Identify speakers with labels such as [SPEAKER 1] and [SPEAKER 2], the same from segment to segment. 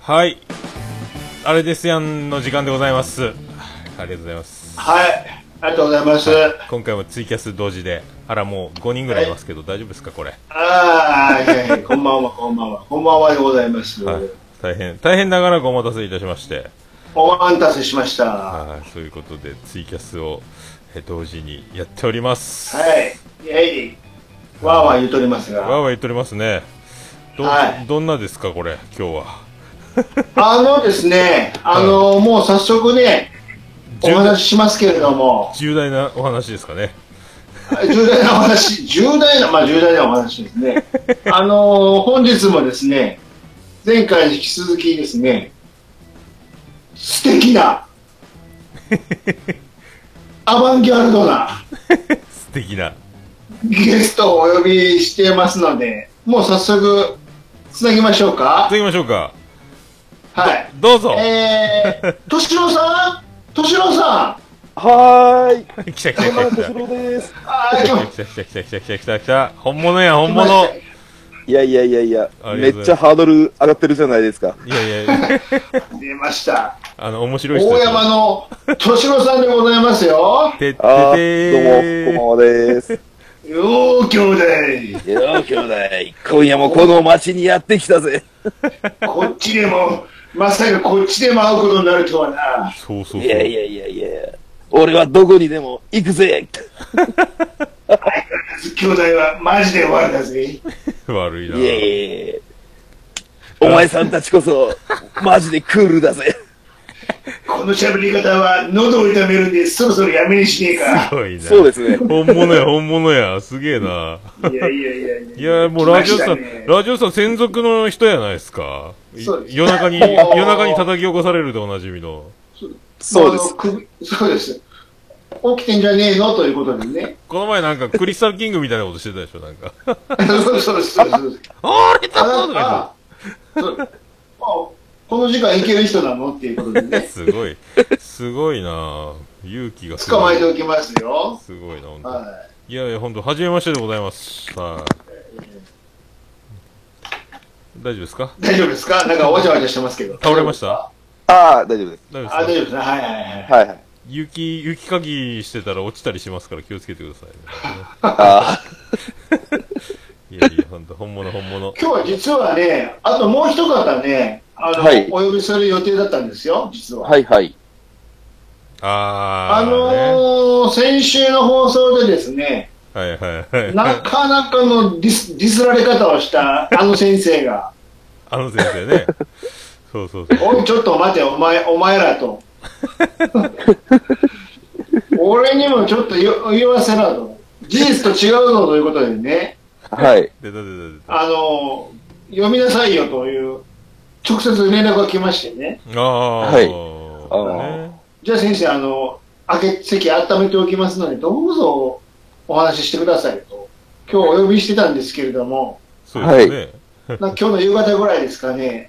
[SPEAKER 1] はい。あれですやんの時間でございます。ありがとうございます。
[SPEAKER 2] はい、ありがとうございます。
[SPEAKER 1] 今回もツイキャス同時で、あらもう5人ぐらいいますけど、大丈夫ですかこれ。
[SPEAKER 2] ああ、いやいやこんばんは、こんばんは、こんばんはでございます。
[SPEAKER 1] はい。大変、大変長らくお待たせいたしまして。
[SPEAKER 2] お待たせしました。は
[SPEAKER 1] はい。そういうことで、ツイキャスをえ同時にやっております。
[SPEAKER 2] い、イェイ、わーわー言うとります
[SPEAKER 1] わー
[SPEAKER 2] が、
[SPEAKER 1] わー言っておりますね。ど、
[SPEAKER 2] はい
[SPEAKER 1] どんなですかこれ、今日は。
[SPEAKER 2] あのですね、あのもう早速ね、お
[SPEAKER 1] 重大
[SPEAKER 2] 話ししますけれ ども、
[SPEAKER 1] 重大なお話ですかね。
[SPEAKER 2] 重大なお話、重大な、まあ重大なお話で すね。あの本日もですね、前回に引き続きですね、素 敵な、アバンギャルドな、
[SPEAKER 1] 素敵な。
[SPEAKER 2] ゲストをお呼びしてますので、もう早速、つなぎましょうか。
[SPEAKER 1] 次行きましょうか。
[SPEAKER 2] はい。
[SPEAKER 1] どうぞ。
[SPEAKER 2] えー、敏郎さん敏郎さん
[SPEAKER 3] はーい、
[SPEAKER 1] 来た来た来
[SPEAKER 3] 山
[SPEAKER 1] た来
[SPEAKER 3] 田
[SPEAKER 1] た
[SPEAKER 3] 哲。郎です。
[SPEAKER 2] あー、
[SPEAKER 1] 来
[SPEAKER 2] 今日、
[SPEAKER 1] た来た来た来た来た来た来た本物や本物
[SPEAKER 2] 来
[SPEAKER 3] いやいやいやいや
[SPEAKER 1] あ、り
[SPEAKER 3] め
[SPEAKER 1] がとうございます
[SPEAKER 3] っちゃハードル上がってるじゃないですか。
[SPEAKER 1] いやいや
[SPEAKER 2] 出ました。
[SPEAKER 1] あの面白い人
[SPEAKER 2] 大山の敏郎さんでございますよ。
[SPEAKER 1] てってて
[SPEAKER 3] あー、
[SPEAKER 1] ー
[SPEAKER 3] どうも、こんばんは です。
[SPEAKER 2] よー、兄弟。
[SPEAKER 3] よ兄弟、今夜もこの街にやってきたぜ。
[SPEAKER 2] こっちでも、まさかこっちでも会うことになるとはな。
[SPEAKER 1] そうそうそう
[SPEAKER 3] いやいやいやいや、俺はどこにでも行くぜ。
[SPEAKER 2] 兄弟はマジで悪だぜ。
[SPEAKER 1] 悪い
[SPEAKER 3] い
[SPEAKER 1] な
[SPEAKER 3] やいやいやお前さんたちこ そ、マジでクールだぜ。
[SPEAKER 2] この喋り方は喉を痛めるんで、そろそろやめにしねえか。
[SPEAKER 1] すごいな
[SPEAKER 3] そうですね。
[SPEAKER 1] 本物や本物やすげえない
[SPEAKER 2] や いやいやいや。
[SPEAKER 1] いやもうラジオ
[SPEAKER 2] 来
[SPEAKER 1] さ
[SPEAKER 2] ま
[SPEAKER 1] ん、
[SPEAKER 2] したね
[SPEAKER 1] ラジオさん専属の人やないですかい
[SPEAKER 2] そうです
[SPEAKER 1] 夜中に夜中に叩き起こされるでおなじみの
[SPEAKER 3] そうです
[SPEAKER 2] あの。首そうです。起きてんじゃねえのということでね。
[SPEAKER 1] この前なんかクリスタルキングみたいなことしてたでしょなんか
[SPEAKER 2] そうそうそうそう。
[SPEAKER 1] あーれだ
[SPEAKER 2] あ
[SPEAKER 1] ぞと
[SPEAKER 2] なた
[SPEAKER 1] か
[SPEAKER 2] は、そうあこの時間いける人なのっていうことで
[SPEAKER 1] 言って
[SPEAKER 2] ね。
[SPEAKER 1] すごいすごいな勇気がす
[SPEAKER 2] 捕
[SPEAKER 1] ご
[SPEAKER 2] ま
[SPEAKER 1] い
[SPEAKER 2] えておきますよ。
[SPEAKER 1] すごいな本当
[SPEAKER 2] はい
[SPEAKER 1] やいや、本当、初めましてでございます。さあ。大丈夫ですか
[SPEAKER 2] い。大丈夫ですかなんかわちゃわちゃしてますけど。
[SPEAKER 1] 倒れました
[SPEAKER 3] ああ、大丈夫です。
[SPEAKER 1] 大丈
[SPEAKER 2] あ、
[SPEAKER 1] 夫
[SPEAKER 2] 大
[SPEAKER 1] ですか
[SPEAKER 2] 丈夫ですね。はいはいはい。
[SPEAKER 3] はいはい。
[SPEAKER 1] 雪、雪かきしてたら落ちたりしますから気をつけてくださいね。
[SPEAKER 3] あ
[SPEAKER 1] いやいや、本当、本物、本物。
[SPEAKER 2] 今日は実はね、あともう一方ね、あの、
[SPEAKER 3] はい
[SPEAKER 2] お呼びする予定だったんですよ、実
[SPEAKER 3] あ、
[SPEAKER 2] は。
[SPEAKER 3] はいはい。
[SPEAKER 1] あ
[SPEAKER 2] あ
[SPEAKER 1] ー、
[SPEAKER 2] のー、先週の放送でですね、
[SPEAKER 1] ね。はい はいは。
[SPEAKER 2] ないかなかのディスディスられ方をしたあの先生が、
[SPEAKER 1] あの先生ね。そうそうそう。
[SPEAKER 2] おい、ちょっと待て、お前お前らと。 俺にもちょっと言言わせなと。事実と違うぞということでね、
[SPEAKER 3] はい。
[SPEAKER 1] 出た出た
[SPEAKER 2] あの、読みなさいよという、直接連絡が来ましてね、
[SPEAKER 1] 出た。あ
[SPEAKER 3] はい
[SPEAKER 1] ー。ね
[SPEAKER 2] じゃあ先生、あの、開け席温めておきますので、どうぞお話ししてくださいと。今日お呼びしてたんですけれども、
[SPEAKER 1] そうですね。
[SPEAKER 2] な今日の夕方ぐらいですかね、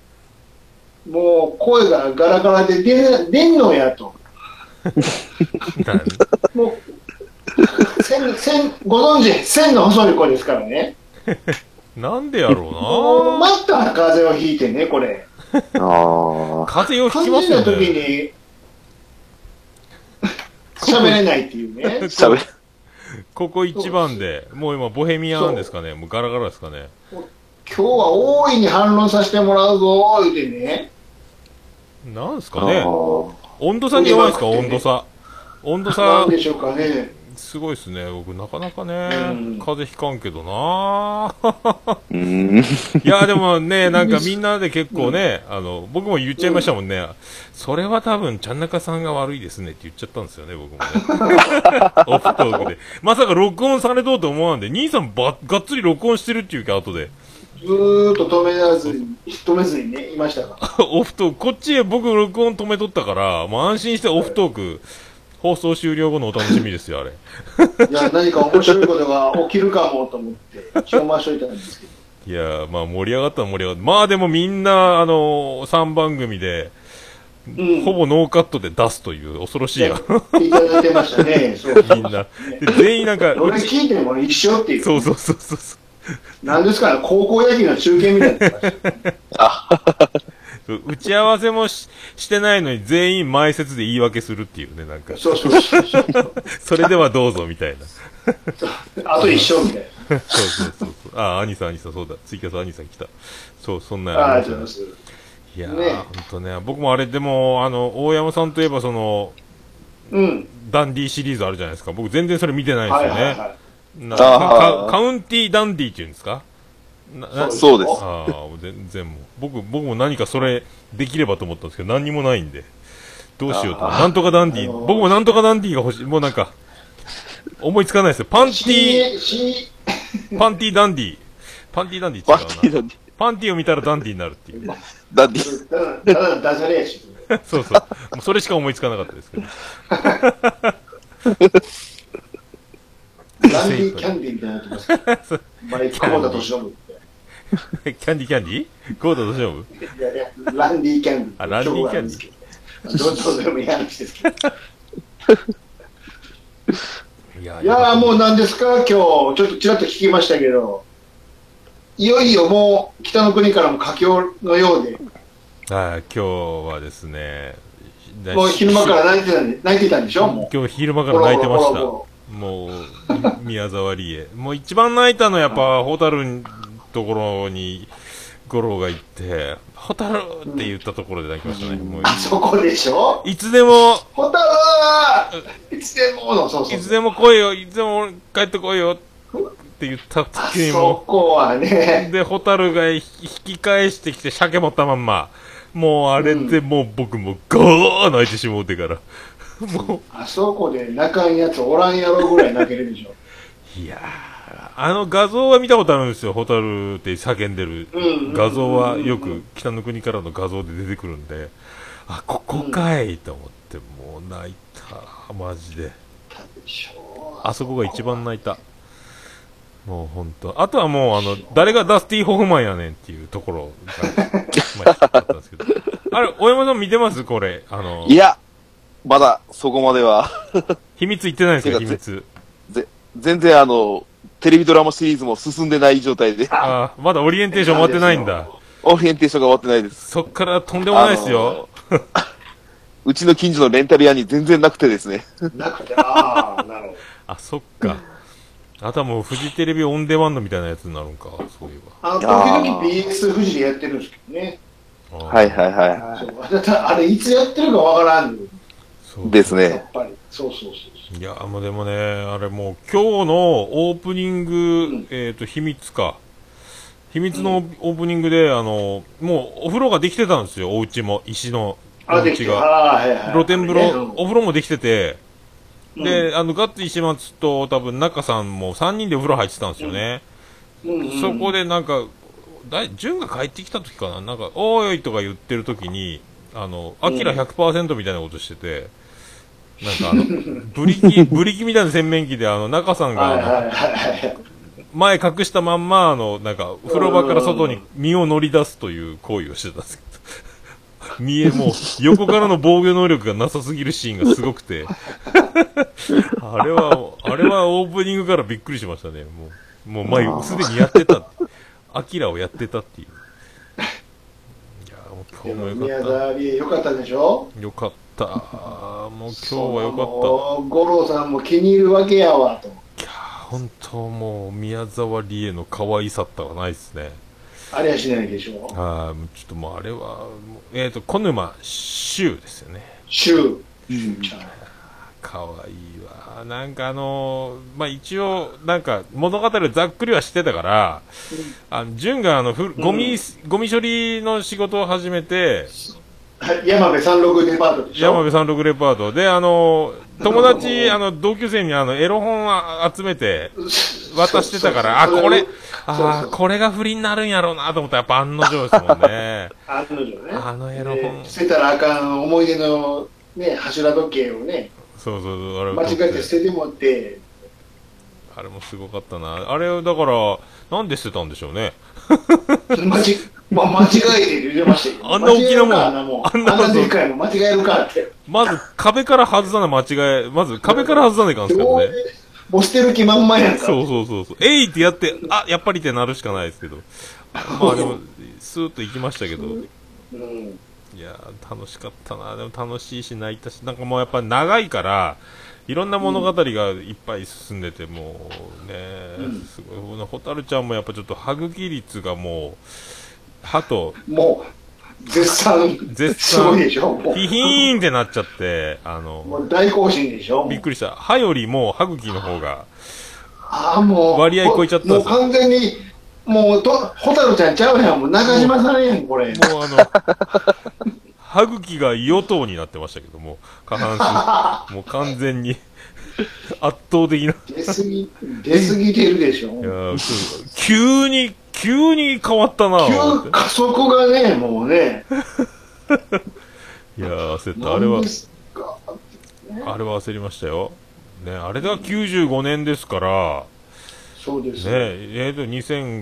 [SPEAKER 2] もう声がガラガラで出な出んのやと、
[SPEAKER 1] なん
[SPEAKER 2] もう、せんせんご存知、線の細い声ですからね、
[SPEAKER 1] なんでやろ
[SPEAKER 2] もうまた風邪をひいてね、これ、
[SPEAKER 3] あ
[SPEAKER 1] うな。風邪をひ
[SPEAKER 2] 風
[SPEAKER 1] きま
[SPEAKER 2] 邪
[SPEAKER 1] す
[SPEAKER 2] ひいた
[SPEAKER 1] よ
[SPEAKER 2] 時
[SPEAKER 1] ね。
[SPEAKER 2] に、喋れないっていうね、
[SPEAKER 3] 喋る。
[SPEAKER 1] ここ一番で、もう今、ボヘミアなんですかね。もうガラガラですかね。
[SPEAKER 2] 今日は大いに反論させてもらうぞ、言うてね、
[SPEAKER 1] なんす
[SPEAKER 3] あ
[SPEAKER 1] かね。
[SPEAKER 3] ー
[SPEAKER 1] 温度差に弱いですか、温度差。温度
[SPEAKER 2] な
[SPEAKER 1] 差
[SPEAKER 2] ん、でしょうかね、
[SPEAKER 1] すごいですね。僕、なかなかね、
[SPEAKER 2] うん
[SPEAKER 1] 風邪ひかんけどな
[SPEAKER 3] う ーん。
[SPEAKER 1] いや、でもね、なんかみんなで結構ね、あの、僕も言っちゃいましたもんね。それは多分、ちゃんなかさんが悪いですねって言っちゃったんですよね、僕もね。オフトークで。まさか録音されとうと思わんで、兄さんば、がっつり録音してるっていうか、後で。
[SPEAKER 2] ずーっと止めらずに、止めずにね、いましたが、
[SPEAKER 1] オフトーク、こっちへ僕録音止めとったから、もう安心してオフトーク、放送終了後のお楽しみですよ、あれ。
[SPEAKER 2] いや、何か面白いことが起きるかもと思って、一応回しといたんですけど。
[SPEAKER 1] いやー、まあ盛り上がったら盛り上がった。まあでもみんな、あのー、3番組で、
[SPEAKER 2] うん
[SPEAKER 1] ほぼノーカットで出すという恐ろしいや、
[SPEAKER 2] いただいてましたね。そう
[SPEAKER 1] みんな。で、全員なんか、
[SPEAKER 2] どれ
[SPEAKER 1] う ち
[SPEAKER 2] 聞いても一緒っていう。
[SPEAKER 1] そうそうそうそう。
[SPEAKER 2] なんですかね、高校野球の中継みたいな。
[SPEAKER 3] あ、
[SPEAKER 1] そう打ち合わせもししてないのに全員前説で言い訳するっていうね、なんか、
[SPEAKER 2] そうそうそうそう。
[SPEAKER 1] それではどうぞみたいな。
[SPEAKER 2] あと一生みたい
[SPEAKER 1] そうそうそうそう。ああ、兄さん、兄さん、そうだ。ツイキャス兄さん来た。そう、そんな
[SPEAKER 2] な。ああ、
[SPEAKER 1] ん
[SPEAKER 2] あ
[SPEAKER 1] あ
[SPEAKER 2] り
[SPEAKER 1] り
[SPEAKER 2] が
[SPEAKER 1] ま
[SPEAKER 2] とう
[SPEAKER 1] し
[SPEAKER 2] ご
[SPEAKER 1] たね
[SPEAKER 2] ざいます。
[SPEAKER 1] いや
[SPEAKER 2] ね
[SPEAKER 1] ー、ほんとね。僕もあれ、でも、あの、大山さんといえば、その、
[SPEAKER 2] うん。
[SPEAKER 1] ダンディシリーズあるじゃないですか。僕全然それ見てないんです
[SPEAKER 2] はい
[SPEAKER 1] よ
[SPEAKER 2] は
[SPEAKER 1] ね。
[SPEAKER 2] いは。
[SPEAKER 1] な
[SPEAKER 3] あー
[SPEAKER 1] カカウンティーダンディっていうんですかなない
[SPEAKER 3] そうです
[SPEAKER 1] ああ、もう全然もう。僕、僕も何かそれできればと思ったんですけど、何にもないんで。どうしようと。
[SPEAKER 3] あ
[SPEAKER 1] なんとかダンディー、
[SPEAKER 2] あのー
[SPEAKER 1] 僕もなんとかダンディーが欲しい。もうなんか、思いつかないですよ。パンティ
[SPEAKER 2] C、
[SPEAKER 1] ー、パンティーダンディー。パンティーダンディ
[SPEAKER 3] パン
[SPEAKER 1] ー
[SPEAKER 3] テ
[SPEAKER 1] 違う
[SPEAKER 3] ィー
[SPEAKER 1] な。
[SPEAKER 3] のディ
[SPEAKER 1] パンティーを見たらダンディーになるっていう。
[SPEAKER 3] ダンディ。
[SPEAKER 2] ただ、ただダジャレやし。
[SPEAKER 1] そうそう。もうそれしか思いつかなかったですけど。
[SPEAKER 2] ダンディキャンディーみたいになってますから。前、久保田敏信って。
[SPEAKER 1] キャンディーキャンディーゴーダどうしよう
[SPEAKER 2] いやいや、ランディキャンディー。
[SPEAKER 1] あランディキャンディ
[SPEAKER 2] ー。どうどうでもいい話ですけど。
[SPEAKER 1] いや
[SPEAKER 2] いやーも
[SPEAKER 1] う。
[SPEAKER 2] う何ですか、今日、ちょっとちらっと聞きましたけど、いよいよもう、北の国からも佳境のようで、
[SPEAKER 1] はい、今日はですね。
[SPEAKER 2] もう昼間から泣いてたんで泣いてたんでしょ、も
[SPEAKER 1] 今日昼間
[SPEAKER 2] う。
[SPEAKER 1] から泣いてまし
[SPEAKER 2] ボ
[SPEAKER 1] た
[SPEAKER 2] ロボロボロボロ
[SPEAKER 1] もう宮沢りえもう一番泣いたのはやっぱ蛍のところに五郎が行って蛍って言ったところで泣きましたね、もう
[SPEAKER 2] あそこでしょ
[SPEAKER 1] いつでも
[SPEAKER 2] ホタルーいつでもの、そうそう。
[SPEAKER 1] いつでも来いよいつでも帰ってこいよって言った
[SPEAKER 2] あ
[SPEAKER 1] 時に
[SPEAKER 2] そ
[SPEAKER 1] も
[SPEAKER 2] こはね、
[SPEAKER 1] で蛍が引き返してきて鮭持ったまんまもうあれでもう僕もゴー泣いてしもうてからもう
[SPEAKER 2] あそこで泣かんやつおらんやろぐらい泣けるでしょ。
[SPEAKER 1] いやー、あの画像は見たことあるんですよ、ホタルって叫んでる
[SPEAKER 2] うんうんうんうん
[SPEAKER 1] 画像はよく北の国からの画像で出てくるんで、あ、ここかいと思って、もう泣いた、マジで。
[SPEAKER 2] たでしょ
[SPEAKER 1] あそこが一番泣いた。もうほんと。あとはもう、あの、誰がダスティ・ホフマンやねんっていうところが、まあ、あったんですけど。あれ、大山さん見てますこれ。あの
[SPEAKER 3] い、や、まだそこまでは、
[SPEAKER 1] 秘密言ってないんですか
[SPEAKER 3] て
[SPEAKER 1] 秘
[SPEAKER 3] か
[SPEAKER 1] 密。
[SPEAKER 3] ぜ全然あの、テレビドラマシリーズも進んでない状態で、
[SPEAKER 1] あー、まだオリエンテーション終わってないんだ。
[SPEAKER 3] オリエンテーションが終わってないです。
[SPEAKER 1] そっからとんでもないですよ。
[SPEAKER 3] あの。うちの近所のレンタル屋に全然なくてですね。
[SPEAKER 2] なくて、ああ、なるほど。
[SPEAKER 1] あ、そっか。あとはもうフジテレビオンデマンドみたいなやつになるんか、そういえ
[SPEAKER 2] あの、時々 BS 富士でやってるんですけどね。
[SPEAKER 1] ば。
[SPEAKER 3] はい
[SPEAKER 1] い。
[SPEAKER 3] はいは
[SPEAKER 2] そうあれあれいつやってるかわからんのよ
[SPEAKER 1] そ
[SPEAKER 3] い。
[SPEAKER 1] う
[SPEAKER 3] です
[SPEAKER 2] や
[SPEAKER 3] ね。
[SPEAKER 2] っぱりそうそうそうそ
[SPEAKER 1] いや、もうでもね、あれもう今日のオープニング、
[SPEAKER 2] ん
[SPEAKER 1] えっ、と、秘密か。秘密のオープニングで、あの、もうお風呂ができてたんですよ、お家も。石の。
[SPEAKER 2] うあ
[SPEAKER 1] お
[SPEAKER 2] でき
[SPEAKER 1] 家
[SPEAKER 2] た
[SPEAKER 1] が。
[SPEAKER 2] あはいはい
[SPEAKER 1] 露天風
[SPEAKER 2] ね
[SPEAKER 1] 呂、お風呂もできてて、
[SPEAKER 2] うん
[SPEAKER 1] で、あの、ガッツ石松と多分中さんも3人でお風呂入ってたんですよね。
[SPEAKER 2] うんうん
[SPEAKER 1] そこでなんか、だい潤が帰ってきた時かな、なんか、おーいとか言ってる時に、あの、アキラ100%みたいなことしてて、なんかあの、ブリキ、ブリキみたいな洗面器で、あの、中さん
[SPEAKER 2] はいはい
[SPEAKER 1] が、あの
[SPEAKER 2] はいはい
[SPEAKER 1] 前隠したまんま、あの、なんか、風呂場から外に身を乗り出すという行為をしてたんですけど、 見え、もう、横からの防御能力がなさすぎるシーンがすごくて、 あれは、あれはオープニングからびっくりしましたね、もう。もう前、すでにやってた。アキラをやってたっていう。いやーもう
[SPEAKER 2] でも
[SPEAKER 1] 今日もよ
[SPEAKER 2] 宮
[SPEAKER 1] かっ
[SPEAKER 2] 沢りえよかったでしょ
[SPEAKER 1] た。よかった。もう今日はよかった。
[SPEAKER 2] もう五郎さんも気に入るわけやわと
[SPEAKER 1] いやー本当もう、宮沢りえの可愛さったがないですね。
[SPEAKER 2] あれはしないでしょ
[SPEAKER 1] ああ、ちょっともうあれは、もうえっ、と、小沼修ですよね。
[SPEAKER 2] 週
[SPEAKER 1] かわいいわ。なんかあのーまあ、一応、なんか物語をざっくりはしてたから、あの、純があの、ふゴミ、ゴミ処理の仕事を始めて、
[SPEAKER 2] はい山部三六デパートでしょ
[SPEAKER 1] 山辺三六レパートで、あのー友達、あの、同級生にあの、エロ本あ集めて、渡してたから、あ、
[SPEAKER 2] そうそう
[SPEAKER 1] これ、
[SPEAKER 2] そう
[SPEAKER 1] あ
[SPEAKER 2] そ
[SPEAKER 1] あ、
[SPEAKER 2] う
[SPEAKER 1] これが不利になるんやろうなと思ったら、やっぱ案の定ですもん ね。
[SPEAKER 2] あの女ね
[SPEAKER 1] あのエロ
[SPEAKER 2] で
[SPEAKER 1] 本。
[SPEAKER 2] 捨てたらあかん思い出のね柱時計をね
[SPEAKER 1] そうそうそう、あれを
[SPEAKER 2] 間
[SPEAKER 1] 取
[SPEAKER 2] 違えて捨ててもって
[SPEAKER 1] あれもすごかったな。あれをだから、なんで捨てたんでしょうね。
[SPEAKER 2] 間違まあ、間違えて入れましたよ。
[SPEAKER 1] あんな大きなもん
[SPEAKER 2] 間違えるかあんなもん。
[SPEAKER 1] あ
[SPEAKER 2] あ
[SPEAKER 1] ん
[SPEAKER 2] ん
[SPEAKER 1] なもん
[SPEAKER 2] なでかいもん、間違えるかって。
[SPEAKER 1] まず、壁から外さない間違え、まず壁から外さないかんですから
[SPEAKER 2] どう
[SPEAKER 1] ね
[SPEAKER 2] で。もう捨てる気満々やんか。
[SPEAKER 1] そうそうそうそう。えいってやって、あ、やっぱりってなるしかないですけど。まあでも、スーッと行きましたけど、
[SPEAKER 2] うん。
[SPEAKER 1] いやー楽しかったな、でも楽しいし、泣いたし、なんかもうやっぱ長いから、いろんな物語がいっぱい進んでて、もうね、
[SPEAKER 2] うん
[SPEAKER 1] すごい、この蛍ちゃんもやっぱちょっと歯茎率がもう、歯と
[SPEAKER 2] もう、絶賛、
[SPEAKER 1] 絶賛
[SPEAKER 2] すごいでしょも
[SPEAKER 1] ヒヒーンってなっちゃって、あ
[SPEAKER 2] う、も
[SPEAKER 1] の、
[SPEAKER 2] う大更新でしょもう
[SPEAKER 1] びっくりした、歯よりも歯茎の方が、
[SPEAKER 2] ああ、もう、
[SPEAKER 1] 割合超えちゃったんです
[SPEAKER 2] も
[SPEAKER 1] よ
[SPEAKER 2] う完全に、もうと、ホタルちゃんちゃうやん、もう中島さんやん、これ。
[SPEAKER 1] もうあ の、歯茎が与党になってましたけども、下半 身、もう完全に圧倒的な。
[SPEAKER 2] 出過ぎ、出過ぎてるでしょ
[SPEAKER 1] いや。ーそう急に、急に変わったな思っ
[SPEAKER 2] 急
[SPEAKER 1] て
[SPEAKER 2] 加速がね、もうね。
[SPEAKER 1] いやー焦った。あれは
[SPEAKER 2] なんで、すか
[SPEAKER 1] あれは焦りましたよ。ね、あれが95年ですから、
[SPEAKER 2] そうです
[SPEAKER 1] ね、えっ、と、2005、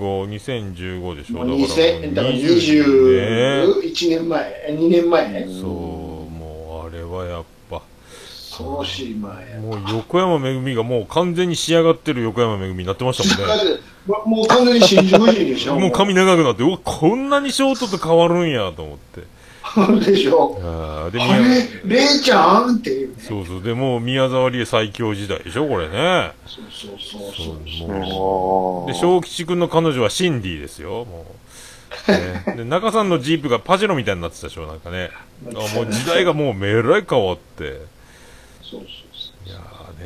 [SPEAKER 1] 2015でしょ。
[SPEAKER 2] も
[SPEAKER 1] だ
[SPEAKER 2] う
[SPEAKER 1] からもう
[SPEAKER 2] 2000だから
[SPEAKER 1] 20ね。
[SPEAKER 2] 21年前、え2年前
[SPEAKER 1] そう、もうあれはやっぱ、
[SPEAKER 2] 恐ろしい前。
[SPEAKER 1] もう横山めぐみがもう完全に仕上がってる横山めぐみになってましたもんね。
[SPEAKER 2] もうもう完全に新宿人でしょ
[SPEAKER 1] もう髪長くなって、うわ、こんなにショートと変わるんやと思って。
[SPEAKER 2] うでしょ
[SPEAKER 1] ああ、で、
[SPEAKER 2] あ
[SPEAKER 1] 宮、
[SPEAKER 2] れ、レイちゃんっていうね。
[SPEAKER 1] そうそう、でもう宮沢りえ最強時代でしょ、これね。
[SPEAKER 2] そうそうそう
[SPEAKER 1] そ
[SPEAKER 2] そうう。
[SPEAKER 1] もうで、小吉君の彼女はシンディですよ、もう。ね、 で、中さんのジープがパジェロみたいになってたでしょ、なんかね。あもう時代がもうめらい変わって。
[SPEAKER 2] そうそう
[SPEAKER 1] いや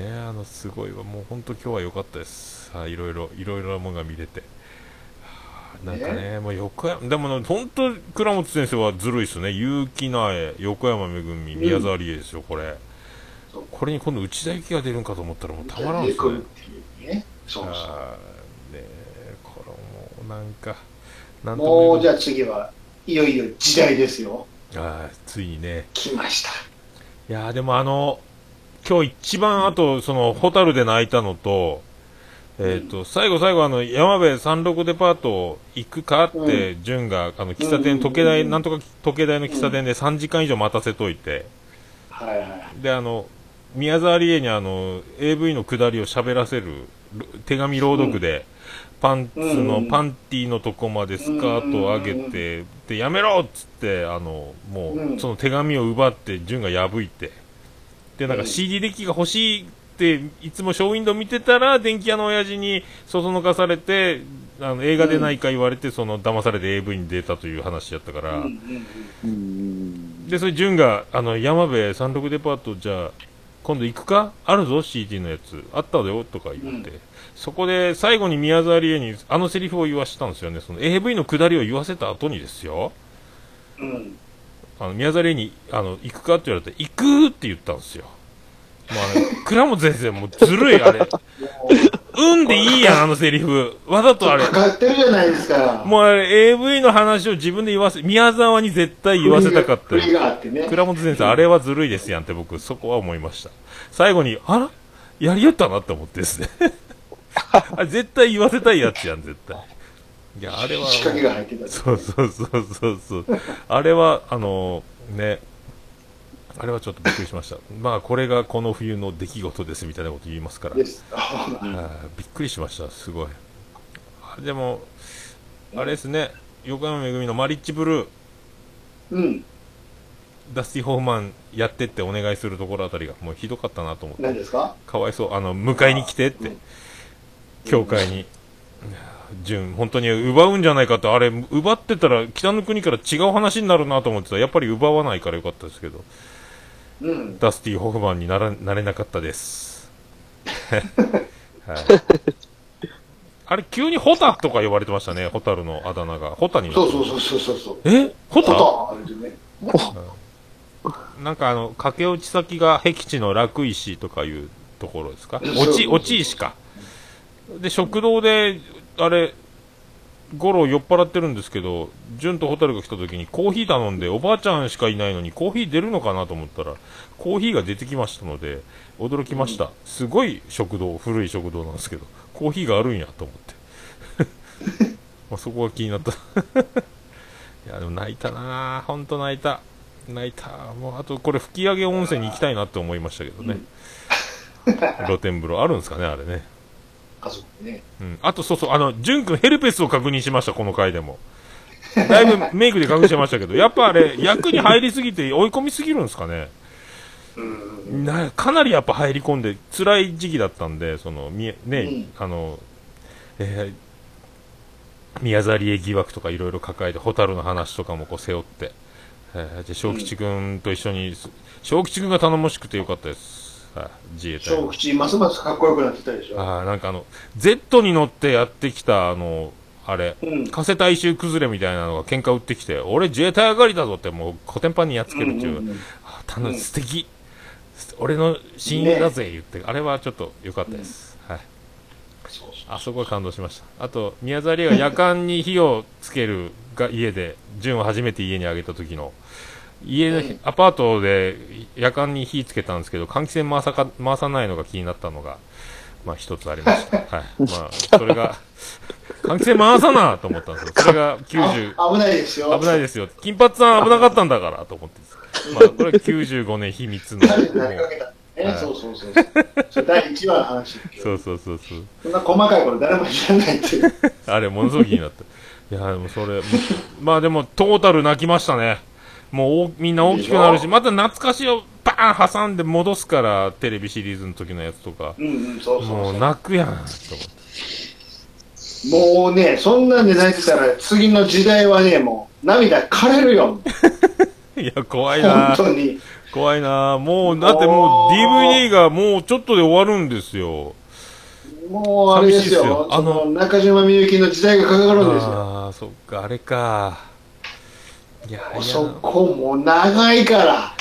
[SPEAKER 1] ーね、あの、すごいわ、もう本当今日は良かったです。はい、いろいろ、いろいろなものが見れて。はあなんかね、もう横山、でもね、本当倉本先生はずるいですね。結城苗、横山めぐみ、宮沢りえですよ、これ。
[SPEAKER 2] そう
[SPEAKER 1] これに今度内田有紀が出るんかと思ったらもうた
[SPEAKER 2] そう。
[SPEAKER 1] まらんですね。
[SPEAKER 2] ね。ねそうそ
[SPEAKER 1] あーねえこれもうなんか、な
[SPEAKER 2] う。
[SPEAKER 1] んとも
[SPEAKER 2] もうじ
[SPEAKER 1] 言
[SPEAKER 2] ゃあ次はいよいよ時代ですよ。
[SPEAKER 1] ああーついにね。
[SPEAKER 2] 来ました。
[SPEAKER 1] いやーでもあの、今日一番あと、その、ホタルで泣いたのと、えっ、と、最後最後あの、山部三六デパート行くかって、淳が、あの、喫茶店、時計台、なんとか時計台の喫茶店で3時間以上待たせといて、
[SPEAKER 2] はいはい。
[SPEAKER 1] で、あの、宮沢りえにあの、AV の下りを喋らせる、ろ手紙朗読で、パンツの、
[SPEAKER 2] うん
[SPEAKER 1] パンティーのとこまでスカートを上げて、で、やめろっつって、あの、も
[SPEAKER 2] う
[SPEAKER 1] う、
[SPEAKER 2] ん
[SPEAKER 1] その手紙を奪って、純が破いて、で、なんか
[SPEAKER 2] うん
[SPEAKER 1] CD デッキが欲しいって、いつもショーウィンドウ見てたら、電気屋の親父にそそのかされて、あの、映画でないか言われて、その、騙されて AV に出たという話やったから、
[SPEAKER 2] うんうん
[SPEAKER 3] うん。
[SPEAKER 1] で、それ、潤が、あの、山部三六デパート、じゃあ、今度行くかあるぞ、CD のやつ。あったよ、とか言って。
[SPEAKER 2] う
[SPEAKER 1] そこで、最後に宮沢りえに、あのセリフを言わしたんですよね。その、AV の下りを言わせた後にですよ。
[SPEAKER 2] うんうん。
[SPEAKER 1] あの、宮沢りえに、あの、行くかって言われて、行くって言ったんですよ。まあ、ね、倉本先生、もうずるい、あれ。うんでいいやん、あのセリフ。わざとあれ
[SPEAKER 2] か。かってるじゃないですか。
[SPEAKER 1] もうあれ、AV の話を自分で言わせ、宮沢に絶対言わせたかった
[SPEAKER 2] 振
[SPEAKER 1] よ
[SPEAKER 2] りがあってね。
[SPEAKER 1] 倉本先生、あれはずるいですやんって僕、そこは思いました。最後に、あらやりよったなって思ってです ね。あれ絶対言わせたいやつやん、絶対。いや、あれは。
[SPEAKER 2] 仕掛けが入ってた。
[SPEAKER 1] そうそうそうそうそう。あれは、あのね、あれはちょっとびっくりしました。まあ、これがこの冬の出来事ですみたいなこと言いますから。
[SPEAKER 2] です。ほら
[SPEAKER 1] あーびっくりしました、すごい。あでも、あれですね、横山めぐみのマリッジブルー。
[SPEAKER 2] うん。
[SPEAKER 1] ダスティ・ホーマンやってってお願いするところあたりがもうひどかったなと思っ
[SPEAKER 2] 何
[SPEAKER 1] て、
[SPEAKER 2] ですか
[SPEAKER 1] かわいそう、あの、迎えに来てっ
[SPEAKER 2] う
[SPEAKER 1] て
[SPEAKER 2] ん、
[SPEAKER 1] 教会に。純、本当に奪うんじゃないかって、あれ、奪ってたら北の国から違う話になるなと思ってたらやっぱり奪わないからよかったですけど、
[SPEAKER 2] うん。
[SPEAKER 1] ダスティ・ホーマンにならなれなかったです。 はい、あれ、急にホタとか呼ばれてましたね、ホタルのあだ名が。ホタにな
[SPEAKER 2] そうそう
[SPEAKER 1] う。
[SPEAKER 2] そうそうそうそう。
[SPEAKER 1] えホタ
[SPEAKER 2] ことあれでね。
[SPEAKER 1] なんかあの、駆け落ち先が僻地の楽石とかいうところですか
[SPEAKER 2] そう
[SPEAKER 1] 落ち、落ち石か。で、食堂で、あれ、ゴロ酔っ払ってるんですけど、純とホタルが来た時にコーヒー頼んで、おばあちゃんしかいないのにコーヒー出るのかなと思ったら、コーヒーが出てきましたので、驚きました。すごい食堂、古い食堂なんですけど、コーヒーがあるんやと思って。 まあそこが気になった。い や、でも泣いたなぁ。ほんと泣いた。泣いた。もう、あと、これ、吹上温泉に行きたいなって思いましたけどね。露天風呂。あるんですかね、あれね。
[SPEAKER 2] 家族でね。
[SPEAKER 1] うん。あと、そうそう、あの、淳くんヘルペスを確認しました、この回でも。だいぶメイクで隠してましたけど、やっぱあれ、役に入りすぎて追い込みすぎるんですかね。
[SPEAKER 2] うん。
[SPEAKER 1] なかなりやっぱ入り込んで、辛い時期だったんで、その、みね、
[SPEAKER 2] うん
[SPEAKER 1] あの、えー宮沢りえ疑惑とかいろいろ抱えて、蛍の話とかもこう背負って、えーで、小吉くんと一緒に、す小吉くんが頼もしくてよかったです。はい自衛隊
[SPEAKER 2] 小
[SPEAKER 1] の。
[SPEAKER 2] 口、ますますかっこよくなってたでしょ。
[SPEAKER 1] あーなんかあの、Z に乗ってやってきた、あの、あれ、
[SPEAKER 2] うん。
[SPEAKER 1] 加瀬大衆崩れみたいなのが喧嘩売ってきて、俺自衛隊上がりだぞってもうコテンパンにやっつけるっていう、
[SPEAKER 2] うんうんうん
[SPEAKER 1] あ楽しい、素敵、俺の親友だぜ言って、あれはちょっと良かったです、はい。
[SPEAKER 2] そうそう
[SPEAKER 1] あそこは感動しました。あと、宮沢りえが夜間に火をつけるが家で、純を初めて家にあげた時の、家
[SPEAKER 2] うん
[SPEAKER 1] で、アパートで夜間に火つけたんですけど、換気扇回さか回さないのが気になったのが、まあ一つありました。はい。まあ、それ が、換気扇回さなと思ったんですよ。それが90、
[SPEAKER 2] あ危ないですよ。
[SPEAKER 1] 危ないですよ。金髪さん危なかったんだからと思ってです。まあ、これは95年秘密の。
[SPEAKER 2] 誰に投げかけたね、
[SPEAKER 1] はい
[SPEAKER 2] そうそうそうそう。それ第1話の話だけど
[SPEAKER 1] そうそうそうそう。
[SPEAKER 2] そんな細かいこと誰も知らないっていう。
[SPEAKER 1] あれ、ものすごく気になった。いや、でもそれ、もうまあでも、トータル泣きましたね。もうお、みんな大きくなる
[SPEAKER 2] でし
[SPEAKER 1] し、
[SPEAKER 2] ょ
[SPEAKER 1] また懐かしをバーン挟んで戻すから、テレビシリーズの時のやつとか。
[SPEAKER 2] うんうん、そうそう
[SPEAKER 1] も
[SPEAKER 2] そうう。
[SPEAKER 1] 泣くやん、と思って。
[SPEAKER 2] もうね、そんなんで泣いてたら、次の時代はね、もう涙枯れるよ。
[SPEAKER 1] いや、怖い
[SPEAKER 2] 本
[SPEAKER 1] な
[SPEAKER 2] 当に。
[SPEAKER 1] 怖いなもう、だってもう
[SPEAKER 2] おー
[SPEAKER 1] DVD がもうちょっとで終わるんですよ。
[SPEAKER 2] もうあれです
[SPEAKER 1] 寂しい
[SPEAKER 2] よ。
[SPEAKER 1] ですよ
[SPEAKER 2] あの、中島みゆきの時代がかかるんですよ。
[SPEAKER 1] ああ、そっか、あれか。いや、いや
[SPEAKER 2] そこもう長いから。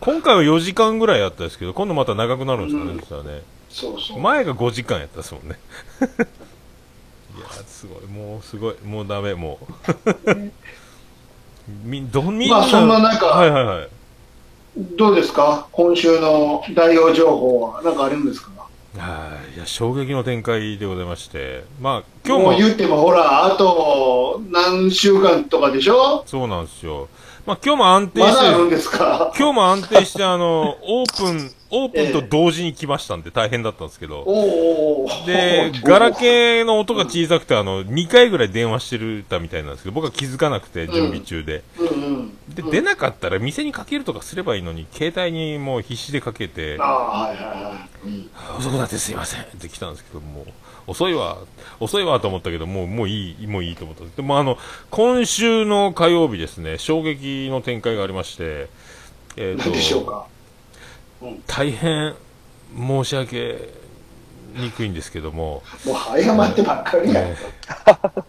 [SPEAKER 1] 今回は4時間ぐらいやったですけど、今度また長くなるんですかね、そし
[SPEAKER 2] うん
[SPEAKER 1] たらね。
[SPEAKER 2] そうそう。
[SPEAKER 1] 前が5時間やったですもんねいやーすごいもうすごいもうダメもうみどみんな、
[SPEAKER 2] まあそんな中
[SPEAKER 1] はいはいはい
[SPEAKER 2] どうですか今週の代表情報は何かあるんですか
[SPEAKER 1] あーいや衝撃の展開でございましてまあ今
[SPEAKER 2] 今日もう
[SPEAKER 1] 日も
[SPEAKER 2] 言ってもほら、あと何週間とかでしょ
[SPEAKER 1] そうなんですよまあ今日も安定
[SPEAKER 2] ま
[SPEAKER 1] し
[SPEAKER 2] だあるん
[SPEAKER 1] て
[SPEAKER 2] ですか
[SPEAKER 1] 今日も安定してあのオープンオープンと同時に来ましたんで大変だったんですけど、
[SPEAKER 2] おうおうおう
[SPEAKER 1] で、ガラケーの音が小さくて、あの、2回ぐらい電話してるたみたいなんですけど、僕は気づかなくて、準備中で。
[SPEAKER 2] うんうん。
[SPEAKER 1] で、
[SPEAKER 2] うん
[SPEAKER 1] 出なかったら店にかけるとかすればいいのに、携帯にもう必死でかけて
[SPEAKER 2] あ、あ、はいはいはい。うん
[SPEAKER 1] 遅くなってすいませんって来たんですけど、もう、遅いわ、遅いわと思ったけど、もう、もういい、もういいと思ったんです。でもあの、今週の火曜日ですね、衝撃の展開がありまして、えっ、
[SPEAKER 2] 何でしょう
[SPEAKER 1] と、
[SPEAKER 2] か
[SPEAKER 1] 大変申し訳にくいんですけども、
[SPEAKER 2] もう謝ってばっかりや。
[SPEAKER 1] えー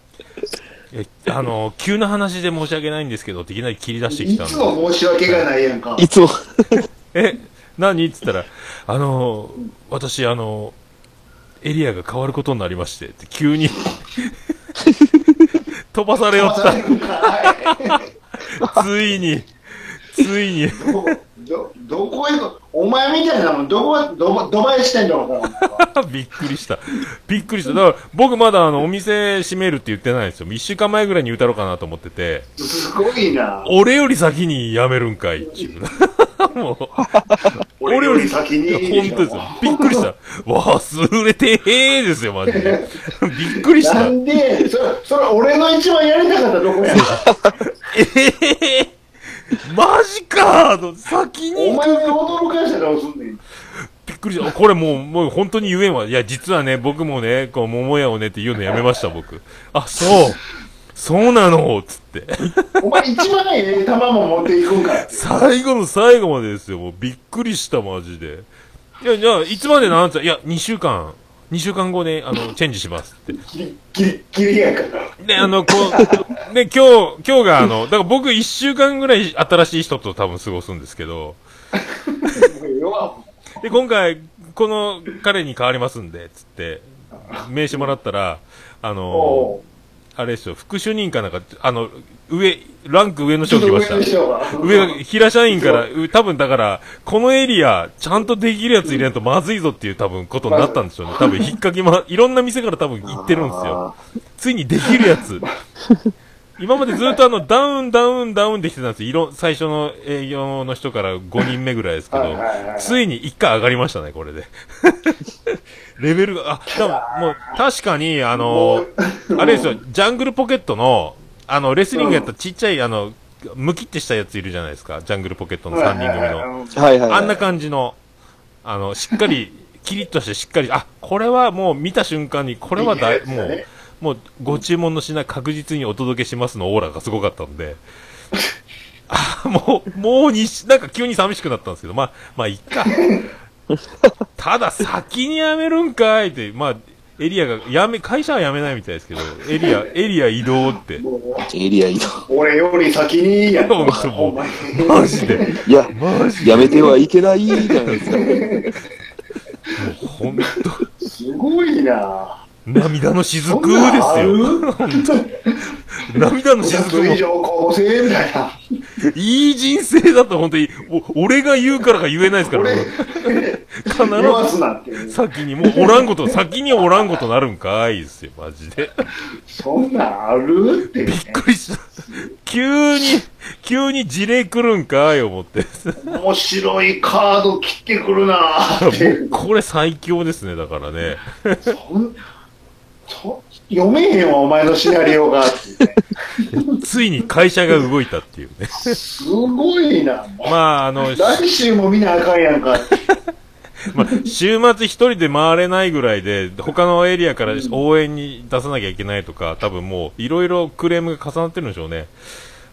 [SPEAKER 1] えあの、急な話で申し訳ないんですけどっていきなり切り出してき
[SPEAKER 2] い
[SPEAKER 1] たんで
[SPEAKER 2] つ。も申し訳がないやんか。
[SPEAKER 3] いつも。
[SPEAKER 1] え、何っつったら、あの、私、あの、エリアが変わることになりまして、って急 に、飛ばされよ
[SPEAKER 2] ま
[SPEAKER 1] った
[SPEAKER 2] 来るから
[SPEAKER 1] た。ついに、ついに、
[SPEAKER 2] ど どどこへと、お前みたいなもん、どこ、どこ、ドバイしてんのか。
[SPEAKER 1] びっくりした。びっくりした。だから、僕まだあの、お店閉めるって言ってないんですよ。一週間前ぐらいに歌ろうかなと思ってて、
[SPEAKER 2] すごいな。
[SPEAKER 1] 俺より先に辞めるんかいっていう。 もう、俺
[SPEAKER 2] 俺より先に。
[SPEAKER 1] いや本当ですよ。びっくりした。忘れてへーですよ、マジ で。びっくりし
[SPEAKER 2] な
[SPEAKER 1] た。
[SPEAKER 2] んで、それ、それ俺の一番やりたかった とこやん。
[SPEAKER 1] ええマジかーと、先
[SPEAKER 2] お
[SPEAKER 1] に。
[SPEAKER 2] 前が驚かしたらどうすんねん。
[SPEAKER 1] びっくりした。これもう、もう本当に言えんわ。いや、実はね、僕もね、こう、桃屋をねって言うのやめました、僕。あ、そう。そうなのつって。
[SPEAKER 2] お前一番ええ球も持っていくんかい。
[SPEAKER 1] 最後の最後までですよ。もうびっくりした、マジで。いや、じゃあ、いつまでなんつったらいや、2週間。2週間後ね、あの、チェンジしますって。
[SPEAKER 2] ギリギリギリやから。
[SPEAKER 1] で、あの、こう、で、 今日、今日があの、だから僕一週間ぐらい新しい人と多分過ごすんですけど、
[SPEAKER 2] もう弱も
[SPEAKER 1] で、今回、この彼に変わりますんで、つって、名刺もらったら、あの、
[SPEAKER 2] う
[SPEAKER 1] あれですよ、副主任かなんか、あの、上、ランク上の
[SPEAKER 2] ちょ
[SPEAKER 1] 人が
[SPEAKER 2] っと
[SPEAKER 1] 来ま
[SPEAKER 2] 上
[SPEAKER 1] し
[SPEAKER 2] の
[SPEAKER 1] た。
[SPEAKER 2] 人が。
[SPEAKER 1] 上が、平社員から、う多分だから、このエリア、ちゃんとできるやつ入れないとまずいぞっていう多分ことになったんでしょうね。多分引っ掛けま、いろんな店から多分行ってるんですよ。ついにできるやつ。今までずっとあの、ダウン、ダウン、ダウンできてたんですよ。いろ、最初の営業の人から5人目ぐらいですけ
[SPEAKER 2] は
[SPEAKER 1] ど
[SPEAKER 2] いはいは、い
[SPEAKER 1] ついに1回上がりましたね、これ で。レベルが、あ、多分もう、確かに、あの、あれですよ、ジャングルポケットの、あの、レスリングやったちっちゃい、あの、むきってしたやついるじゃないですか。ジャングルポケットの3人組の。
[SPEAKER 2] の。
[SPEAKER 3] はいはい。
[SPEAKER 1] あんな感じの、あの、しっか り、キリッとしてしっかり、あ、これはもう見た瞬間に、これはだ
[SPEAKER 2] いい
[SPEAKER 1] い、
[SPEAKER 2] です
[SPEAKER 1] も
[SPEAKER 2] よ
[SPEAKER 1] う
[SPEAKER 2] ね、
[SPEAKER 1] もうご注文の品確実にお届けしますのオーラがすごかったんで、あ、もう、もうにし、なんか急に寂しくなったんですけど、まあ、まあ、いっ か。ただ先にやめるんかいって、まあ、エリアが、やめ、会社はやめないみたいですけど、エリア、エリア移動って。
[SPEAKER 2] もう
[SPEAKER 3] エリア移動。
[SPEAKER 2] 俺より先にや
[SPEAKER 1] もう
[SPEAKER 2] お前
[SPEAKER 1] マジで。
[SPEAKER 3] いや、
[SPEAKER 1] マジで。
[SPEAKER 3] やめてはいけないじゃないです か。
[SPEAKER 1] ほんと、
[SPEAKER 2] すごいな。
[SPEAKER 1] 涙の
[SPEAKER 2] そ
[SPEAKER 1] 雫
[SPEAKER 2] ん
[SPEAKER 1] です
[SPEAKER 2] なんあ
[SPEAKER 1] よ。
[SPEAKER 2] る
[SPEAKER 1] 涙の
[SPEAKER 2] 500
[SPEAKER 1] 雫も
[SPEAKER 2] 以、上高校生みたいな。
[SPEAKER 1] いい人生だと本当に、お俺が言うからか言えないですから、
[SPEAKER 2] 俺
[SPEAKER 1] もう
[SPEAKER 2] 言わ す
[SPEAKER 1] 必
[SPEAKER 2] なっていう
[SPEAKER 1] ず。先に、もうおらんこと、先におらんことなるんかいですよ、マジで。
[SPEAKER 2] そんなんあるっていう
[SPEAKER 1] びっくりした。急に、急に事例来るんかい思って。
[SPEAKER 2] ね。面白いカード切ってくるな
[SPEAKER 1] も
[SPEAKER 2] ーっていう
[SPEAKER 1] うこれ最強ですね、だからね。
[SPEAKER 2] そんそ読めへんわ、お前のシナリオがっていうね。
[SPEAKER 1] ついに会社が動いたっていうね。
[SPEAKER 2] すごいな。
[SPEAKER 1] まあ、あの、
[SPEAKER 2] 来週も見なあかんやんかって。
[SPEAKER 1] まあ、週末一人で回れないぐらいで、他のエリアから応援に出さなきゃいけないとか、多分もういろいろクレームが重なってるんでしょうね。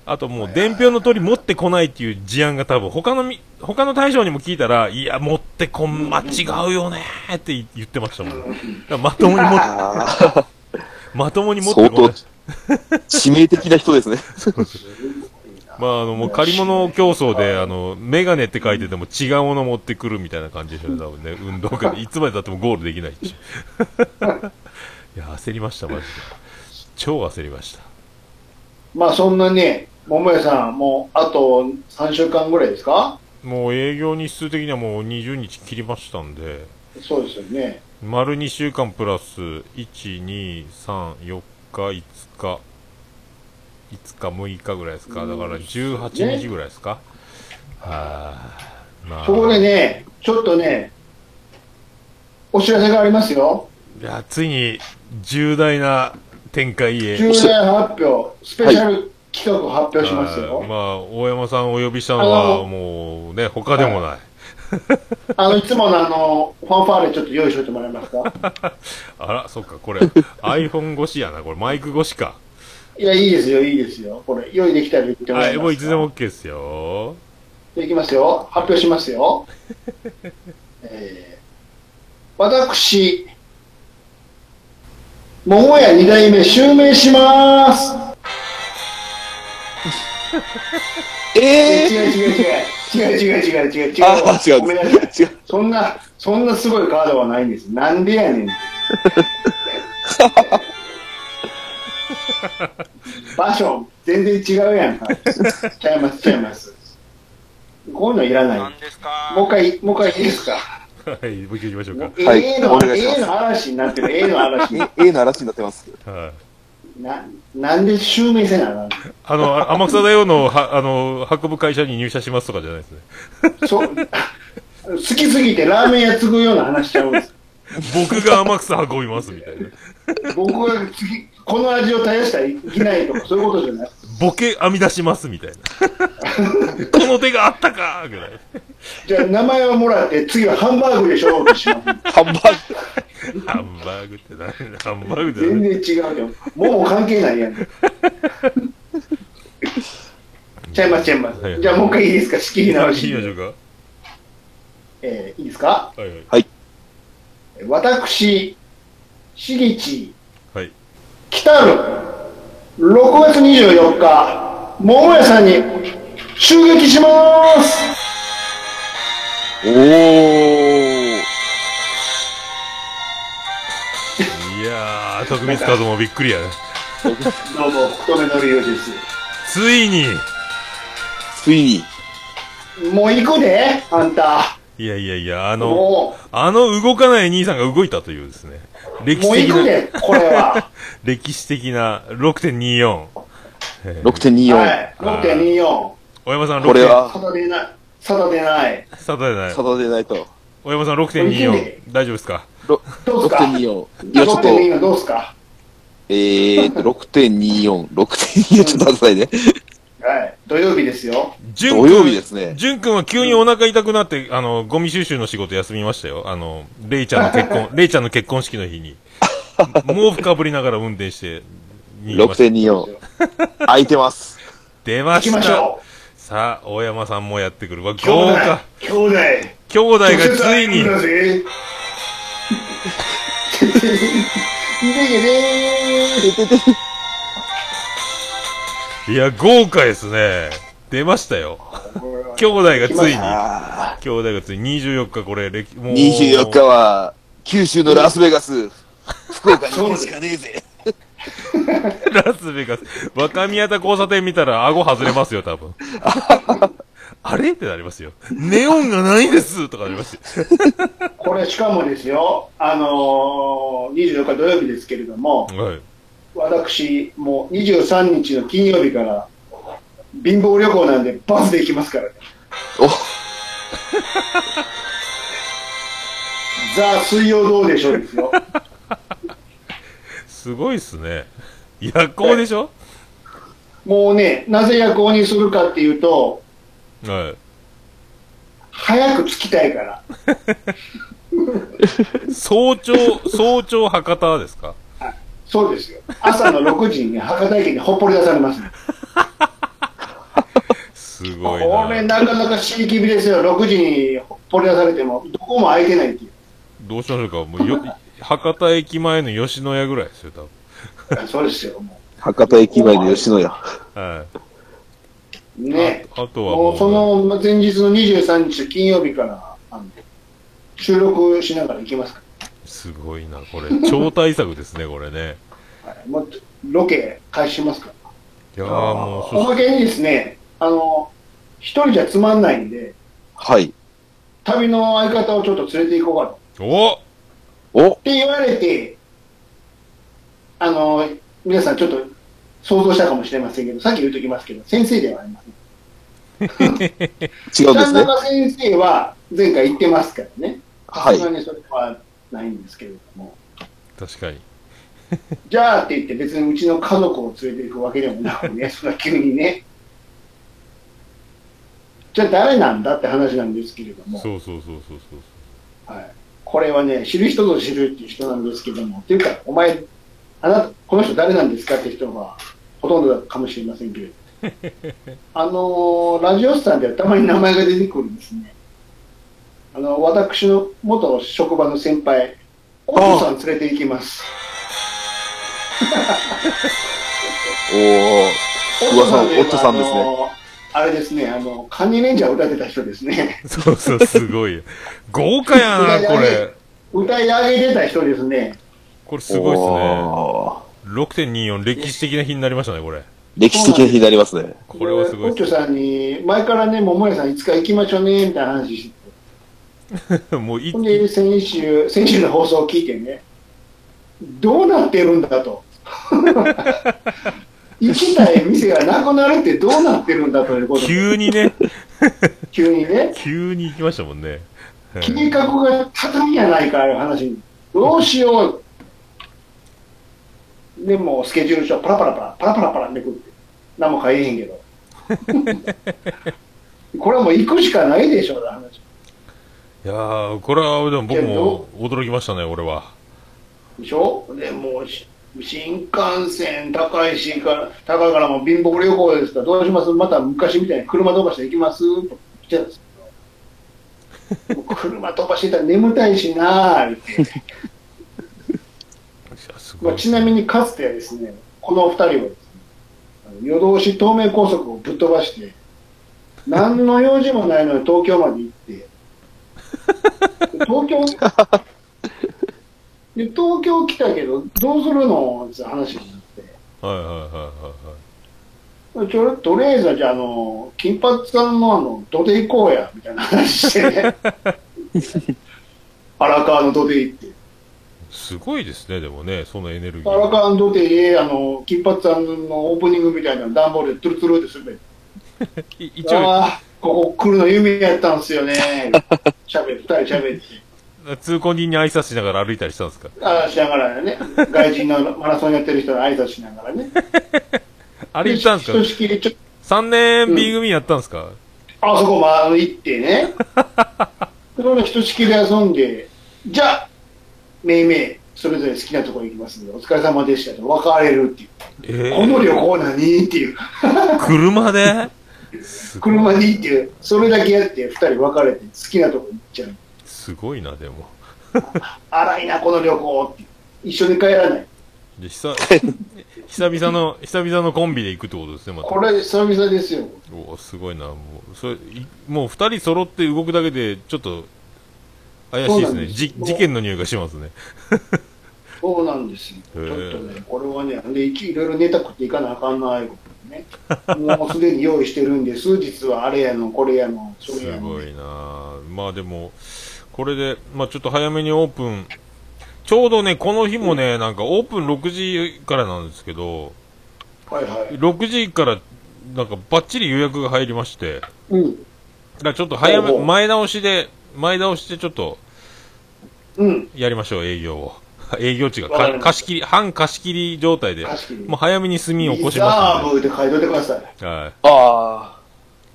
[SPEAKER 1] あともう伝票の通り持ってこないっていう事案が多分他のみ、他の大将にも聞いたら、いや、持ってこん、間違うよねーって言言ってましたもん。だからまともに持っ
[SPEAKER 3] あ
[SPEAKER 1] まともに
[SPEAKER 3] ー
[SPEAKER 1] 持っ
[SPEAKER 3] 相
[SPEAKER 1] てこ
[SPEAKER 3] 当
[SPEAKER 1] ない。、
[SPEAKER 3] 致命的な人ですね。
[SPEAKER 1] まあ、あの、もう借り物競争で、あの、メガネって書いてても違うもの持ってくるみたいな感じでしょうね、多分ね。運動会 で、いつまでたってもゴールできないっていう いや、焦りました、マジで。超焦りました。
[SPEAKER 2] まあそんなね、桃屋さん、もうあと3週間ぐらいですか
[SPEAKER 1] もう営業日数的にはもう20日切りましたんで、
[SPEAKER 2] そうですよね。
[SPEAKER 1] 丸2週間プラス、1、2、3、4日、5日、5日、6日ぐらいですか。だから18日ぐらいですか。はい、まあ
[SPEAKER 2] そこでね、ちょっとね、お知らせがありますよ。
[SPEAKER 1] いや、ついに重大な展開へ。
[SPEAKER 2] 重大発表、スペシャル企画を発表します
[SPEAKER 1] はい
[SPEAKER 2] よ。
[SPEAKER 1] まあ、大山さんをお呼びしたのは、
[SPEAKER 2] あの
[SPEAKER 1] もうね、他でもない。
[SPEAKER 2] あの、いつものあの、ファンファーレちょっと用意しといてもらえますか
[SPEAKER 1] あら、そっか、こ れ、iPhone 越しやな、これ、マイク越しか。
[SPEAKER 2] いや、いいですよ、いいですよ。これ、用意できたら言ってもら
[SPEAKER 1] は
[SPEAKER 2] えます
[SPEAKER 1] い、
[SPEAKER 2] か
[SPEAKER 1] もういつでも OK ですよ。
[SPEAKER 2] できますよ。発表しま すよ。えー、私、桃屋二代目襲名します。
[SPEAKER 3] ええ
[SPEAKER 2] 違う違う違う違う違う違う違う違う。
[SPEAKER 3] あー、違
[SPEAKER 2] ご
[SPEAKER 3] う
[SPEAKER 2] めんなさい。
[SPEAKER 3] 違う。
[SPEAKER 2] そんな、そんなすごいカードはないんです。なんでやねん。場所、全然違うやんか。ちゃいます、ちゃいます。こういうのいらない。
[SPEAKER 4] 何ですか
[SPEAKER 2] もう一回、もう一回いいですか。
[SPEAKER 1] はい、もう一回行きましょうか。
[SPEAKER 2] A
[SPEAKER 3] はい
[SPEAKER 2] の
[SPEAKER 3] お願いします
[SPEAKER 2] A の嵐になってる A の嵐
[SPEAKER 3] ええな嵐になってます。
[SPEAKER 1] はい
[SPEAKER 2] ななんで襲名せなあかん
[SPEAKER 1] あの、あ天草大王の、は、あの、運ぶ会社に入社しますとかじゃないですね。
[SPEAKER 2] のそう好きすぎてラーメン屋継ぐような話しちゃうんです
[SPEAKER 1] 僕が天草運びますみたいな。
[SPEAKER 2] 僕は次この味を絶やしたらいけないとかそういうことじゃない
[SPEAKER 1] ボケ編み出しますみ たいな。この手があったかぐらい。
[SPEAKER 2] じゃあ名前をもらって次はハンバーグでしょうってしまう
[SPEAKER 3] ハンバーグ。
[SPEAKER 1] ハンバーグって何ハンバーグって
[SPEAKER 2] 全
[SPEAKER 1] 何
[SPEAKER 2] 然違うよもも関係ないやんちゃいますちゃいます、
[SPEAKER 1] はい
[SPEAKER 2] じゃあもう一回いいですか仕切り直
[SPEAKER 1] い
[SPEAKER 2] し
[SPEAKER 1] いましょうか。
[SPEAKER 2] えーいいですか
[SPEAKER 1] はいはい。
[SPEAKER 2] 私、しげち、
[SPEAKER 1] はい。
[SPEAKER 2] 来たる、6月24日、桃屋さんに襲撃します
[SPEAKER 3] おー。
[SPEAKER 1] いやー、徳光和もびっくりやね。
[SPEAKER 2] どうも、太めの理由です。
[SPEAKER 1] ついに、
[SPEAKER 3] ついに。
[SPEAKER 2] もう行くで、あんた。
[SPEAKER 1] いやいやいや、あの、
[SPEAKER 2] も
[SPEAKER 1] あの動かない兄さんが動いたというですね、
[SPEAKER 2] う、
[SPEAKER 1] 歴
[SPEAKER 2] も
[SPEAKER 1] 史
[SPEAKER 2] う
[SPEAKER 1] 的
[SPEAKER 2] 行く
[SPEAKER 1] な、
[SPEAKER 2] で、これは。
[SPEAKER 1] 歴史的な6.24。えー
[SPEAKER 3] 6.24。
[SPEAKER 2] はい、6.24。
[SPEAKER 1] 小山さん
[SPEAKER 3] これ
[SPEAKER 1] 6.、
[SPEAKER 2] サ
[SPEAKER 3] は、
[SPEAKER 2] タデーナイサタデーナイ
[SPEAKER 1] サタデーない
[SPEAKER 3] サ。タデーナイト。
[SPEAKER 1] 小山さん
[SPEAKER 2] これいけね
[SPEAKER 1] 6.24。大丈夫ですか
[SPEAKER 3] ろ
[SPEAKER 2] どうすか
[SPEAKER 3] 6.24。いや、ちょっと、
[SPEAKER 2] 6.24どうすか
[SPEAKER 3] えーと、6.24。6.24ちょっと待ってくださいね。
[SPEAKER 2] はい。土曜日ですよ。
[SPEAKER 1] 純
[SPEAKER 3] 土曜日ですね。
[SPEAKER 1] ジュン君は急にお腹痛くなって、あの、ゴミ収集の仕事休みましたよ。あの、レイちゃんの結 婚、レイちゃんの結婚式の日に。毛布かぶりながら運転して、に行きました
[SPEAKER 3] 6.24。空いてます。
[SPEAKER 1] 出
[SPEAKER 2] 行
[SPEAKER 1] ま
[SPEAKER 2] き
[SPEAKER 1] し。
[SPEAKER 2] ましたょ
[SPEAKER 1] さあ、大山さんもやってくる。わ、
[SPEAKER 2] う。兄
[SPEAKER 1] 豪華。
[SPEAKER 2] 弟。
[SPEAKER 1] 兄弟が
[SPEAKER 2] 兄弟。
[SPEAKER 1] ついに、
[SPEAKER 2] 直接会えるんだぜでね
[SPEAKER 1] いや、豪華ですね。出ましたよ。
[SPEAKER 2] ー
[SPEAKER 1] 兄弟がついに、
[SPEAKER 3] あ
[SPEAKER 1] 兄弟がついに24日これ、歴も
[SPEAKER 3] ー24日は、九州のラスベガス。福岡に行くしかねえぜ。
[SPEAKER 1] ラスベガス、若宮田交差点見たら顎外れますよ、多分。あれってなりますよ。ネオンがないですとかなりますよ。
[SPEAKER 2] これしかもですよ、あのー、24日土曜日ですけれども、
[SPEAKER 1] はい。
[SPEAKER 2] 私、もう23日の金曜日から、貧乏旅行なんでバスで行きますからね。
[SPEAKER 3] お、
[SPEAKER 2] ザ・水曜どうでしょうですよ。
[SPEAKER 1] すごいっすね。夜行でしょ
[SPEAKER 2] もうね、なぜ夜行にするかっていうと、
[SPEAKER 1] は
[SPEAKER 2] 早く着きたいから。
[SPEAKER 1] い。早朝、早朝博多ですか
[SPEAKER 2] そうですよ。朝の6時に博多駅にほっぽり出されます。
[SPEAKER 1] す
[SPEAKER 2] こ
[SPEAKER 1] ごい
[SPEAKER 2] れ
[SPEAKER 1] な。
[SPEAKER 2] なかなか刺激日ですよ。6時にほっぽり出されても、どこも空いてないっていう。
[SPEAKER 1] どうしましょうか。もうよ、博多駅前の吉野家ぐらいですよ、多分。
[SPEAKER 2] そうですよ。も
[SPEAKER 3] 博多駅前の吉野家。
[SPEAKER 1] はい。
[SPEAKER 2] うね。
[SPEAKER 1] あとは
[SPEAKER 2] もうその前日の23日金曜日からあの収録しながら行きますか
[SPEAKER 1] すごいな、これ。 超大作ですね、これね。
[SPEAKER 2] ら、はい、もうロケ開始しますから
[SPEAKER 1] いやーもう、
[SPEAKER 2] おまけにですねあの一人じゃつまんないんで
[SPEAKER 3] はい。
[SPEAKER 2] 旅の相方をちょっと連れて行こうかとっ
[SPEAKER 1] そ、お
[SPEAKER 3] お、
[SPEAKER 2] て言われてあの皆さんちょっと想像したかもしれませんけどさっき言うときますけど先生ではありません
[SPEAKER 3] 違うんで
[SPEAKER 2] 旦
[SPEAKER 3] すね
[SPEAKER 2] 那。が先生は前回行ってますからね
[SPEAKER 3] は
[SPEAKER 2] さ
[SPEAKER 3] い
[SPEAKER 2] すが。にそれはないんですけれども、
[SPEAKER 1] 確かに。
[SPEAKER 2] じゃあって言って別にうちの家族を連れて行くわけでもなく ね、そんな急にね。じゃあ誰なんだって話なんですけれども、
[SPEAKER 1] そうそうそうそうそう。
[SPEAKER 2] はい、これはね、知る人ぞ知るっていう人なんですけども、っていうか、お前、あなた、この人誰なんですかって人はほとんどかもしれませんけれ ど。あのーラジオスターではたまに名前が出てくるんですね。あの、私の元職場の先輩、コンさん連れて行きます。
[SPEAKER 3] おー。噂のオットさんですね
[SPEAKER 2] あの。あれですね、あの、カニレンジャー歌ってた人ですね。
[SPEAKER 1] そうそう、すごいよ。豪華やな、これ。
[SPEAKER 2] 歌い上げてた人ですね。
[SPEAKER 1] これすごいっすね。
[SPEAKER 3] おー
[SPEAKER 1] 6.24、歴史的な日になりましたね、これ。
[SPEAKER 3] 歴史的な日になりますね。
[SPEAKER 1] これはすごい
[SPEAKER 2] でオッチョさんに、前からね、桃屋さんいつか行きましょうね、みたいな話してて。
[SPEAKER 1] っす。 もうい
[SPEAKER 2] ほんで、先週、先週の放送を聞いてね、どうなってるんだ と。行きたい店がなくなるってどうなってるんだということ
[SPEAKER 1] 急にね、
[SPEAKER 2] 急にね、
[SPEAKER 1] 急に行きましたもんね。はい
[SPEAKER 2] 計画が立たんやないかいう話にどうしようでもスケジュール書パラパラパラパラパラパラめくって何も書いてへんけどこれはもう行くしかないでしょうな話
[SPEAKER 1] いやー、これはでも僕も驚きましたね、俺は。
[SPEAKER 2] でしょでもうし新幹線高いしから高いからもう貧乏旅行ですからどうしますまた昔みたいに車飛ばして行きますと来てたんですけどもう車飛ばしてたら眠たいしなあ言って
[SPEAKER 1] いやすご
[SPEAKER 2] まあ、
[SPEAKER 1] い。
[SPEAKER 2] ちなみにかつてはですね、このお二人はですね、あの夜通し東名高速をぶっ飛ばして、何の用事もないのに東京まで行って、東京、で東京来たけど、どうするのって話になっ
[SPEAKER 1] はいはいはいはいはい。
[SPEAKER 2] て、ちょとりあえずはじゃあ、あの、金髪さんのあの、土手行こうや、みたいな話してね、荒川の土手行って。
[SPEAKER 1] すごいですね、でもね、そのエネルギー。
[SPEAKER 2] 荒川の土手、あの、金髪さんのオープニングみたいな段ボールでトゥルトゥルって滑って
[SPEAKER 1] い一応、
[SPEAKER 2] ああ、ここ来るの夢やったんですよね。喋って、二人喋って。
[SPEAKER 1] 通行人に挨拶しながら歩いたりしたんですか
[SPEAKER 2] あしながらね、外人のマラソンやってる人に挨拶しながらね。
[SPEAKER 1] あれ行ったんです
[SPEAKER 2] ひと
[SPEAKER 1] か
[SPEAKER 2] しきりちょっ
[SPEAKER 1] ?3 年 B 組やったんですか、
[SPEAKER 2] と、あそこまで行っ てね。それでひとしきり遊んで、じゃあ、めいめい、それぞれ好きなところ行きますんで、お疲れ様でしたと別れるっていう。
[SPEAKER 1] え
[SPEAKER 2] この
[SPEAKER 1] ー、
[SPEAKER 2] 旅行何っていう。
[SPEAKER 1] 車で
[SPEAKER 2] 車に行って、それだけやって、二人別れて、好きなとこ行っちゃう。
[SPEAKER 1] すごいな、でも。
[SPEAKER 2] 荒いな、この旅行って。一緒に帰らない。
[SPEAKER 1] で久 久々の、久々のコンビで行くってことですね、また。
[SPEAKER 2] これ、久々ですよ。
[SPEAKER 1] おーすごいな、もう、それ、いもう二人揃って動くだけで、ちょっと、怪しいですね。じ
[SPEAKER 2] そうなんですもう
[SPEAKER 1] 事件の匂いがしますね。
[SPEAKER 2] そうなんですよ。ち
[SPEAKER 1] へえ
[SPEAKER 2] ょっとね、これはね、で、いちいろいろネタ食っていかなあかんな、いうことね。もうすでに用意してるんで、数日はあれやの、これやの、それ
[SPEAKER 1] す
[SPEAKER 2] やの。
[SPEAKER 1] ごいなまあでも、これで、まあちょっと早めにオープン、ちょうどね、この日もね、なんかオープン6時からなんですけど、
[SPEAKER 2] はいはい。
[SPEAKER 1] 6時から、なんかバッチリ予約が入りまして、だか
[SPEAKER 2] うん。
[SPEAKER 1] らちょっと早め
[SPEAKER 3] ほう、ほう
[SPEAKER 1] 前倒しで、前倒しでちょっと
[SPEAKER 2] うん。
[SPEAKER 1] やりましょう、営業を。 営業地が
[SPEAKER 2] わかり
[SPEAKER 1] か
[SPEAKER 2] ま
[SPEAKER 1] 貸
[SPEAKER 2] した
[SPEAKER 1] し切り、半貸し切り状態で、
[SPEAKER 2] 貸し切り
[SPEAKER 1] もう早めに炭を起こし
[SPEAKER 2] リザ
[SPEAKER 1] ま
[SPEAKER 2] ーブで書いといてください。
[SPEAKER 1] すので、はい。
[SPEAKER 3] あ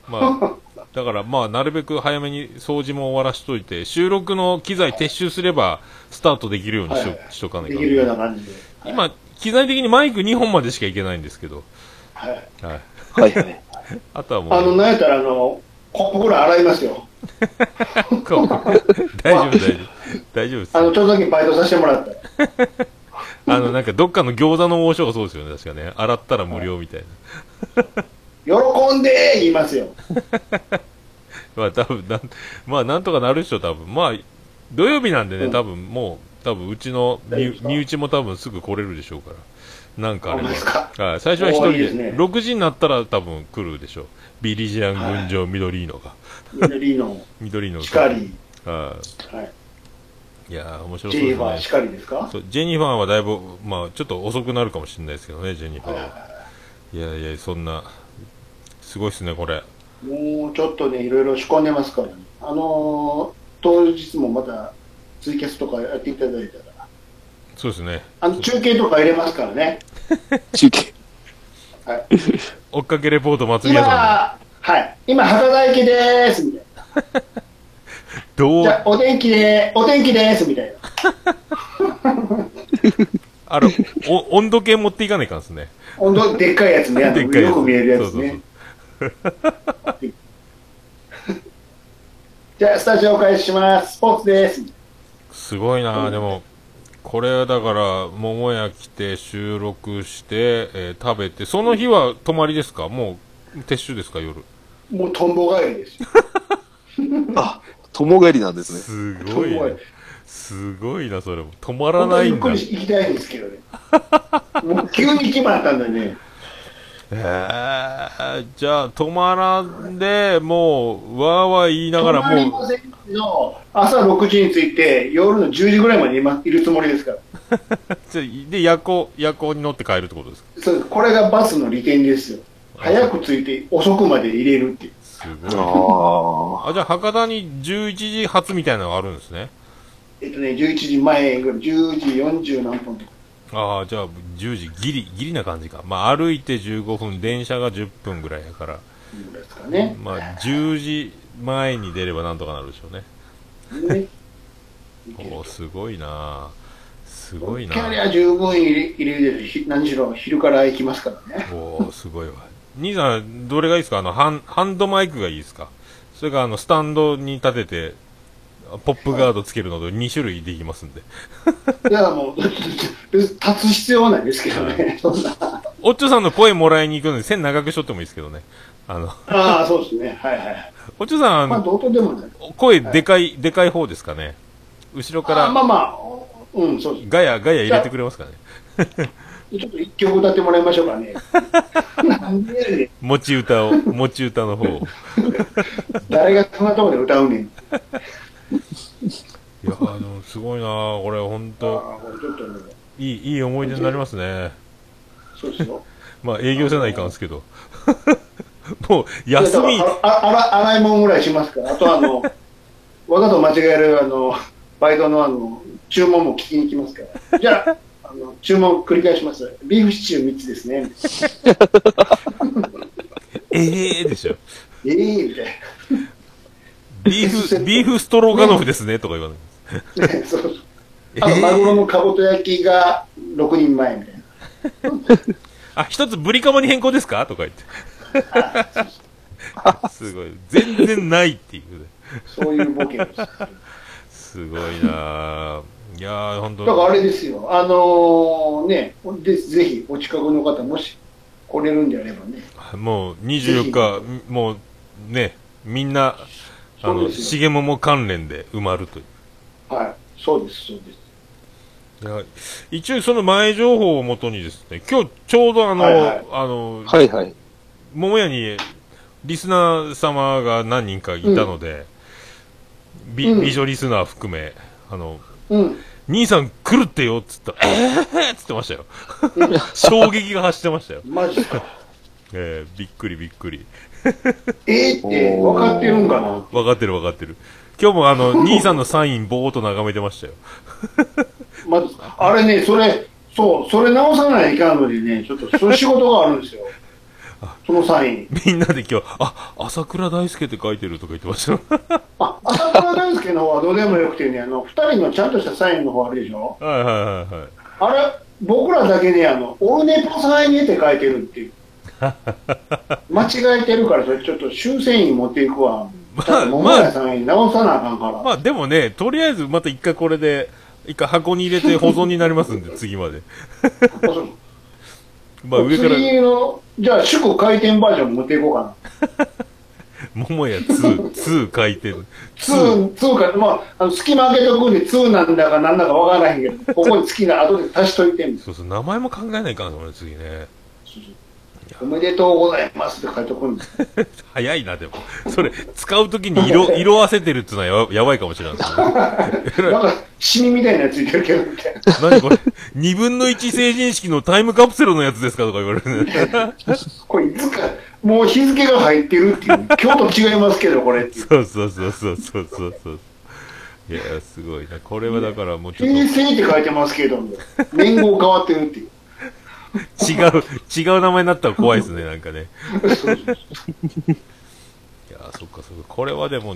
[SPEAKER 1] まあ、だからまあ、なるべく早めに掃除も終わらしといて、収録の機材撤収すれば、スタートできるようにしと,、
[SPEAKER 2] はいはい
[SPEAKER 1] しとかない
[SPEAKER 2] で
[SPEAKER 1] と
[SPEAKER 2] きるような感じで。
[SPEAKER 1] 今、機材的にマイク2本までしかいけないんですけど、
[SPEAKER 2] はい。
[SPEAKER 1] はい。
[SPEAKER 3] あ。はいはい。
[SPEAKER 1] あとはもう、
[SPEAKER 2] あの、なんやったら、あの、コップぐらい洗いますよ。
[SPEAKER 1] 顔大丈夫、大丈夫。大丈夫です。
[SPEAKER 2] あ
[SPEAKER 1] あ
[SPEAKER 2] の、
[SPEAKER 1] の、
[SPEAKER 2] ちょっとだけバイトさせてもらったら。
[SPEAKER 1] なんかどっかの餃子の王将がそうですよね、確かね。洗ったら無料みたいな。
[SPEAKER 2] 喜んでー言いますよ。
[SPEAKER 1] まあ、多分なん、まあ、なんとかなるでしょ、多分。まあ、土曜日なんでね、
[SPEAKER 2] うん
[SPEAKER 1] 多分もう、多分うちの
[SPEAKER 2] 大
[SPEAKER 1] 身
[SPEAKER 2] 丈夫ですか
[SPEAKER 1] 身内も多分すぐ来れるでしょうから。なんかあ
[SPEAKER 2] ほ
[SPEAKER 1] れ
[SPEAKER 2] ん
[SPEAKER 1] ば
[SPEAKER 2] まですか。
[SPEAKER 1] はい、最初は一人
[SPEAKER 2] おーいい
[SPEAKER 1] で
[SPEAKER 2] ですね
[SPEAKER 1] 6時になったら多分来るでしょう。ビリジアン軍場、緑色が。
[SPEAKER 2] 緑の、
[SPEAKER 1] 緑のが。
[SPEAKER 2] しかり、
[SPEAKER 1] は
[SPEAKER 2] はい。
[SPEAKER 1] い。いやー、面白
[SPEAKER 2] ジ
[SPEAKER 1] そう
[SPEAKER 2] ェ
[SPEAKER 1] で
[SPEAKER 2] ニ
[SPEAKER 1] す
[SPEAKER 2] ファー
[SPEAKER 1] ね
[SPEAKER 2] し。かりですか
[SPEAKER 1] そうジェニファーはだいぶ、まあ、ちょっと遅くなるかもしれないですけどね、ジェニファー
[SPEAKER 2] はい
[SPEAKER 1] は。いやいや、そんな、すごいっすね、これ。
[SPEAKER 2] もうちょっとね、いろいろ仕込んでますからね。あのー当日もまたツイキャスとかやっていただいたら、
[SPEAKER 1] そうですね。
[SPEAKER 2] あの中継とか入れますからね。
[SPEAKER 3] 中継。
[SPEAKER 2] はい、
[SPEAKER 1] 追っかけレポート松
[SPEAKER 2] 今、
[SPEAKER 1] 宮さん。
[SPEAKER 2] はい、今、博多駅でーすみたいな。
[SPEAKER 1] ど
[SPEAKER 2] じ
[SPEAKER 1] う
[SPEAKER 2] ゃあ、お天気でー、お天気でーすみたいな。
[SPEAKER 1] あの、お温度計持っていかないかんですね。
[SPEAKER 2] 温度、でっかいやつね、あの
[SPEAKER 1] でっかいやつ
[SPEAKER 2] よく見えるやつね。 じゃあ、スタジオ開始します。スポーツでーす。
[SPEAKER 1] すごいな、でも、これはだから、桃屋来て、収録して、えー食べて、その日は泊まりですかもう、撤収ですか夜。
[SPEAKER 2] もうトンボ帰りですよ。
[SPEAKER 3] あ、友帰りなんですね。
[SPEAKER 1] すごい、
[SPEAKER 2] トンボ
[SPEAKER 1] ね
[SPEAKER 2] 帰り。
[SPEAKER 1] すごいな、それも。止まら
[SPEAKER 2] 本当
[SPEAKER 1] な
[SPEAKER 2] に
[SPEAKER 1] い
[SPEAKER 2] ゆっ
[SPEAKER 1] んだ
[SPEAKER 2] く。り行きたいんですけどね。もう急に決まったんだね。
[SPEAKER 1] えー、じゃあ、止まらんで、もう、わーわー言いながら、
[SPEAKER 2] 隣
[SPEAKER 1] も
[SPEAKER 2] の選手の朝6時に着いて、夜の10時ぐらいまで今いるつもりですから、
[SPEAKER 1] う、ちょで、夜行、夜行に乗って帰るってことですか
[SPEAKER 2] そうですこれがバスの利点ですよ、早く着いて、遅くまで入れるっていう、
[SPEAKER 1] すごい。
[SPEAKER 3] あ
[SPEAKER 1] あ、じゃあ、博多に11時発みたいなのがあるんですね。
[SPEAKER 2] えっとね、11時前ぐらい、10時40何分とか、
[SPEAKER 1] ああ、じゃあ、10時、ギリ、ギリな感じか。まあ、歩いて15分、電車が10分ぐらいやから、
[SPEAKER 2] ですかね。
[SPEAKER 1] まあ、10時前に出ればなんとかなるでしょうね。
[SPEAKER 2] ね行ける
[SPEAKER 1] おお、すごいなあすごい
[SPEAKER 2] キャリ
[SPEAKER 1] なあ
[SPEAKER 2] ア十分入れ入れるでひ何しろ昼から行きますからね。
[SPEAKER 1] おお、すごいわ。兄さん、どれがいいですかあの、ハン、ハンドマイクがいいですかそれから、あの、スタンドに立てて、ポップガードつけるのと2種類できますんで。
[SPEAKER 2] だからもう、 別に立つ必要はないですけどね、そんな。
[SPEAKER 1] おっちょさんの声もらいに行くので、線長くしとってもいいですけどね。あの、
[SPEAKER 2] ああ、そうですね、はいはい。
[SPEAKER 1] おっちょさん、あ
[SPEAKER 2] まあ、
[SPEAKER 1] の
[SPEAKER 2] どうとでもない。
[SPEAKER 1] 声でかい、でかい方ですかね後ろか
[SPEAKER 2] あ
[SPEAKER 1] ら
[SPEAKER 2] ー、まあまあ、うん、そうです。
[SPEAKER 1] ガヤ、ガヤ入れてくれますからね。
[SPEAKER 2] ちょっと一曲歌ってもらいましょうか ね。なんでやねん
[SPEAKER 1] 持ち歌 を、持ち歌の方を。
[SPEAKER 2] 誰がそんなとこで歌うねん。
[SPEAKER 1] いやー、でもすごいなーこれほん
[SPEAKER 2] あ
[SPEAKER 1] と、
[SPEAKER 2] あ、これちょっとね、
[SPEAKER 1] いい、いい思い出になりますね。
[SPEAKER 2] そうですよ。
[SPEAKER 1] まあ、営業じゃないかんすけど。 もう、休み
[SPEAKER 2] いやだ、からああ洗洗い物ぐらいしますから。あとあの、わざと間違える、あの、バイトのあの注文も聞きに来ますから、じゃあ、あの注文繰り返します、ビーフシチュー3つですね、
[SPEAKER 1] ええでしょ。
[SPEAKER 2] えー、みたい
[SPEAKER 1] ビーフ、ビーフストロガノフですね、とか言わない。
[SPEAKER 2] な、 そうあとマグロのかぼと焼きが6人前みたいな。
[SPEAKER 1] あ、一つブリカマに変更ですかとか言 って。すごい。全然ないっていうね。
[SPEAKER 2] そういうボケです。だか
[SPEAKER 1] すごいなぁ。いやー、本
[SPEAKER 2] らあ
[SPEAKER 1] 当
[SPEAKER 2] れですよ、あのーね、でぜひお近くの方、もし来れるんであればね、
[SPEAKER 1] もう24日、もうね、みんな、あ
[SPEAKER 2] そう
[SPEAKER 1] の、
[SPEAKER 2] ですよ
[SPEAKER 1] 重桃関連で埋まるという。
[SPEAKER 2] はい、そうです、そうです。
[SPEAKER 1] いや一応その前情報をもとにですね、今日ちょうどあの、
[SPEAKER 2] はいはい
[SPEAKER 1] あの、
[SPEAKER 3] はいはい。
[SPEAKER 1] 桃屋にリスナー様が何人かいたので、び
[SPEAKER 2] うん
[SPEAKER 1] 美女リスナー含め、あの、
[SPEAKER 2] うん、
[SPEAKER 1] 兄さん来るってよっつったら、えーっつってましたよ。衝撃が走ってましたよ。
[SPEAKER 2] マジ か。
[SPEAKER 1] えー、びっくりびっくり。
[SPEAKER 2] えーって分かってるんかな
[SPEAKER 1] わかってるわかってる。今日もあの、兄さんのサインぼーっと眺めてましたよ。
[SPEAKER 2] まず、あれね、それ、そう、それ直さないといかんのでね、ちょっと、そういう仕事があるんで すよ。そのサイン。
[SPEAKER 1] みんなで今日、あ、朝倉大輔って書いてるとか言ってましたよ。
[SPEAKER 2] あ、浅倉大輔の方はどうでもよくてね、あの、二人のちゃんとしたサインの方あるでしょ
[SPEAKER 1] はいはいはいはい。
[SPEAKER 2] あれ、僕らだけね、あの、オルネポサイネって書いてる っていう。間違えてるから、それちょっと修正員持っていくわ。
[SPEAKER 1] まあ
[SPEAKER 2] ちゃんと桃屋さんに直さなあかんから。
[SPEAKER 1] まあでもね、とりあえずまた一回これで、一回箱に入れて保存になりますんで、 次まで。まあ上から、
[SPEAKER 2] 次の、じゃあ、祝回転バージョン持っていこうかな。
[SPEAKER 1] 桃屋2、2書いてる。
[SPEAKER 2] ツー、ツーか、まあ、あの隙間開けとくんで、ツーなんだかなんだかわからへん けど、ここに好きな後で足しといてんの
[SPEAKER 1] そうそう、名前も考えないかんのね、次ね。
[SPEAKER 2] おめでとうございますって書いとくん です。
[SPEAKER 1] 早いな、でも。それ、使うときに色、色あせてるってのはやばやばいかもしれないですね。
[SPEAKER 2] なんか、シミみたいなやついてるけど、みたいな。
[SPEAKER 1] 何これ、二分の一成人式のタイムカプセルのやつですかとか言われるね。
[SPEAKER 2] これいつか、もう日付が入ってるっていう。今日と違いますけど、これっていう。
[SPEAKER 1] そうそうそうそうそうそうそう。いやー、すごいな。これはだからもうちょっと
[SPEAKER 2] 平成って書いてますけど、年号変わってるっていう。
[SPEAKER 1] 違う、違う名前になったら怖いですね、なんかね。いやーそっかそっか。これはでも、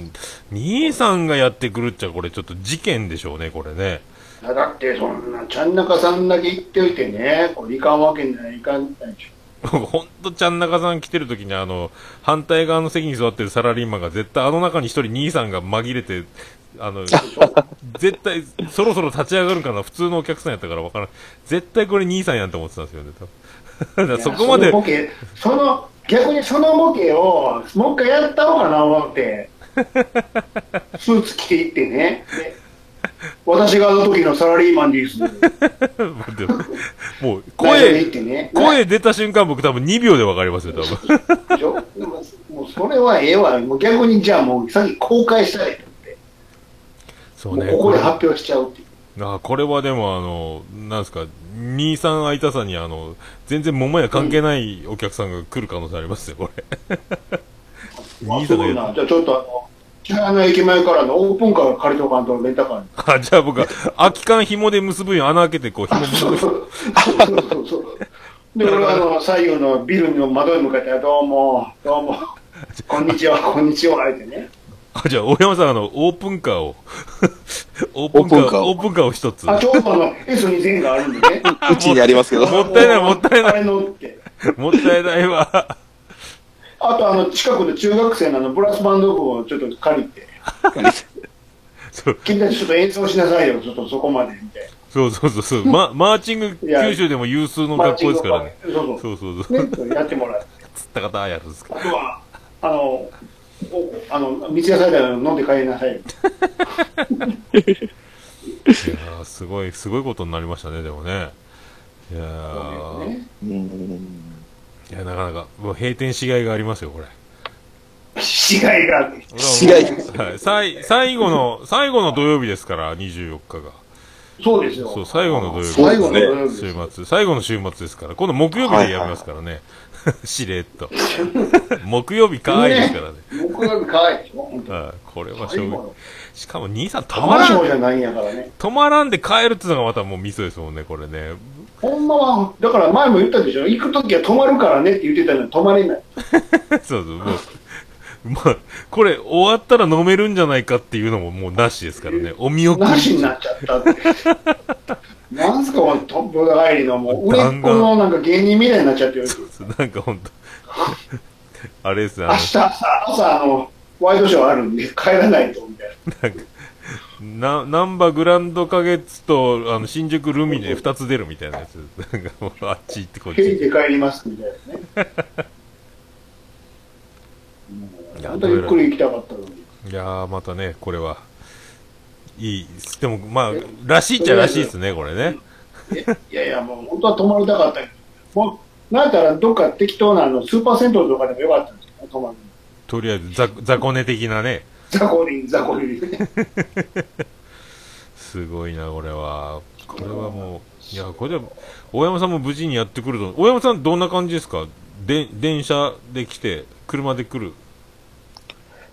[SPEAKER 1] 兄さんがやってくるっちゃ、これちょっと事件でしょうね、これね。
[SPEAKER 2] だって、そんな、ちゃんなかさんだけ言っておいてね、これいかんわけない、いかんないでしょ。
[SPEAKER 1] 僕ほんとちゃん中さん来てる時にあの、反対側の席に座ってるサラリーマンが絶対あの中に一人兄さんが紛れて、あの、絶対そろそろ立ち上がるかな、普通のお客さんやったからわからん。絶対これ兄さんやんと思ってたんですよね、多分だから そこま
[SPEAKER 2] い
[SPEAKER 1] で
[SPEAKER 2] やそのボケその逆にそのボケをもう一回やった方がな思って スーツ着ていってねで私があの時のサラリーマンです
[SPEAKER 1] でももう
[SPEAKER 2] ライブ
[SPEAKER 1] 声
[SPEAKER 2] に行っ、てね
[SPEAKER 1] 声出た瞬間僕多分2秒でわかりますよ、多分。
[SPEAKER 2] でしょでももうそれはええわもう逆にじゃあもうさっき公開したいって
[SPEAKER 1] そう
[SPEAKER 2] もう
[SPEAKER 1] ね。
[SPEAKER 2] ここで
[SPEAKER 1] れ
[SPEAKER 2] 発表しちゃうっていう
[SPEAKER 1] あこれはでもあの、なんですか、兄さん相田さんにあの、全然桃屋関係ないお客さんが来る可能性ありますよ、これ。
[SPEAKER 2] あ
[SPEAKER 1] 兄
[SPEAKER 2] す
[SPEAKER 1] さん
[SPEAKER 2] ご
[SPEAKER 1] が言
[SPEAKER 2] いなじゃあちょっとあの千原の駅前からのオープンカー借りとかんとレンタカーに
[SPEAKER 1] あ、じゃあ僕は、空き缶紐で結ぶように穴開けて、こう、紐結
[SPEAKER 2] そう
[SPEAKER 1] ぶ。
[SPEAKER 2] そうそうそうそう。で、俺はあの左右のビルの窓に向かって、どうも、どうも、こんにちは、こんにちは、言うてね。
[SPEAKER 1] あ、じゃあ、大山さん、あの、オープンカーを。 オープンカ
[SPEAKER 3] オープンカ
[SPEAKER 1] ー、
[SPEAKER 3] ーを
[SPEAKER 1] オープンカーを一つ。
[SPEAKER 2] あ、
[SPEAKER 1] も
[SPEAKER 2] ちょうどあの S2000 があるんでね。
[SPEAKER 3] うちにありますけど。
[SPEAKER 1] もったいないもったいない
[SPEAKER 2] あれ乗って。
[SPEAKER 1] ったいないわ。
[SPEAKER 2] あと、あの、近くの中学生のあのブラスバンド部をちょっと借りて、
[SPEAKER 1] そう、
[SPEAKER 2] 君たちちょっと演奏しなさいよ、ちょっとそこまで、みたい
[SPEAKER 1] そうそうそうそう。ま、マーチング、
[SPEAKER 2] いや
[SPEAKER 1] 九州でも有数の
[SPEAKER 2] な。マッ
[SPEAKER 1] 学
[SPEAKER 2] チ
[SPEAKER 1] 校
[SPEAKER 2] ン
[SPEAKER 1] で
[SPEAKER 2] グ
[SPEAKER 1] すからね。
[SPEAKER 2] そうそ。
[SPEAKER 1] そうそうそうう。
[SPEAKER 2] ね、ちょっとやってもらう。
[SPEAKER 1] つった方はやるんですか
[SPEAKER 2] あ。とは、あの、おあの、三ツ矢サイダー飲んで帰りなさいよ。
[SPEAKER 1] いやーすごい、すごいことになりましたね、でもね。いやー
[SPEAKER 2] ね
[SPEAKER 3] うん
[SPEAKER 1] いや、なかなか、もう閉店しがいがありますよ、これ。
[SPEAKER 2] 死骸がある。
[SPEAKER 3] しがい
[SPEAKER 1] はい、最最後の、最後の土曜日ですから、24日が。
[SPEAKER 2] そうですよ。
[SPEAKER 1] そう、最後の土曜日。
[SPEAKER 2] 最後の土曜日
[SPEAKER 1] 週
[SPEAKER 2] です。
[SPEAKER 1] 末、最後の週末ですから、今度木曜日でやりますからね。 しれっと。木曜日かーいですからね。
[SPEAKER 2] 木曜日可愛いでしょ、本当に。
[SPEAKER 1] はいこれはしょ
[SPEAKER 2] 最後
[SPEAKER 1] うが
[SPEAKER 2] の
[SPEAKER 1] しかも兄さん止ま
[SPEAKER 2] 玉
[SPEAKER 1] らん
[SPEAKER 2] 章じゃないんやからね。
[SPEAKER 1] 止まらんで帰るっていうのがまたもうミソですもんね、これね。
[SPEAKER 2] ほんまは、だから前も言ったでしょ、行くときは止まるからねって言ってたのに止まれない。
[SPEAKER 1] そうそう、もう。まあ、これ終わったら飲めるんじゃないかっていうのももう なしですからね。お見送り。
[SPEAKER 2] なしになっちゃったって。なんすか、このトップ帰りの、もう、売れっ子のなんか芸人みたいになっちゃってる。
[SPEAKER 1] なんかほんと。 あれですね、あ
[SPEAKER 2] 明日朝、朝、あの、ワイドショーあるんで、帰らないと、みたいな。
[SPEAKER 1] の、な、なんばグランド花月と、あの、新宿ルミネ二つ出るみたいなやつ。 なんかもう、あっち行ってこっち
[SPEAKER 2] ヘ
[SPEAKER 1] 行っ
[SPEAKER 2] リ
[SPEAKER 1] て。
[SPEAKER 2] で帰ります、みたいなね。
[SPEAKER 1] いや
[SPEAKER 2] 本当にゆっくり行きたかったのに。
[SPEAKER 1] いやー、またね、これは。いい。でも、まあ、らしいっちゃらしいですね、これね。
[SPEAKER 2] えいやいや、もう本当は泊まりたかったけど、もう、なんやったらどっか適当なあのスーパー銭湯とかでもよかったんですよ、泊まるの。
[SPEAKER 1] とりあえず、ざ、雑魚寝的なね。
[SPEAKER 2] ザコリン、ザコリン。
[SPEAKER 1] すごいな、これは。これはもう、いや、これで、大山さんも無事にやってくると。大山さん、どんな感じですかで、電車で来て、車で来る。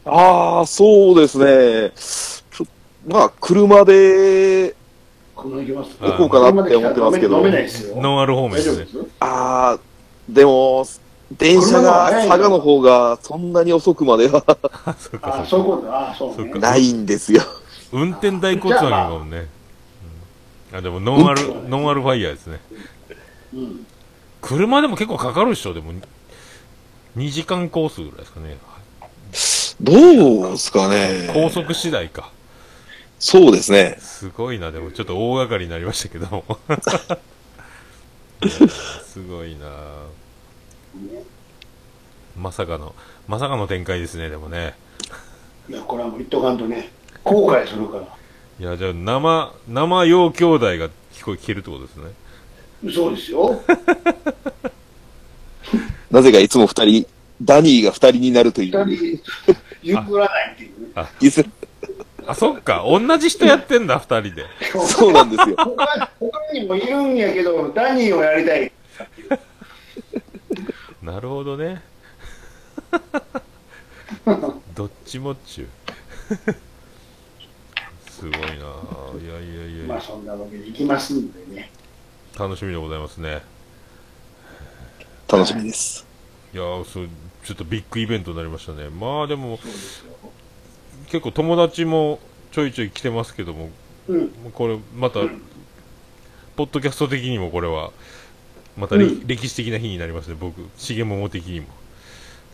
[SPEAKER 3] ああ、そうですね。ちょまあ、車で、
[SPEAKER 2] この行きます。
[SPEAKER 1] 行こう
[SPEAKER 3] かなって思ってますけど
[SPEAKER 2] 飲めないですよ。
[SPEAKER 1] ノンアル方面で
[SPEAKER 2] 大丈夫
[SPEAKER 1] す
[SPEAKER 2] で
[SPEAKER 1] ね。
[SPEAKER 2] す
[SPEAKER 3] ああ、でも、電車が、佐賀の方が、そんなに遅くまでは
[SPEAKER 1] あ、 そう
[SPEAKER 2] あ
[SPEAKER 1] か、
[SPEAKER 2] そ
[SPEAKER 1] そうう
[SPEAKER 2] いう
[SPEAKER 1] か。
[SPEAKER 2] こと、あそう
[SPEAKER 1] そう
[SPEAKER 2] ね
[SPEAKER 1] か。
[SPEAKER 3] ないんですよ。
[SPEAKER 1] 運転代行ツアーがもんね。うんあ、でも、ノンア
[SPEAKER 2] 運
[SPEAKER 1] ル、
[SPEAKER 2] 転
[SPEAKER 1] ノンアルファイヤーですね。
[SPEAKER 2] うん。
[SPEAKER 1] 車でも結構かかるでしょ、でも。2時間コースぐらいですかね。
[SPEAKER 3] どうですかね。
[SPEAKER 1] 高速次第か。
[SPEAKER 3] そうですね。
[SPEAKER 1] すごいな、でもちょっと大掛かりになりましたけども。いやーすごいな。まさかの、まさかの展開ですね、でもね。
[SPEAKER 2] いや、これはもう言っとかんとね、後悔するから。
[SPEAKER 1] いや、じゃあ生、生用兄弟が聞こえ、聞けるってことですね。
[SPEAKER 2] そうですよ。
[SPEAKER 3] なぜかいつも二人、ダニーが二人になるとい
[SPEAKER 2] 二
[SPEAKER 3] う。
[SPEAKER 2] 人、譲らないっていうね。
[SPEAKER 3] 譲る
[SPEAKER 1] あ、そっか、同じ人やってんだ、二人で。
[SPEAKER 3] そうなんですよ。
[SPEAKER 2] 他他にもいるんやけど、ダニーをやりたい。
[SPEAKER 1] なるほどね。どっちもっちゅう。すごいな。いやいやいやい
[SPEAKER 2] まあ
[SPEAKER 1] や、
[SPEAKER 2] そんなわけで行きますんでね。
[SPEAKER 1] 楽しみでございますね。
[SPEAKER 3] 楽しみです。
[SPEAKER 1] いやーそうちょっとビッグイベントになりましたね、まあでも、
[SPEAKER 2] そうですよ。
[SPEAKER 1] 結構友達もちょいちょい来てますけども、
[SPEAKER 2] うん。
[SPEAKER 1] もうこれ、また、
[SPEAKER 2] うん
[SPEAKER 1] ポッドキャスト的にもこれは、またれ、
[SPEAKER 2] うん
[SPEAKER 1] 歴史的な日になりますね、僕、重桃的にも。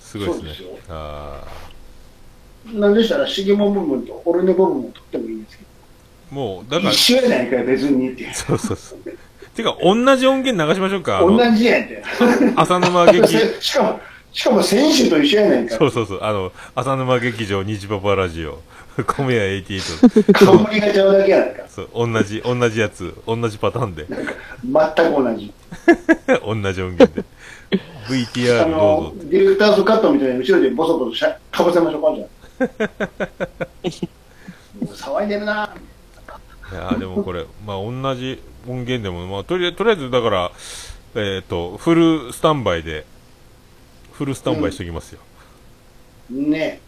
[SPEAKER 1] すごいです
[SPEAKER 2] そう
[SPEAKER 1] ね
[SPEAKER 2] ですよ。
[SPEAKER 1] あ
[SPEAKER 2] なんでしたら、シゲモブ分とオルネボブも取ってもいいんですけ
[SPEAKER 1] ーもう、だか
[SPEAKER 2] ど、
[SPEAKER 1] ら
[SPEAKER 2] 一、緒やないかい、別にって。
[SPEAKER 1] そうそうそう。てか、同じ音源流しましょうか、あ
[SPEAKER 2] 同
[SPEAKER 1] の、
[SPEAKER 2] じやんって。
[SPEAKER 1] 浅沼劇、
[SPEAKER 2] しかも、しかも選手と一緒やないか
[SPEAKER 1] そうそうそう、あの、浅沼劇場、日パパラジオ、米屋88、
[SPEAKER 2] い。冠がちゃうだけやないか。
[SPEAKER 1] そう、同じ、同じやつ、同じパターンで。
[SPEAKER 2] 全く同じ。
[SPEAKER 1] 同じ音源 で。
[SPEAKER 2] あ
[SPEAKER 1] VTR どう
[SPEAKER 2] の
[SPEAKER 1] ぞ。、
[SPEAKER 2] ディレクターズカットみたいに後ろでボソボソしゃかぶせましょう か、じゃあ。もう騒いでるな。
[SPEAKER 1] いやーでもこれ、まあ同じ音源でも、まあとりあえず、とりあえずだから、えっ、と、フルスタンバイで、フルスタンバイしときますよ。
[SPEAKER 2] ね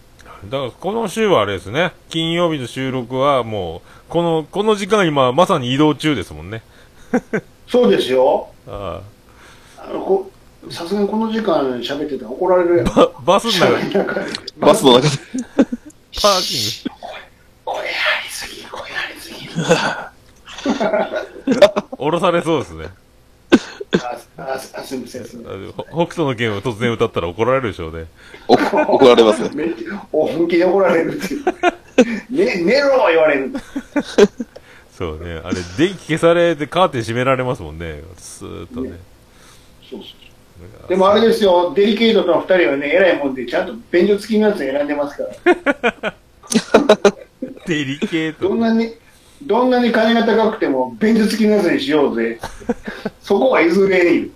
[SPEAKER 1] だからこの週はあれですね、金曜日の収録はもう、この、この時間今まさに移動中ですもんね。
[SPEAKER 2] そうですよ。
[SPEAKER 1] あ
[SPEAKER 2] あのこさすがにこの時間喋ってたら怒られるやん。
[SPEAKER 1] あバスの中、
[SPEAKER 2] 喋りながら
[SPEAKER 3] バスの中で。
[SPEAKER 1] パーキン
[SPEAKER 2] 声やりすぎ、声やりすぎ。
[SPEAKER 1] グ、降ろされそうですね。
[SPEAKER 2] あ、あ、あすみません、すみ
[SPEAKER 1] あ
[SPEAKER 2] ま
[SPEAKER 1] のほ北斗の剣を突然歌ったら怒られるでしょうね。
[SPEAKER 3] お怒られます
[SPEAKER 2] せ
[SPEAKER 3] ね
[SPEAKER 2] ん。。めっちゃ、お、本気で怒られるっていう。ね、寝ろ言われる。
[SPEAKER 1] そうね。あれ、電気消されてカーテン閉められますもんね。スーッとね。
[SPEAKER 2] そうそう。でもあれですよ、デリケートな二人はね、偉いもんで、ちゃんと便所付きのやつ選んでますから。
[SPEAKER 1] デリケート
[SPEAKER 2] ど。んなに、どんなに金が高くても、便所付きのやつにしようぜ。そこは譲れんよ。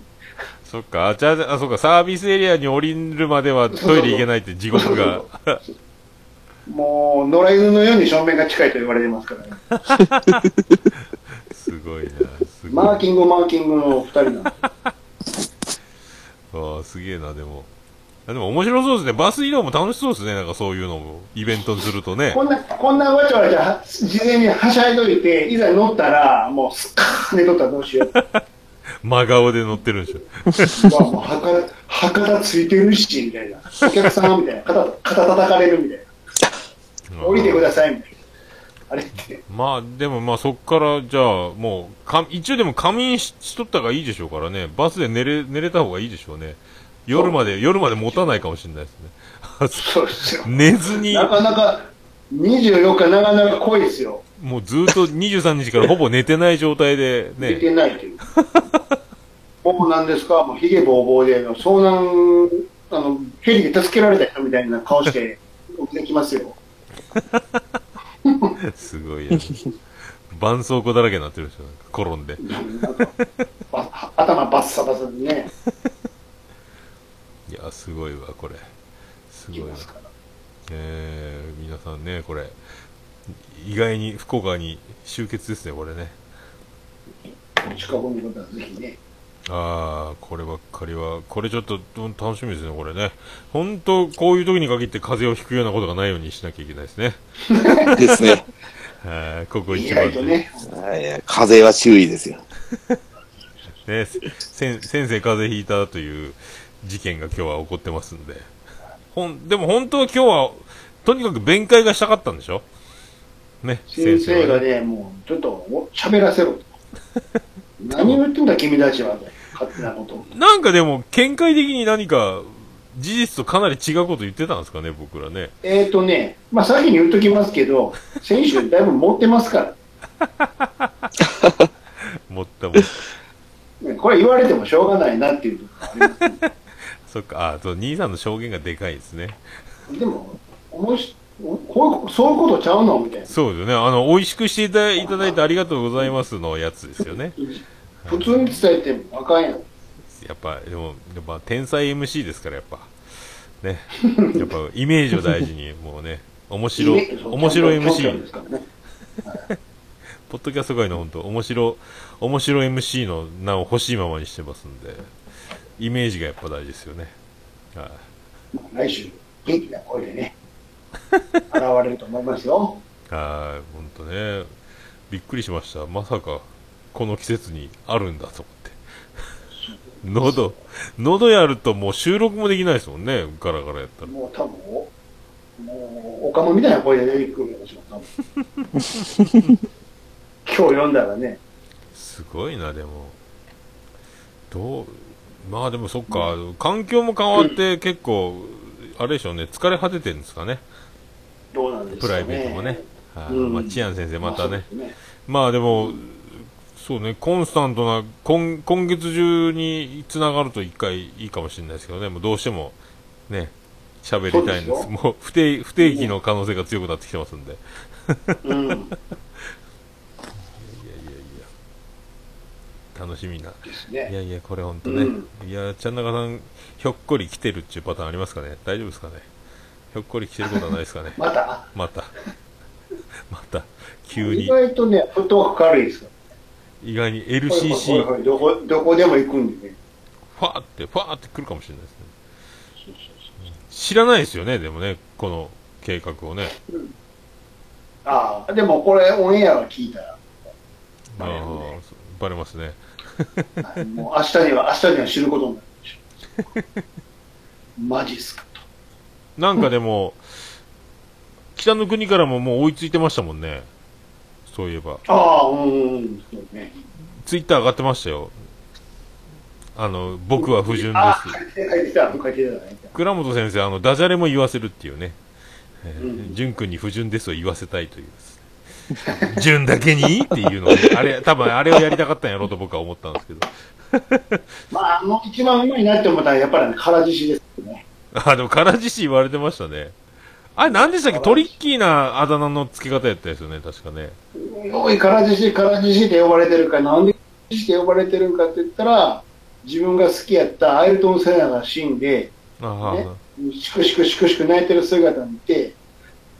[SPEAKER 1] そっか、あ、じゃあ、あ、そっか、サービスエリアに降りるまではトイレ行けないって地獄が。
[SPEAKER 2] もう、野良犬のように正面が近いと言われてますからね。
[SPEAKER 1] すごいな。すごい。
[SPEAKER 2] マーキング、マーキングの二人なんで。
[SPEAKER 1] ああ、すげえな、でも。あでも面白そうですね。バス移動も楽しそうですね。なんかそういうのも、イベントにするとね。
[SPEAKER 2] こんな、こんなわちゃわちゃは、事前にはしゃいどいて、いざ乗ったら、もうすっかー寝とったらどうし よう。
[SPEAKER 1] 真顔で乗ってるんでしょ。
[SPEAKER 2] まあ、もう博多、博多ついてるし、みたいな。お客さん、みたいな。肩、肩叩かれるみたいな。降りてください、みたいな。あれって。
[SPEAKER 1] まあ、でもまあそっから、じゃあ、もう、か一応でも仮眠ししとった方がいいでしょうからね。バスで寝れ、寝れた方がいいでしょうね。夜まで、夜まで持たないかもしれないですね。あそ
[SPEAKER 2] そうですよ。
[SPEAKER 1] 寝ずに、
[SPEAKER 2] なかなか、24日、なかなか濃いですよ。
[SPEAKER 1] もうずっと23日からほぼ寝てない状態で、
[SPEAKER 2] 出
[SPEAKER 1] ね。
[SPEAKER 2] てない という。もうなんですか、もうひげぼうぼうで、遭難、あの、ヘリで助けられた人みたいな顔 して、できますよ。
[SPEAKER 1] すごいや、ね。絆創膏だらけになってるでしょ。なんか転んで。
[SPEAKER 2] なんかば頭バッサバサでね、
[SPEAKER 1] いや、すごいわ、これ。す
[SPEAKER 2] い
[SPEAKER 1] ご
[SPEAKER 2] き
[SPEAKER 1] いわ
[SPEAKER 2] ま。すから。
[SPEAKER 1] えー、皆さんね、これ。意外に福岡に集結ですね、これね。
[SPEAKER 2] 近くの方はぜひね。
[SPEAKER 1] ああ、こればっかりは、これちょっとうん楽しみですね、これね。本当こういう時に限って風邪をひくようなことがないようにしなきゃいけないですね。
[SPEAKER 3] ですね。
[SPEAKER 1] はい、ここ
[SPEAKER 2] 意
[SPEAKER 1] 一番
[SPEAKER 2] 外
[SPEAKER 1] で
[SPEAKER 2] とね、
[SPEAKER 3] はい風は注意ですよ。
[SPEAKER 1] ねせ先先生風邪ひいたという事件が今日は起こってますんで。ほん、でも本当は今日は、とにかく弁解がしたかったんでしょね、
[SPEAKER 2] 先生
[SPEAKER 1] は
[SPEAKER 2] がね、もうちょっとお喋らせろと。何を言ってんだ、君たちは、ね。勝手なことを。
[SPEAKER 1] なんかでも、見解的に何か、事実とかなり違うこと言ってたんですかね、僕らね。
[SPEAKER 2] えーとね、まあ、先に言っときますけど、選手だいぶ持ってますから。
[SPEAKER 1] もった もん。
[SPEAKER 2] ねこれ言われてもしょうがないなっていうところがありますけど
[SPEAKER 1] そっか、あ、そう、兄さんの証言がでかいですね。
[SPEAKER 2] でも、おもしおこういうそういうことちゃうのみたいな。
[SPEAKER 1] そうですよね。あの、美味しくしていたいただいてありがとうございますのやつですよね。
[SPEAKER 2] 普通に伝えてもあかんやん。
[SPEAKER 1] やっぱ、でも、やっぱ、天才 MC ですから、やっぱ。ね。 やっぱ、イメージを大事に、もうね、面白、
[SPEAKER 2] イメージそう
[SPEAKER 1] 面白
[SPEAKER 2] ちゃんとちゃんとやる
[SPEAKER 1] MC
[SPEAKER 2] んで。すからね
[SPEAKER 1] ポッドキャスト界の本当、面白、面白 MC の名を欲しいままにしてますんで、イメージがやっぱ大事ですよね。はい。
[SPEAKER 2] 来週、元気な声でね、現れると思いますよ。
[SPEAKER 1] はい、本当ね、びっくりしました。まさか、この季節にあるんだと思って。 喉、喉やるともう収録もできないですもんね、ガラガラやったら。
[SPEAKER 2] もう多分お、もう、おかもみたいな声で出てくるかもし れない。今日読んだらね、
[SPEAKER 1] すごいな、でも。どう、まあでもそっか、環境も変わって結構、あれでしょうね、疲れ果ててるんですかね、
[SPEAKER 2] どうなんです
[SPEAKER 1] プ
[SPEAKER 2] か
[SPEAKER 1] ラ
[SPEAKER 2] ね。
[SPEAKER 1] イベートもね。はい、
[SPEAKER 2] うん
[SPEAKER 1] まあ、チアン先生また
[SPEAKER 2] あそう
[SPEAKER 1] ね
[SPEAKER 2] で。すね。
[SPEAKER 1] まあでも、そうね、コンスタントな、今今月中につながると一回いいかもしれないですけどね、もうどうしても、ね、喋りたいんです。
[SPEAKER 2] そうで
[SPEAKER 1] もう不定不定期の可能性が強くなってきてますんで。い
[SPEAKER 2] うん。で
[SPEAKER 1] やいやいや、楽しみな。
[SPEAKER 2] す
[SPEAKER 1] い
[SPEAKER 2] ね。、
[SPEAKER 1] やいや、これ本当ね、いや、ちゃんなかさん、ひょっこり来てるっていうパターンありますかね、大丈夫ですかね、ひょっこり来てることはないですかね
[SPEAKER 2] また、
[SPEAKER 1] また、 また、急
[SPEAKER 2] 意
[SPEAKER 1] に、
[SPEAKER 2] 外とね、フットワーク軽いですから。
[SPEAKER 1] 意外に
[SPEAKER 2] ほい
[SPEAKER 1] LCC、
[SPEAKER 2] ほい
[SPEAKER 1] フ
[SPEAKER 2] ほいどこ、どこでも行くんでね。
[SPEAKER 1] ァーって、ファーって来るかもしれないですね。
[SPEAKER 2] そうそうそう
[SPEAKER 1] 知らないですよね、でもね、この計画をね。
[SPEAKER 2] ああ、でもこれオンエアは聞いたら、バレる
[SPEAKER 1] あー
[SPEAKER 2] ね
[SPEAKER 1] そうバレますね。
[SPEAKER 2] はいもう明日には、明日には知ることになるでしょ う。マジっすかと。
[SPEAKER 1] なんかでも、北の国からももう追いついてましたもんね。そういえば。
[SPEAKER 2] ああ、うんうんうん、そうね。
[SPEAKER 1] ツイッター上がってましたよ。あの、僕は不純で
[SPEAKER 2] ああ、
[SPEAKER 1] す。
[SPEAKER 2] 書いてた、書いてた、書いてたね。
[SPEAKER 1] 倉本先生、あの、ダジャレも言わせるっていうね。え
[SPEAKER 2] う
[SPEAKER 1] ー
[SPEAKER 2] ん
[SPEAKER 1] 淳、君に不純ですを言わせたいというですね。純だけにっていうのをね、 あれ、多分あれをやりたかったんやろうと僕は思ったんですけど。
[SPEAKER 2] まあ、あの、一番うまいなって思ったら、やっぱり、ね、唐獅子ですよね。
[SPEAKER 1] あ、でも、唐獅子言われてましたね。あれ、なんでしたっけトリッキーなあだ名の付け方やったですよね、確かね。
[SPEAKER 2] おい、唐獅子、唐獅子って呼ばれてるか、なんで唐獅子って呼ばれてるんかって言ったら、自分が好きやったアイルトン・セナが死んで、
[SPEAKER 1] ああ、
[SPEAKER 2] ねしくしくしくしく泣いてる姿見て、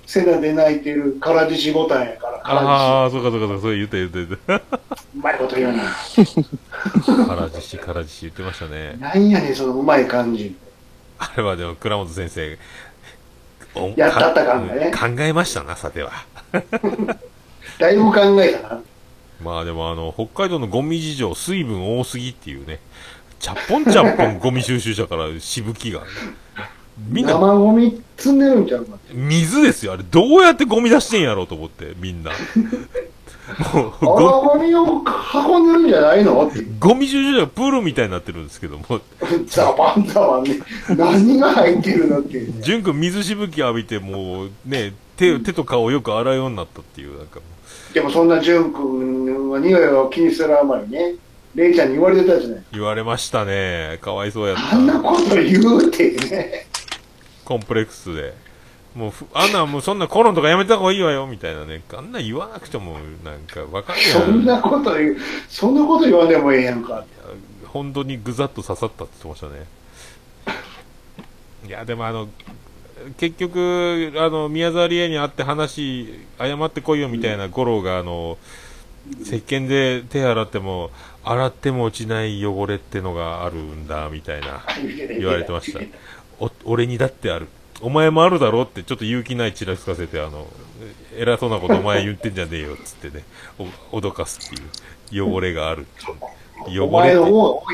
[SPEAKER 2] セナで泣いてる空獅子ボタンやから、空獅
[SPEAKER 1] ああ、そうかそうかそうか、そう言った言った言っ
[SPEAKER 2] 子。うまいこと言うな。
[SPEAKER 1] た。からじし、からじし言ってましたね。
[SPEAKER 2] なんやねん、そのうまい感じ。
[SPEAKER 1] あれはでも、倉本先生、お
[SPEAKER 2] やったった感がね
[SPEAKER 1] か考えましたな、さては。
[SPEAKER 2] だいぶ考えたな。
[SPEAKER 1] まあでもあの、北海道のゴミ事情、水分多すぎっていうね、ちゃっぽんちゃっぽんゴミ収集車からしぶきが。みん
[SPEAKER 2] 生
[SPEAKER 1] な、
[SPEAKER 2] ゴミ積んでるんちゃうか。
[SPEAKER 1] 水ですよ。あれ、どうやってゴミ出してんやろうと思って、みんな。もう、
[SPEAKER 2] 生
[SPEAKER 1] ゴ
[SPEAKER 2] ゴミを運んでるんじゃないのって。
[SPEAKER 1] ゴミ収集車がプールみたいになってるんですけども、
[SPEAKER 2] ザバンザバンね。何が入ってるのって。
[SPEAKER 1] 純くん水しぶき浴びて、もうね、手、手と顔をよく洗うようになったっていう、なんかもう
[SPEAKER 2] でもそんなジュン君は匂いを気にするあまりね、レイちゃんに言われてたじゃない。
[SPEAKER 1] 言われましたね。かわいそうやった。
[SPEAKER 2] あんなこと言うてね。
[SPEAKER 1] コンプレックスで。もうふ、あんな、もうそんなコロンとかやめた方がいいわよ、みたいなね。あんな言わなくても、なんか、わかん
[SPEAKER 2] そん
[SPEAKER 1] ない。
[SPEAKER 2] なこと言う、そんなこと言わんでもええやんかって。
[SPEAKER 1] 本当にぐざっと刺さったって言ってましたね。いや、でもあの、結局、あの、宮沢りえに会って話、謝ってこいよ、みたいな五郎が、あの、石鹸で手洗っても、洗っても落ちない汚れってのがあるんだ、みたいな。言われてましたお俺にだってあるお前もあるだろってちょっと勇気ないちらつかせてあのえ偉そうなことお前言ってんじゃねえよっつってねお脅かすっていう汚れがあるっていう
[SPEAKER 2] お
[SPEAKER 1] 汚れっ
[SPEAKER 2] 前の
[SPEAKER 1] て
[SPEAKER 2] 方が多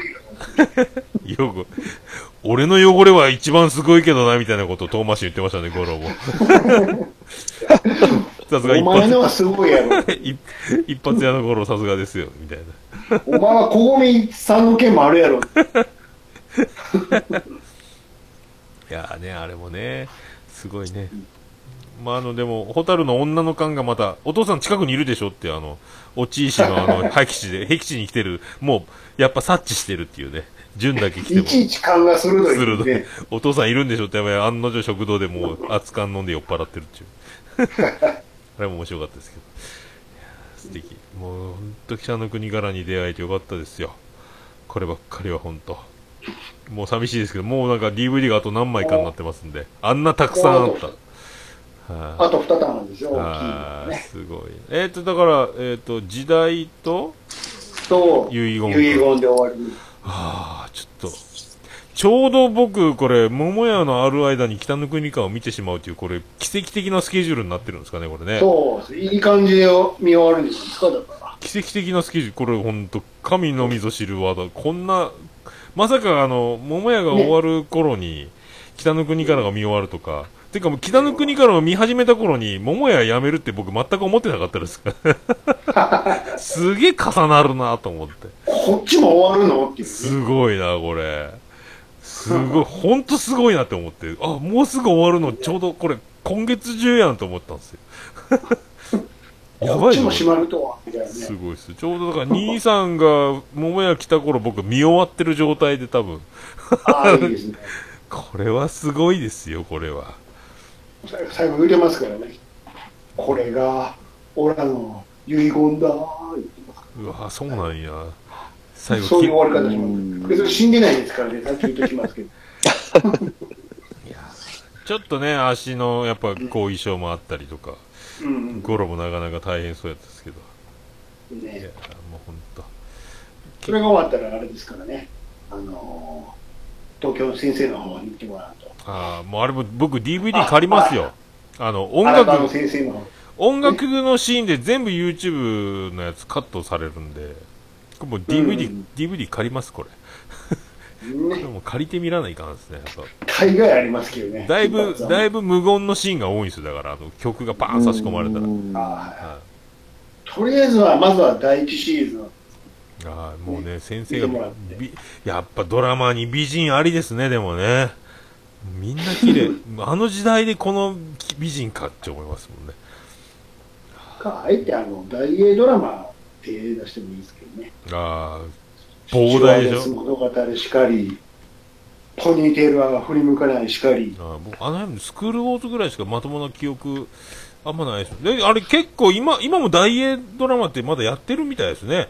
[SPEAKER 2] いよ。
[SPEAKER 1] よく、俺の汚れは一番すごいけどな、みたいなことを遠回しに言ってましたね、五 郎も。さすが一
[SPEAKER 2] お前
[SPEAKER 1] 発
[SPEAKER 2] の、はすごいやろ。
[SPEAKER 1] 一 一発屋の五郎さすがですよ、みたいな。
[SPEAKER 2] お前は小ごみさんの件もあるやろ。
[SPEAKER 1] いやーね、あれもね、すごいね。まあ、あの、でも、ホタルの女の勘がまた、お父さん近くにいるでしょって、あの、落ち石のあの、廃棄地で、僻地に来てる、もう、やっぱ察知してるっていうね。順だけ来て
[SPEAKER 2] い
[SPEAKER 1] も。
[SPEAKER 2] ちいち勘が鋭い
[SPEAKER 1] 鋭
[SPEAKER 2] ん
[SPEAKER 1] い
[SPEAKER 2] で。。
[SPEAKER 1] お父さんいるんでしょって、やばい案の定食堂でもう、熱燗飲んで酔っ払ってるっていう。 あれも面白かったですけど。いやー素敵。もう、ほんと、北の国からに出会えてよかったですよ。こればっかりはほんと。もう寂しいですけど、もうなんか DVD があと何枚かになってますんで、あんなたくさんあった。は
[SPEAKER 2] あと二玉ですよ、
[SPEAKER 1] い
[SPEAKER 2] 大きい
[SPEAKER 1] は
[SPEAKER 2] の
[SPEAKER 1] い、
[SPEAKER 2] ね。
[SPEAKER 1] すごい。えっ、と、だから、えっ、と、時代と、
[SPEAKER 2] と、
[SPEAKER 1] 遺言
[SPEAKER 2] で終わり。
[SPEAKER 1] ああ、ちょっと。ちょうど僕、これ、桃屋のある間に北の国間を見てしまうという、これ、奇跡的なスケジュールになってるんですかね、これね。
[SPEAKER 2] そうです、いい感じで見終わるんじゃないですか、だか
[SPEAKER 1] 奇跡的なスケジュール、これほんと、神のみぞ知る技、こんな、まさかあの、桃屋が終わる頃に、北の国からが見終わるとか、てかもう北の国からを見始めた頃に、桃屋辞めるって僕全く思ってなかったです から。すげえ重なるなと思って。
[SPEAKER 2] ら。こっちも終わるのっていうね。
[SPEAKER 1] すごいな、これ。すごい、ほんとすごいなって思って、あ、もうすぐ終わるの、ちょうどこれ、今月中やんと思ったん ですよ。や
[SPEAKER 2] こ
[SPEAKER 1] ば
[SPEAKER 2] っ
[SPEAKER 1] い
[SPEAKER 2] ち
[SPEAKER 1] ぞ
[SPEAKER 2] も。閉まるとは、みたいな
[SPEAKER 1] す
[SPEAKER 2] ね。
[SPEAKER 1] ごいっす。ちょうどだから、兄さんが桃屋来た頃、僕見終わってる状態で多分、
[SPEAKER 2] ああ、いいですね。
[SPEAKER 1] これはすごいですよ、これは。
[SPEAKER 2] 最後言うてますからね。これが、オラの遺言だーって
[SPEAKER 1] うわ、そうなんや。最後、
[SPEAKER 2] そう
[SPEAKER 1] き
[SPEAKER 2] いう終わり方し
[SPEAKER 3] うん
[SPEAKER 2] ます。別に死んでないですからね、さっき言っときますけど。
[SPEAKER 1] ちょっとね、足のやっぱ後遺症もあったりとか、
[SPEAKER 2] うん
[SPEAKER 1] ゴロもなかなか大変そうやったですけど、
[SPEAKER 2] うん。
[SPEAKER 1] いや
[SPEAKER 2] ね、、
[SPEAKER 1] もうほんと。
[SPEAKER 2] それが終わったらあれですからね、あのー、東京の先生の方に行ってもらうと。
[SPEAKER 1] ああ、もうあれも僕 DVD 借りますよ。あの、音
[SPEAKER 2] あなたの
[SPEAKER 1] 楽、
[SPEAKER 2] 先生の方。
[SPEAKER 1] 音楽のシーンで全部 YouTube のやつカットされるんで、これもう DVD、
[SPEAKER 2] うん
[SPEAKER 1] DVD 借ります、これ。これ
[SPEAKER 2] ね、
[SPEAKER 1] もう借りてみらないかんですね。やっ
[SPEAKER 2] 大概ありますけどね。
[SPEAKER 1] ぱだいぶ、だ
[SPEAKER 2] い
[SPEAKER 1] いぶ無言のシーンが多いんですよ。だから、あの、曲がバーン差し込まれたら。
[SPEAKER 2] ぶ。
[SPEAKER 3] ら。
[SPEAKER 2] はい
[SPEAKER 1] は
[SPEAKER 2] とりあえずは、まずは第一シリーズの。
[SPEAKER 1] い、ああもうね、先生が
[SPEAKER 2] 見てもらって
[SPEAKER 1] び、やっぱドラマに美人ありですね、でもね。みんな綺 麗。あの時代でこの美人かって思いますもんね。
[SPEAKER 2] か、あえてあの、大英ドラマって出してもいいですけどね。
[SPEAKER 1] ああ、膨大でしょ
[SPEAKER 2] 父。親の物語しかり、ポニーテールは振り向かないしかり、
[SPEAKER 1] ああ僕あの辺スクールウォーズぐらいしかまともな記憶あんまないですであれ結構今今も大英ドラマってまだやってるみたいですね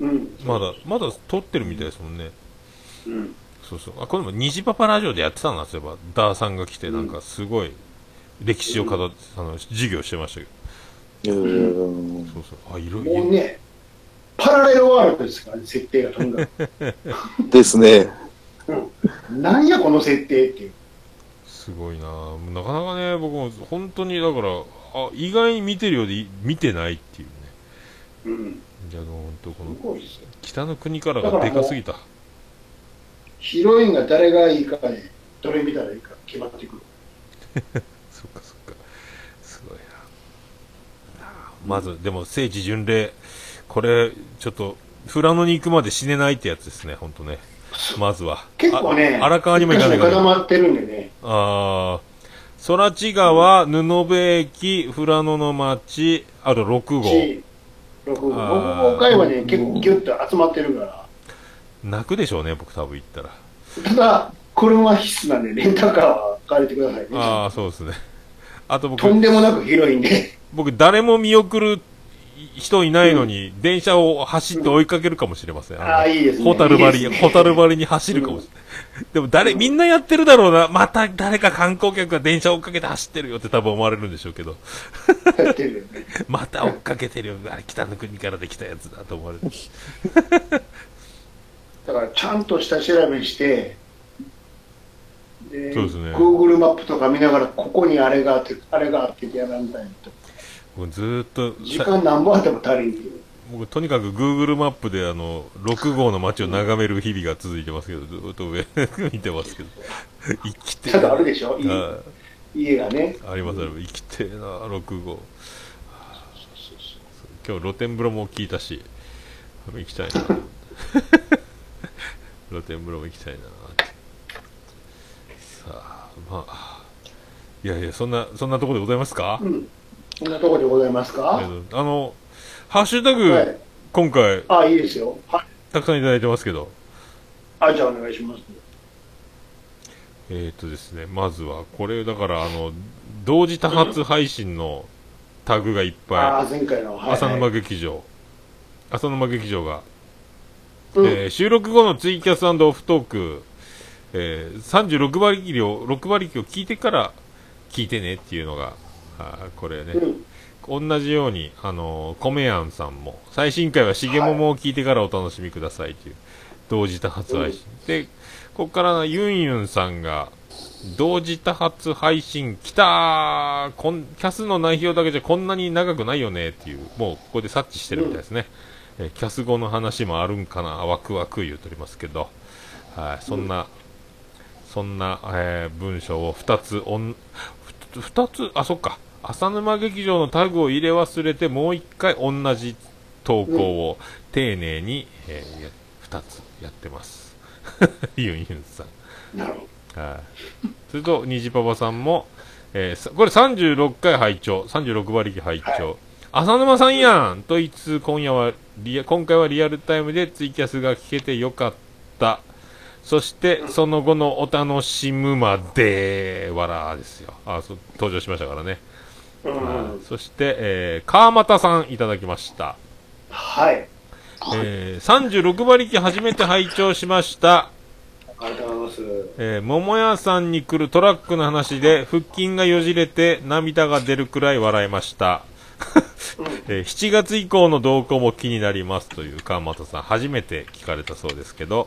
[SPEAKER 2] うん。
[SPEAKER 1] まだまだ撮ってるみたいですもんね
[SPEAKER 2] うん。
[SPEAKER 1] そうそうあこれも虹パパラジオでやってたんですよダーさんが来てなんかすごい歴史を語って、あの、授業してましたけど。
[SPEAKER 3] うん
[SPEAKER 1] そうそう。あ、いろい
[SPEAKER 2] もう
[SPEAKER 1] ろ。
[SPEAKER 2] ね、パラレルワールドですからね、設定がとにかく。
[SPEAKER 3] ですね。
[SPEAKER 2] なんやこの設定っていう。
[SPEAKER 1] すごいななかなかね、僕も本当に、だから、あ、意外に見てるようでい見てないっていうね。
[SPEAKER 2] うん。
[SPEAKER 1] いや、でも本当こ
[SPEAKER 2] す
[SPEAKER 1] の、
[SPEAKER 2] ごいですよ。
[SPEAKER 1] 北の国からがでかすぎた。
[SPEAKER 2] ヒロインが誰がいいかで、どれ見たらいいか決まってくる。
[SPEAKER 1] そっかそっか。すごいな。なあまず、でも、聖地巡礼。これ、ちょっと、富良野に行くまで死ねないってやつですね、本当ね。まずは。
[SPEAKER 2] 結構ね、
[SPEAKER 1] あ荒川にも行かないから。
[SPEAKER 2] 固まってるんでね。
[SPEAKER 1] ああ、空知川、布部駅、富良野の町、あと6号。
[SPEAKER 2] し6号。
[SPEAKER 1] あー
[SPEAKER 2] 6号回はね、結構ギュッと集まってるから。
[SPEAKER 1] 泣くでしょうね、僕多分行ったら。
[SPEAKER 2] ただ、車必須なんで、レンタカーは借りてくださいね。
[SPEAKER 1] ああ、そうですね。あと僕
[SPEAKER 2] と、んでもなく広いんで。
[SPEAKER 1] 僕誰も見送る人いないのに、電車を走って追いかけるかもしれません。の
[SPEAKER 2] ああー、いいですね。
[SPEAKER 1] ホタルバ
[SPEAKER 2] いい
[SPEAKER 1] リ、
[SPEAKER 2] ですね
[SPEAKER 1] ホタルバリに走るかもしれない。 でも誰、みんなやってるだろうな。また誰か観光客が電車追っかけて走ってるよって多分思われるんでしょうけど。
[SPEAKER 2] やってるよね。
[SPEAKER 1] また追っかけてるよ。あれ、北の国からできたやつだと思われる。
[SPEAKER 2] だからちゃんと下調べして、で
[SPEAKER 1] そうですね
[SPEAKER 2] Google マップとか見ながら、ここにあれがあって、あれがあってってやらんたいと。
[SPEAKER 1] もうずーっと、
[SPEAKER 2] 時間何本あっても足りんっていう。
[SPEAKER 1] 僕とにかく Google マップであの6号の街を眺める日々が続いてますけど、ずっと上 見てますけど、生きてえ
[SPEAKER 2] ただある
[SPEAKER 1] あ
[SPEAKER 2] でしょ家家がね。
[SPEAKER 1] ありますあります、生きてえな、6号。今日露天風呂も聞いたし、行きたい な。露天風呂も行きたいなって。さあ、まあ、いやいや、そんな、そんなところでございますか、
[SPEAKER 2] うん。こんなとこでございます
[SPEAKER 1] あ
[SPEAKER 2] か
[SPEAKER 1] のあの、ハッシュタグ、
[SPEAKER 2] はい
[SPEAKER 1] 今回、
[SPEAKER 2] あ、いいですよ。はい。
[SPEAKER 1] たくさんいただいてますけど、
[SPEAKER 2] あ、じゃあお願いします。
[SPEAKER 1] えー、とですね、まずは、これ、だから、あの、同時多発配信のタグがいっ
[SPEAKER 2] あ
[SPEAKER 1] ぱ
[SPEAKER 2] あ、前回の。
[SPEAKER 1] い、
[SPEAKER 2] はいはい
[SPEAKER 1] 浅沼劇場、浅沼劇場が、
[SPEAKER 2] うん
[SPEAKER 1] えー収録後のツイキャスオフトーク、えー36割切りを、6割切りを聞いてから聞いてねっていうのが、あーこれね、
[SPEAKER 2] うん。
[SPEAKER 1] 同じように、あのー、コメアンさんも、最新回はしげももを聞いてからお楽しみくださいという、同時多発配信。で、ここからユンユンさんが、同時多発配信来たーこんキャスの内容だけじゃこんなに長くないよねっていう、もうここで察知してるみたいですね。えーキャス後の話もあるんかなワクワク言うとりますけど、はい、そんな、そんな、えー文章を2つおん、ふ二つ、あ、そっか。浅沼劇場のタグを入れ忘れて、もう一回同じ投稿を丁寧に、えーや二つやってます。 ユンユンさん。
[SPEAKER 2] なるほど。
[SPEAKER 1] はい。それと、虹パパさんも、えーさこれ36回拝聴、36馬力拝聴、
[SPEAKER 2] は
[SPEAKER 1] 浅沼さんやんと言いつつ、今夜はリア、今回はリアルタイムでツイキャスが聞けてよかった。そして、その後のお楽しむまで、わらーですよ。あ、そう、登場しましたからね。
[SPEAKER 2] うん
[SPEAKER 1] はい。そして、えー、川又さんいただきました。
[SPEAKER 2] はい。
[SPEAKER 1] えー、36馬力初めて拝聴しました。
[SPEAKER 2] ありがとうございます。
[SPEAKER 1] えー、桃屋さんに来るトラックの話で腹筋がよじれて涙が出るくらい笑いました、 えー7月以降の動向も気になりますという川本さん初めて聞かれたそうですけど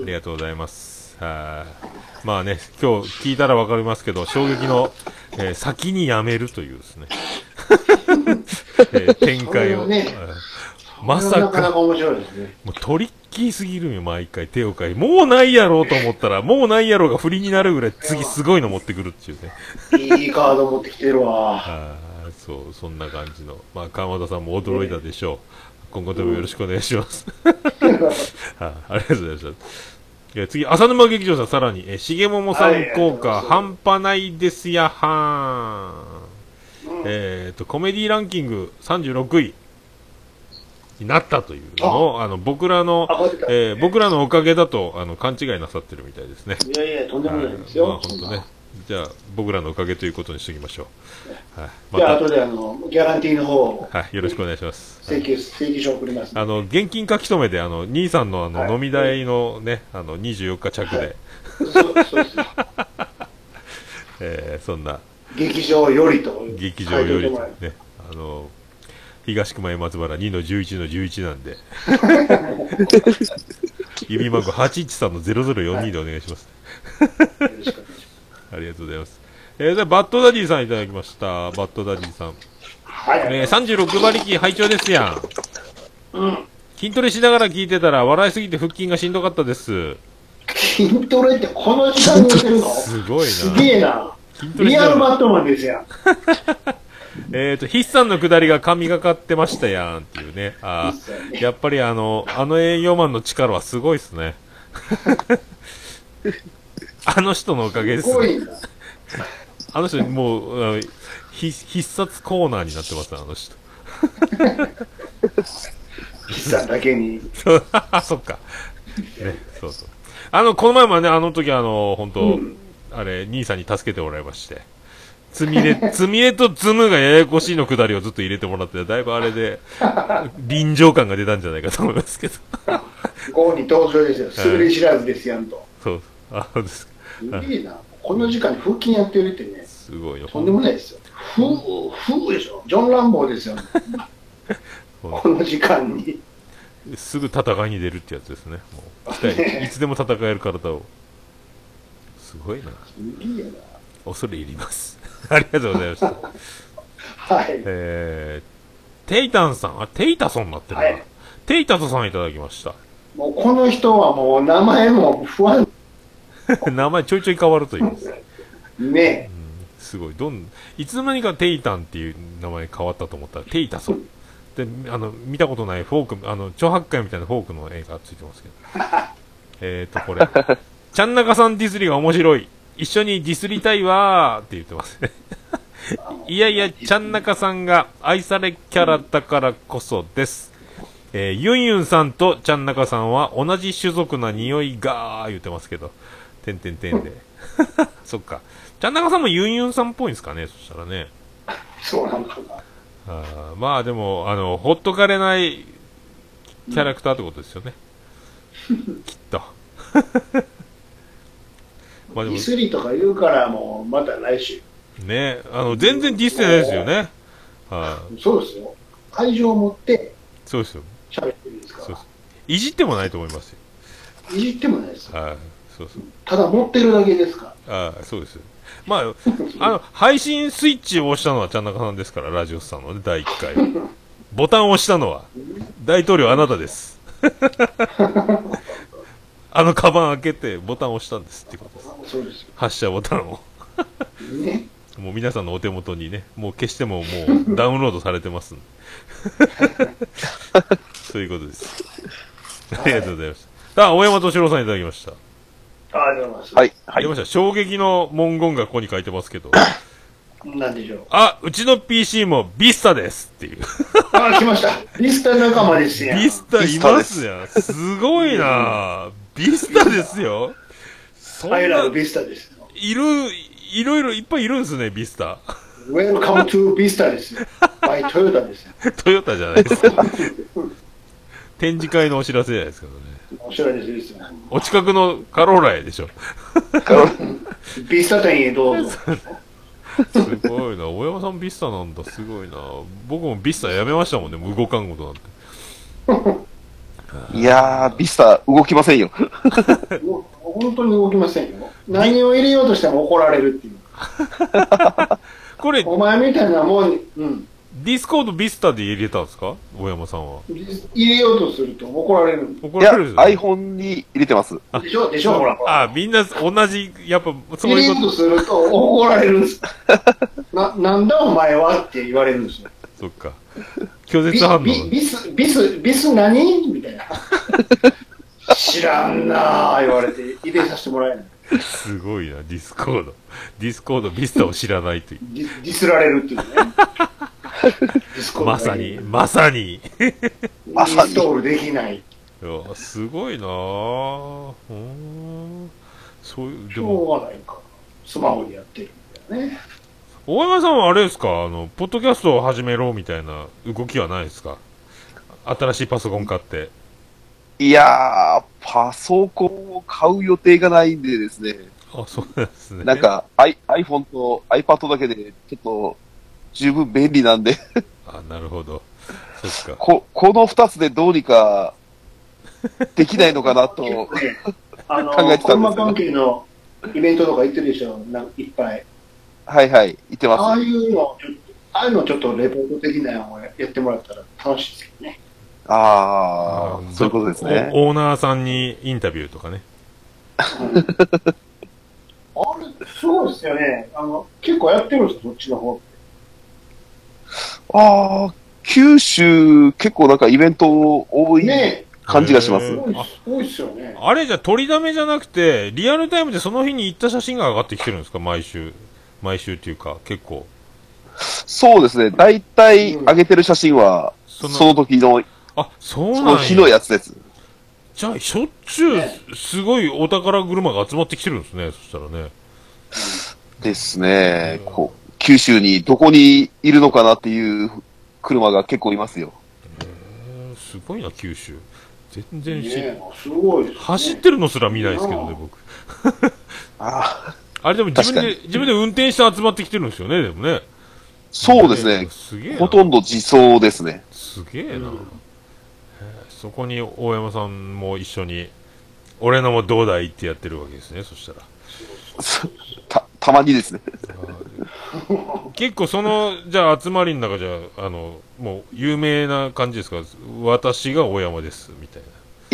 [SPEAKER 1] ありがとうございますはいまあね今日聞いたらわかりますけど衝撃の、えー先にやめるというです ね、えー展開を、
[SPEAKER 2] それはね
[SPEAKER 1] うんまさ
[SPEAKER 2] なか
[SPEAKER 1] か
[SPEAKER 2] なか面白いですね。
[SPEAKER 1] もうトリッキーすぎるよ、毎回、手を変え。もうないやろうと思ったら、 もうないやろうが振りになるぐらい、次すごいの持ってくるっていうね。
[SPEAKER 2] いいカード持ってきてる わ。
[SPEAKER 1] ああ、そう、そんな感じの。まあ、川端さんも驚いたでしょう。今後ともよろしくお願いします。 はいありがとうございました。いや次、浅沼劇場さん、さらに、えー、しげももさん効果、
[SPEAKER 2] はい
[SPEAKER 1] 半端ないですやはーん。えっ、と、コメディランキング36位になったというのを、あの、僕らの
[SPEAKER 2] あ待って、た
[SPEAKER 1] えー僕らのおかげだと、あの、勘違いなさってるみたいですね。
[SPEAKER 2] いやいや、とんでもないです
[SPEAKER 1] まあ、
[SPEAKER 2] よ。
[SPEAKER 1] 本当ね。じゃあ、僕らのおかげということにしておきましょう。はい。ま
[SPEAKER 2] じゃあ、
[SPEAKER 1] た
[SPEAKER 2] 後、であの、ギャランティーの方を
[SPEAKER 1] はい、よろしくお願いします。
[SPEAKER 2] 請求、請求書送ります。
[SPEAKER 1] あの、現金書き留めで、あの、兄さんのあの、
[SPEAKER 2] はい
[SPEAKER 1] 飲み代のね、あの、24日着で、
[SPEAKER 2] そうそうそう。
[SPEAKER 1] えーそんな、
[SPEAKER 2] 劇場よりと。
[SPEAKER 1] 劇場より
[SPEAKER 2] 書いといてもらえ
[SPEAKER 1] ね、あの、東熊江松原2の11の11なん で、指マーク813の0042でお願いします。
[SPEAKER 2] よろしくお願いします。
[SPEAKER 1] ありがとうございます。えー、ではバッドダディさんいただきました。バッドダディさん。
[SPEAKER 2] はい。
[SPEAKER 1] えー、36馬力拝聴ですやん。筋トレしながら聞いてたら笑いすぎて腹筋がしんどかったです。
[SPEAKER 2] 筋トレってこの時間にやてるの
[SPEAKER 1] すごい
[SPEAKER 2] す
[SPEAKER 1] な。
[SPEAKER 2] げえな。
[SPEAKER 1] 筋トレし
[SPEAKER 2] リ
[SPEAKER 1] な
[SPEAKER 2] アル
[SPEAKER 1] がら。
[SPEAKER 2] バットマンですやん。
[SPEAKER 1] えっ、と、筆算の下りが神がかってましたやんっていうね。あ
[SPEAKER 2] 筆算
[SPEAKER 1] あ、
[SPEAKER 2] ね
[SPEAKER 1] やっぱりあの、あの営業マンの力はすごいっすね。あの人のおかげですす
[SPEAKER 2] ご
[SPEAKER 1] ね。
[SPEAKER 2] いな。
[SPEAKER 1] あの人、もう、あのひ必殺コーナーになってますね、あの人。
[SPEAKER 2] 実はだけに。
[SPEAKER 1] そうあ そっか。ね、そうそう。あの、この前もね、あの時あの、本当、あれ、兄さんに助けてもらいまして。つみれ、 つみれとつむがややこしいのくだりをずっと入れてもらって、だいぶあれで、臨場感が出たんじゃないかと思いますけど。
[SPEAKER 2] ゴーに登場ですよ。すぐり知らずですやんと。
[SPEAKER 1] そう、あ、そうですか。
[SPEAKER 2] すげえな。この時間に腹筋やってるってね、
[SPEAKER 1] すごいよ。
[SPEAKER 2] とんでもないですよ。ふう、ふうでしょ。ジョン・ランボーです よ。この時間に。
[SPEAKER 1] すぐ戦いに出るってやつですね。もう鍛えいつでも戦える体を。すごいな。
[SPEAKER 2] すげえな。
[SPEAKER 1] 恐れ入ります。 ありがとうございました。
[SPEAKER 2] はい。
[SPEAKER 1] えー、テイタンさん、あ、テイタソンになってるな。
[SPEAKER 2] はい
[SPEAKER 1] テイタソさんいただきました。
[SPEAKER 2] もうこの人はもう名前も不安
[SPEAKER 1] 名前ちょいちょい変わると言います。
[SPEAKER 2] ね
[SPEAKER 1] すごい。どん、いつの間にかテイタンっていう名前変わったと思ったら、テイタソン。で、あの、見たことないフォーク、あの、超八回みたいなフォークの絵がついてますけど。えっと、これ。ちゃんなかさんディスリが面白い。一緒にディスりたいわーって言ってますね。いやいや、ちゃんなかさんが愛されキャラだからこそです。えーユンユンさんとちゃんなかさんは同じ種族な匂いがー言ってますけど。てんてんてんで。そっか。ちゃんなかさんもユンユンさんっぽいんですかね、そしたらね。
[SPEAKER 2] そうなのかな。
[SPEAKER 1] あーまあでも、あの、ほっとかれないキャラクターってことですよね。きっと。 まあで
[SPEAKER 2] デ
[SPEAKER 1] も
[SPEAKER 2] ィ、スリとか言うからもうまた来週。
[SPEAKER 1] ね、あの、全然ディスってないですよね。はい
[SPEAKER 2] そうですよ。会場を持って
[SPEAKER 1] そうですよ。
[SPEAKER 2] 喋ってるんですか
[SPEAKER 1] そう
[SPEAKER 2] ら
[SPEAKER 1] です。いじってもないと思いますよ。
[SPEAKER 2] いじってもないですよ。
[SPEAKER 1] はい、そうそう。
[SPEAKER 2] ただ持ってるだけですから。
[SPEAKER 1] ああ、そうです。まあ、あの、配信スイッチを押したのはちゃんなかさんですから、ラジオスさんのね、第1回。ボタンを押したのは、大統領あなたです。 あのカバン開けてボタンを押したんですってことです。
[SPEAKER 2] そうですよ。
[SPEAKER 1] 発射ボタンを。
[SPEAKER 2] ね。
[SPEAKER 1] もう皆さんのお手元にね、もう消してももうダウンロードされてますんで。 そういうことです。ありがとうございました。さあ、大山敏郎さんいただきました。
[SPEAKER 2] ありがとうございます。
[SPEAKER 3] はい、は
[SPEAKER 1] 出ま
[SPEAKER 3] い。
[SPEAKER 1] した。衝撃の文言がここに書いてますけど。
[SPEAKER 2] なんでしょう。
[SPEAKER 1] あ、うちの PC もビスタですっていう。
[SPEAKER 2] あ、来ました。リスタ仲間ですやん。
[SPEAKER 1] ビスタいますやん。すごいなビスタですよ。そんな、
[SPEAKER 2] アイラブ
[SPEAKER 1] い
[SPEAKER 2] ビスタですよ。
[SPEAKER 1] る、いろいろいっぱいいるんですね、ビスタ。
[SPEAKER 2] Welcome to Vista ですよ。by トヨタですよ。
[SPEAKER 1] トヨタじゃないですか。展示会のお知らせじゃないですけどね。
[SPEAKER 2] 面白いですよリスタ。
[SPEAKER 1] お近くのカローラへでしょ。
[SPEAKER 2] ビスタ店へどうぞ。
[SPEAKER 1] すごいな。大山さんビスタなんだ。すごいな。僕もビスタやめましたもんね。無語看護となって。
[SPEAKER 3] いやー、ビスタ動きませんよ。
[SPEAKER 2] もう本当に動きませんよ。何を入れようとしても怒られるっていう。
[SPEAKER 1] これ、デ
[SPEAKER 2] お前みたいなもんに、うん。
[SPEAKER 1] ィスコードビスタで入れたんですか大山さんは。
[SPEAKER 2] 入れようとすると怒られるん
[SPEAKER 1] 怒
[SPEAKER 3] いや、
[SPEAKER 1] られるんですよね
[SPEAKER 3] iPhone に入れてます。
[SPEAKER 2] でしょでしょほら。
[SPEAKER 1] あ、みんな同じ、やっぱ、そう
[SPEAKER 2] 入れ
[SPEAKER 1] い
[SPEAKER 2] よ
[SPEAKER 1] う
[SPEAKER 2] う
[SPEAKER 1] こと
[SPEAKER 2] すると怒られるんです。 な、なんだお前はって言われるんですよ。
[SPEAKER 1] と。そっか。拒
[SPEAKER 2] ビ
[SPEAKER 1] 絶反応だ。
[SPEAKER 2] ビビス、ビス、ビス何み たいな。知らんなあ言われて、入れさせてもらえない。
[SPEAKER 1] すごいな、ディスコード。ディスコード、ビスタを知らないという。
[SPEAKER 2] ディスディスられる っていうね。ディスコード
[SPEAKER 1] まさに、まさに。
[SPEAKER 2] インストールできない。
[SPEAKER 1] いや、すごいなぁ。うーん。そういう、
[SPEAKER 2] し
[SPEAKER 1] で
[SPEAKER 2] ょ
[SPEAKER 1] も、
[SPEAKER 2] うがないか。スマホでやってるみたいなね。
[SPEAKER 1] 大山さんはあれですかあの、ポッドキャストを始めろみたいな動きはないですか新しいパソコン買って。
[SPEAKER 3] いやー、パソコンを買う予定がないんでですね。
[SPEAKER 1] あ、そうなんですね。
[SPEAKER 3] なん、か、I、iPhone と iPad だけで、ちょっと、十分便利なんで、
[SPEAKER 1] あ、なるほど。そっか。
[SPEAKER 3] こ、この二つでどうにか、できないのかなと。
[SPEAKER 2] ね あの、
[SPEAKER 3] 考えて
[SPEAKER 2] コ
[SPEAKER 3] た
[SPEAKER 2] ン
[SPEAKER 3] ん
[SPEAKER 2] マ
[SPEAKER 3] ですけど
[SPEAKER 2] 関係のイベントとか行ってるでしょ、なんいっぱい。
[SPEAKER 3] はいはい、言って
[SPEAKER 2] あ
[SPEAKER 3] ま
[SPEAKER 2] あ
[SPEAKER 3] す。
[SPEAKER 2] いうの、ああいうのちょっとレポート的なのをやってもらったら楽しいですよね。
[SPEAKER 3] ああ、そういうことですね。
[SPEAKER 1] おオーナーさんにインタビューとかね。
[SPEAKER 2] あれ、そうですよね。あの、結構やってるんですよ、そっちの方。
[SPEAKER 3] ああ、九州、結構なんかイベント多い
[SPEAKER 2] ね
[SPEAKER 3] 感じがします。
[SPEAKER 2] え、す
[SPEAKER 1] へ
[SPEAKER 2] ごい、すごいですよね。
[SPEAKER 1] あれじゃ、取りだめじゃなくて、リアルタイムでその日に行った写真が上がってきてるんですか毎週。毎週っていうか、結構。
[SPEAKER 3] そうですね。大体上げてる写真は、
[SPEAKER 1] そ
[SPEAKER 3] そ
[SPEAKER 1] の
[SPEAKER 3] の時の、
[SPEAKER 1] あ、そう
[SPEAKER 3] そ
[SPEAKER 1] なんや
[SPEAKER 3] の日のやつです。
[SPEAKER 1] じゃあ、しょっちゅ
[SPEAKER 2] ね
[SPEAKER 1] う、すごいお宝車が集まってきてるんですね。そしたらね。
[SPEAKER 3] ですね。こう九州にどこにいるのかなっていう車が結構いますよ。
[SPEAKER 1] へーすごいな、九州。全然
[SPEAKER 2] ね
[SPEAKER 1] し、
[SPEAKER 2] え、すごいです、ね。
[SPEAKER 1] 走ってるのすら見ないですけど
[SPEAKER 2] う
[SPEAKER 1] ね、
[SPEAKER 2] ん
[SPEAKER 1] 僕。
[SPEAKER 3] ああ、
[SPEAKER 1] あれでも自分で
[SPEAKER 3] 確、
[SPEAKER 1] 自分で運転して集まってきてるんですよね、でもね。
[SPEAKER 3] そうですね。
[SPEAKER 1] すげえな。
[SPEAKER 3] ほとんど自走ですね。
[SPEAKER 1] すげえな、
[SPEAKER 2] うん
[SPEAKER 1] へえそこに大山さんも一緒に俺のもどうだいってやってるわけですねそしたら
[SPEAKER 3] た、たまにですね。
[SPEAKER 1] 結構そのじゃあ集まりの中じゃあのもう有名な感じですか私が大山ですみたい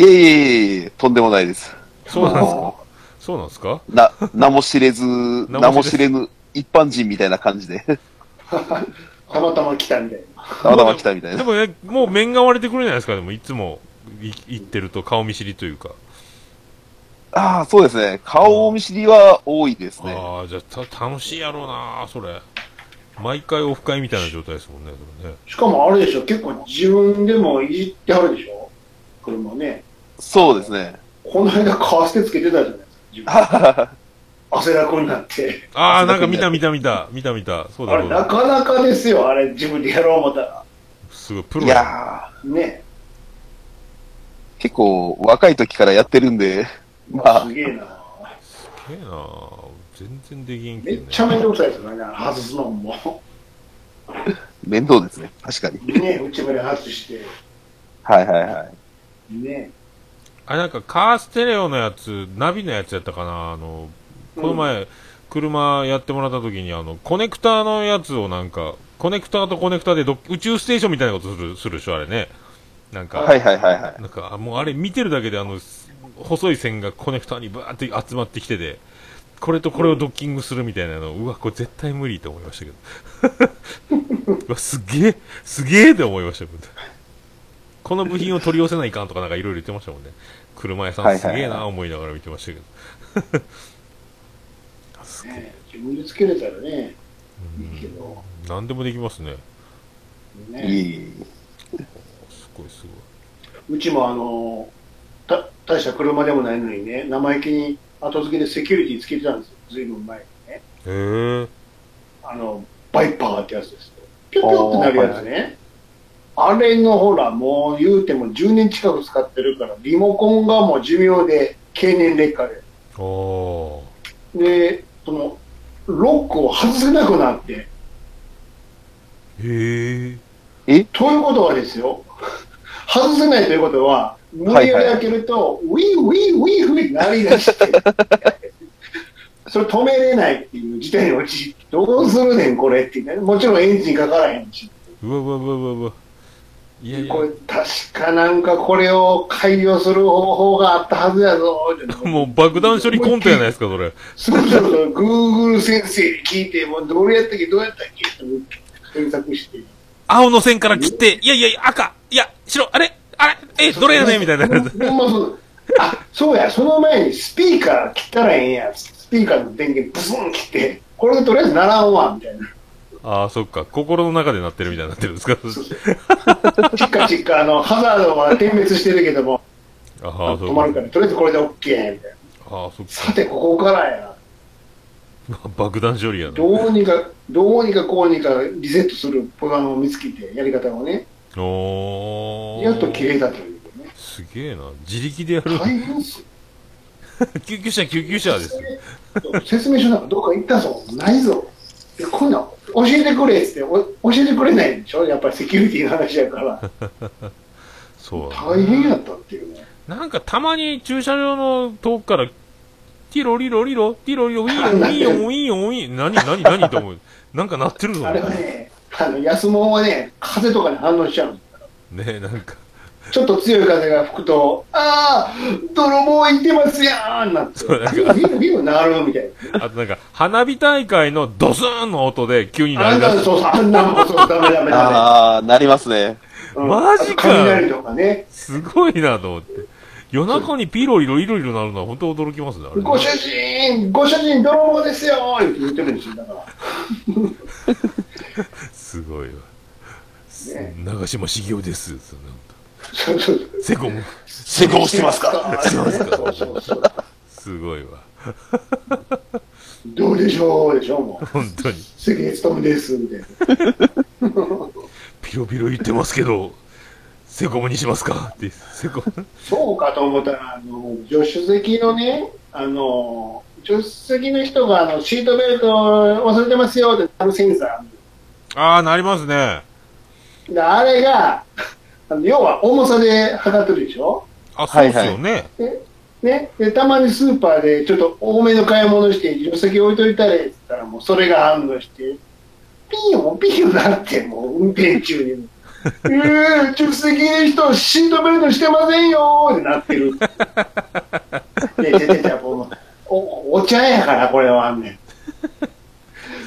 [SPEAKER 1] ない
[SPEAKER 3] えいえいえいえ、とんでもないです。
[SPEAKER 1] そうなんですかそうなんですか
[SPEAKER 3] な、名も知 れず、
[SPEAKER 1] 知れず
[SPEAKER 3] 名も知れぬ一般人みたいな感じ で、
[SPEAKER 2] たまたま来たみたいな。
[SPEAKER 3] たまたま来たみたい
[SPEAKER 1] で
[SPEAKER 3] な。
[SPEAKER 1] もねもう面が割れてくるじゃないですかでもいつもい行ってると顔見知りというか、
[SPEAKER 3] ああ、そうですね。顔見知りは多いですね。
[SPEAKER 1] ああじゃあた楽しいやろうなそれ毎回オフ会みたいな状態ですもんねそれね
[SPEAKER 2] しかもあれでしょ、結構自分でもいじってはるでしょ、車ね。
[SPEAKER 3] そうですね。
[SPEAKER 2] この間、カーステつけてたじゃないですか、自分。汗だくになって。
[SPEAKER 1] ああなんか見た見た見た見た見たそうだ
[SPEAKER 2] あ
[SPEAKER 1] そ
[SPEAKER 2] れ、
[SPEAKER 1] うだ
[SPEAKER 2] なかなかですよ、あれ、自分でやろう思ったら。
[SPEAKER 1] すごい、プロ
[SPEAKER 3] い
[SPEAKER 1] や
[SPEAKER 3] や
[SPEAKER 1] ん
[SPEAKER 3] ー。
[SPEAKER 2] ね
[SPEAKER 3] 結構若い時からやってるんで、まあ
[SPEAKER 2] す、げえな。
[SPEAKER 1] すげえなぁ全然できんけ
[SPEAKER 2] め
[SPEAKER 1] ど
[SPEAKER 2] っ
[SPEAKER 1] ね。
[SPEAKER 2] ちゃめんどくさいですよね、外すのも。
[SPEAKER 3] 面倒ですね。確かに。
[SPEAKER 2] ね内村外して。
[SPEAKER 3] はいはいはい。
[SPEAKER 2] ね
[SPEAKER 1] あ、なんかカーステレオのやつ、ナビのやつやったかなあの、この前、車やってもらった時に、あの、コネクターのやつをなんか、コネクターとコネクターでど宇宙ステーションみたいなことする、するでしょあれね。なんか、
[SPEAKER 3] はいはいはいはい。
[SPEAKER 1] なんか、あもうあれ見てるだけであの、す細い線がコネクターにバーって集まってきてて、これとこれをドッキングするみたいなの、うわ、これ絶対無理と思いましたけど。うわ、すげえ、すげえって思いました。この部品を取り寄せないかんとかなんかいろいろ言ってましたもんね。車屋さ
[SPEAKER 3] は
[SPEAKER 1] ん
[SPEAKER 3] いはい
[SPEAKER 1] す
[SPEAKER 3] はい
[SPEAKER 1] げえな思いながら見てましたけど。 すげえ
[SPEAKER 2] ね自分でつけれたらね、
[SPEAKER 1] う
[SPEAKER 2] いいけ
[SPEAKER 1] ん
[SPEAKER 2] ど。
[SPEAKER 1] 何でもできますね。
[SPEAKER 2] ね
[SPEAKER 3] いい。
[SPEAKER 1] すごいす
[SPEAKER 2] うちもあの、た大した車でもないのにね、生意気に後付けでセキュリティつけてたんですよ、ずいぶん前にね。
[SPEAKER 1] ごい。へえ。
[SPEAKER 2] あの、バイパーってやつですよ。ピョピョってなるやつね。あれのほら、もう言うても10年近く使ってるから、リモコンがもう寿命で経年劣化で。
[SPEAKER 1] あー
[SPEAKER 2] で、その、ロックを外せなくなって、
[SPEAKER 1] へえ。
[SPEAKER 2] ということはですよ、外せないということは、無理やり開けると、ウィーウィーウィーウィーなりだして、 それ止めれないっていう事態に陥って、どうするねん、これって、ね、もちろんエンジンかからへんし、
[SPEAKER 1] うわうわうわうわうわ。いやいや
[SPEAKER 2] こ。れ、確かなんかこれを改良する方法があったはずやぞ、
[SPEAKER 1] もう爆弾処理コントやないですか、それ。
[SPEAKER 2] そうそうそう、Google 先生に聞いて、もうどれやったっけ、どうやったっけって検索して。
[SPEAKER 1] 青の線から切って、いやいやいや、赤、いや、白、あれ、あれ、え、どれやねんみたいなやつ。
[SPEAKER 2] ほんまそうあ、そうや、その前にスピーカー切ったらええんや。スピーカーの電源ブスン切って、これでとりあえずならんわ、みたいな。
[SPEAKER 1] ああ、そっか。心の中で鳴ってるみたいになってるんです か。
[SPEAKER 2] ちっかちっか、あの、ハザードは点滅してるけども、
[SPEAKER 1] ああ、そ
[SPEAKER 2] 止
[SPEAKER 1] う
[SPEAKER 2] ま
[SPEAKER 1] か
[SPEAKER 2] る。から、とりあえずこれで OK、みたいな。
[SPEAKER 1] ああ、そっ
[SPEAKER 2] さ
[SPEAKER 1] か。
[SPEAKER 2] て、ここからや。
[SPEAKER 1] 爆弾処理やな。
[SPEAKER 2] どうにか、どうにかこうにかリセットするプログラムを見つけて、やり方をね、
[SPEAKER 1] おー。
[SPEAKER 2] やっと消えたというね。
[SPEAKER 1] すげえな。自力でやる。
[SPEAKER 2] 大変っすよ。
[SPEAKER 1] 救急車、救急車ですよ。
[SPEAKER 2] 説明書なんかどっか行ったぞ、ないぞ。えこんなん教えてくれってお教えてくれないでしょやっぱりセキュリティの話 やから。
[SPEAKER 1] そう。
[SPEAKER 2] 大変やったっていうね。
[SPEAKER 1] なんかたまに駐車場の遠くから、ティロリロリロ、ティロリロ、ウィーン、ウィーン、ウィーン、ウィーン、何、何、何と思う。なんか鳴ってるぞ。
[SPEAKER 2] あれは
[SPEAKER 1] ね
[SPEAKER 2] ね、あの、安物はね、風とかに反応しちゃうの
[SPEAKER 1] え、なんか、
[SPEAKER 2] ちょっと強い風が吹くと、ああ、泥棒いてますやーんなって、
[SPEAKER 1] そうなんか
[SPEAKER 2] ビュービュービューなるみ たい
[SPEAKER 1] あとなんか、花火大会のドスーンの音で急に
[SPEAKER 2] な。
[SPEAKER 1] 鳴
[SPEAKER 2] あん
[SPEAKER 1] り出
[SPEAKER 2] な
[SPEAKER 1] す。
[SPEAKER 2] そうそう、あんなもんそう、ダメダメダ
[SPEAKER 3] ああ、なりますね。
[SPEAKER 2] メ。うん
[SPEAKER 1] マジか
[SPEAKER 2] あと雷とかね。
[SPEAKER 1] すごいなと思って。夜中にピロリロリロリロ鳴るのは本当驚きますね、あれね。
[SPEAKER 2] ご主人、ご主人、泥棒ですよーって言ってるんですよ、だ から。
[SPEAKER 1] すごいわ。す
[SPEAKER 2] ね
[SPEAKER 1] 長島茂雄です。そんなこ
[SPEAKER 2] そうそうそう
[SPEAKER 1] とセコム。
[SPEAKER 3] 成功してますか
[SPEAKER 2] そうそうそうそう。
[SPEAKER 1] すごいわ。
[SPEAKER 2] どうでしょうでしょ、もう。
[SPEAKER 1] 本当に。
[SPEAKER 2] 関根勤です、みたいな。
[SPEAKER 1] ピロピロ言ってますけど、セコムにしますかって。セコム。
[SPEAKER 2] そうかと思ったら、あの、助手席のね、あの、助手席の人が、あの、シートベルト忘れてますよって、あのセンサー。
[SPEAKER 1] ああ、なりますね。
[SPEAKER 2] であれが、あの要は重さで測ってるでしょ
[SPEAKER 1] あ、そうですよね。
[SPEAKER 2] ね。で、たまにスーパーでちょっと多めの買い物して、助手席置いといたれって言ったら、もうそれが反応して、ピーヨン、ピーヨンなって、もう運転 中に。えー、助手席の人、シートベルトしてませんよーってなってる。で、で、で、で、もう、お、お茶やから、これはあんねん。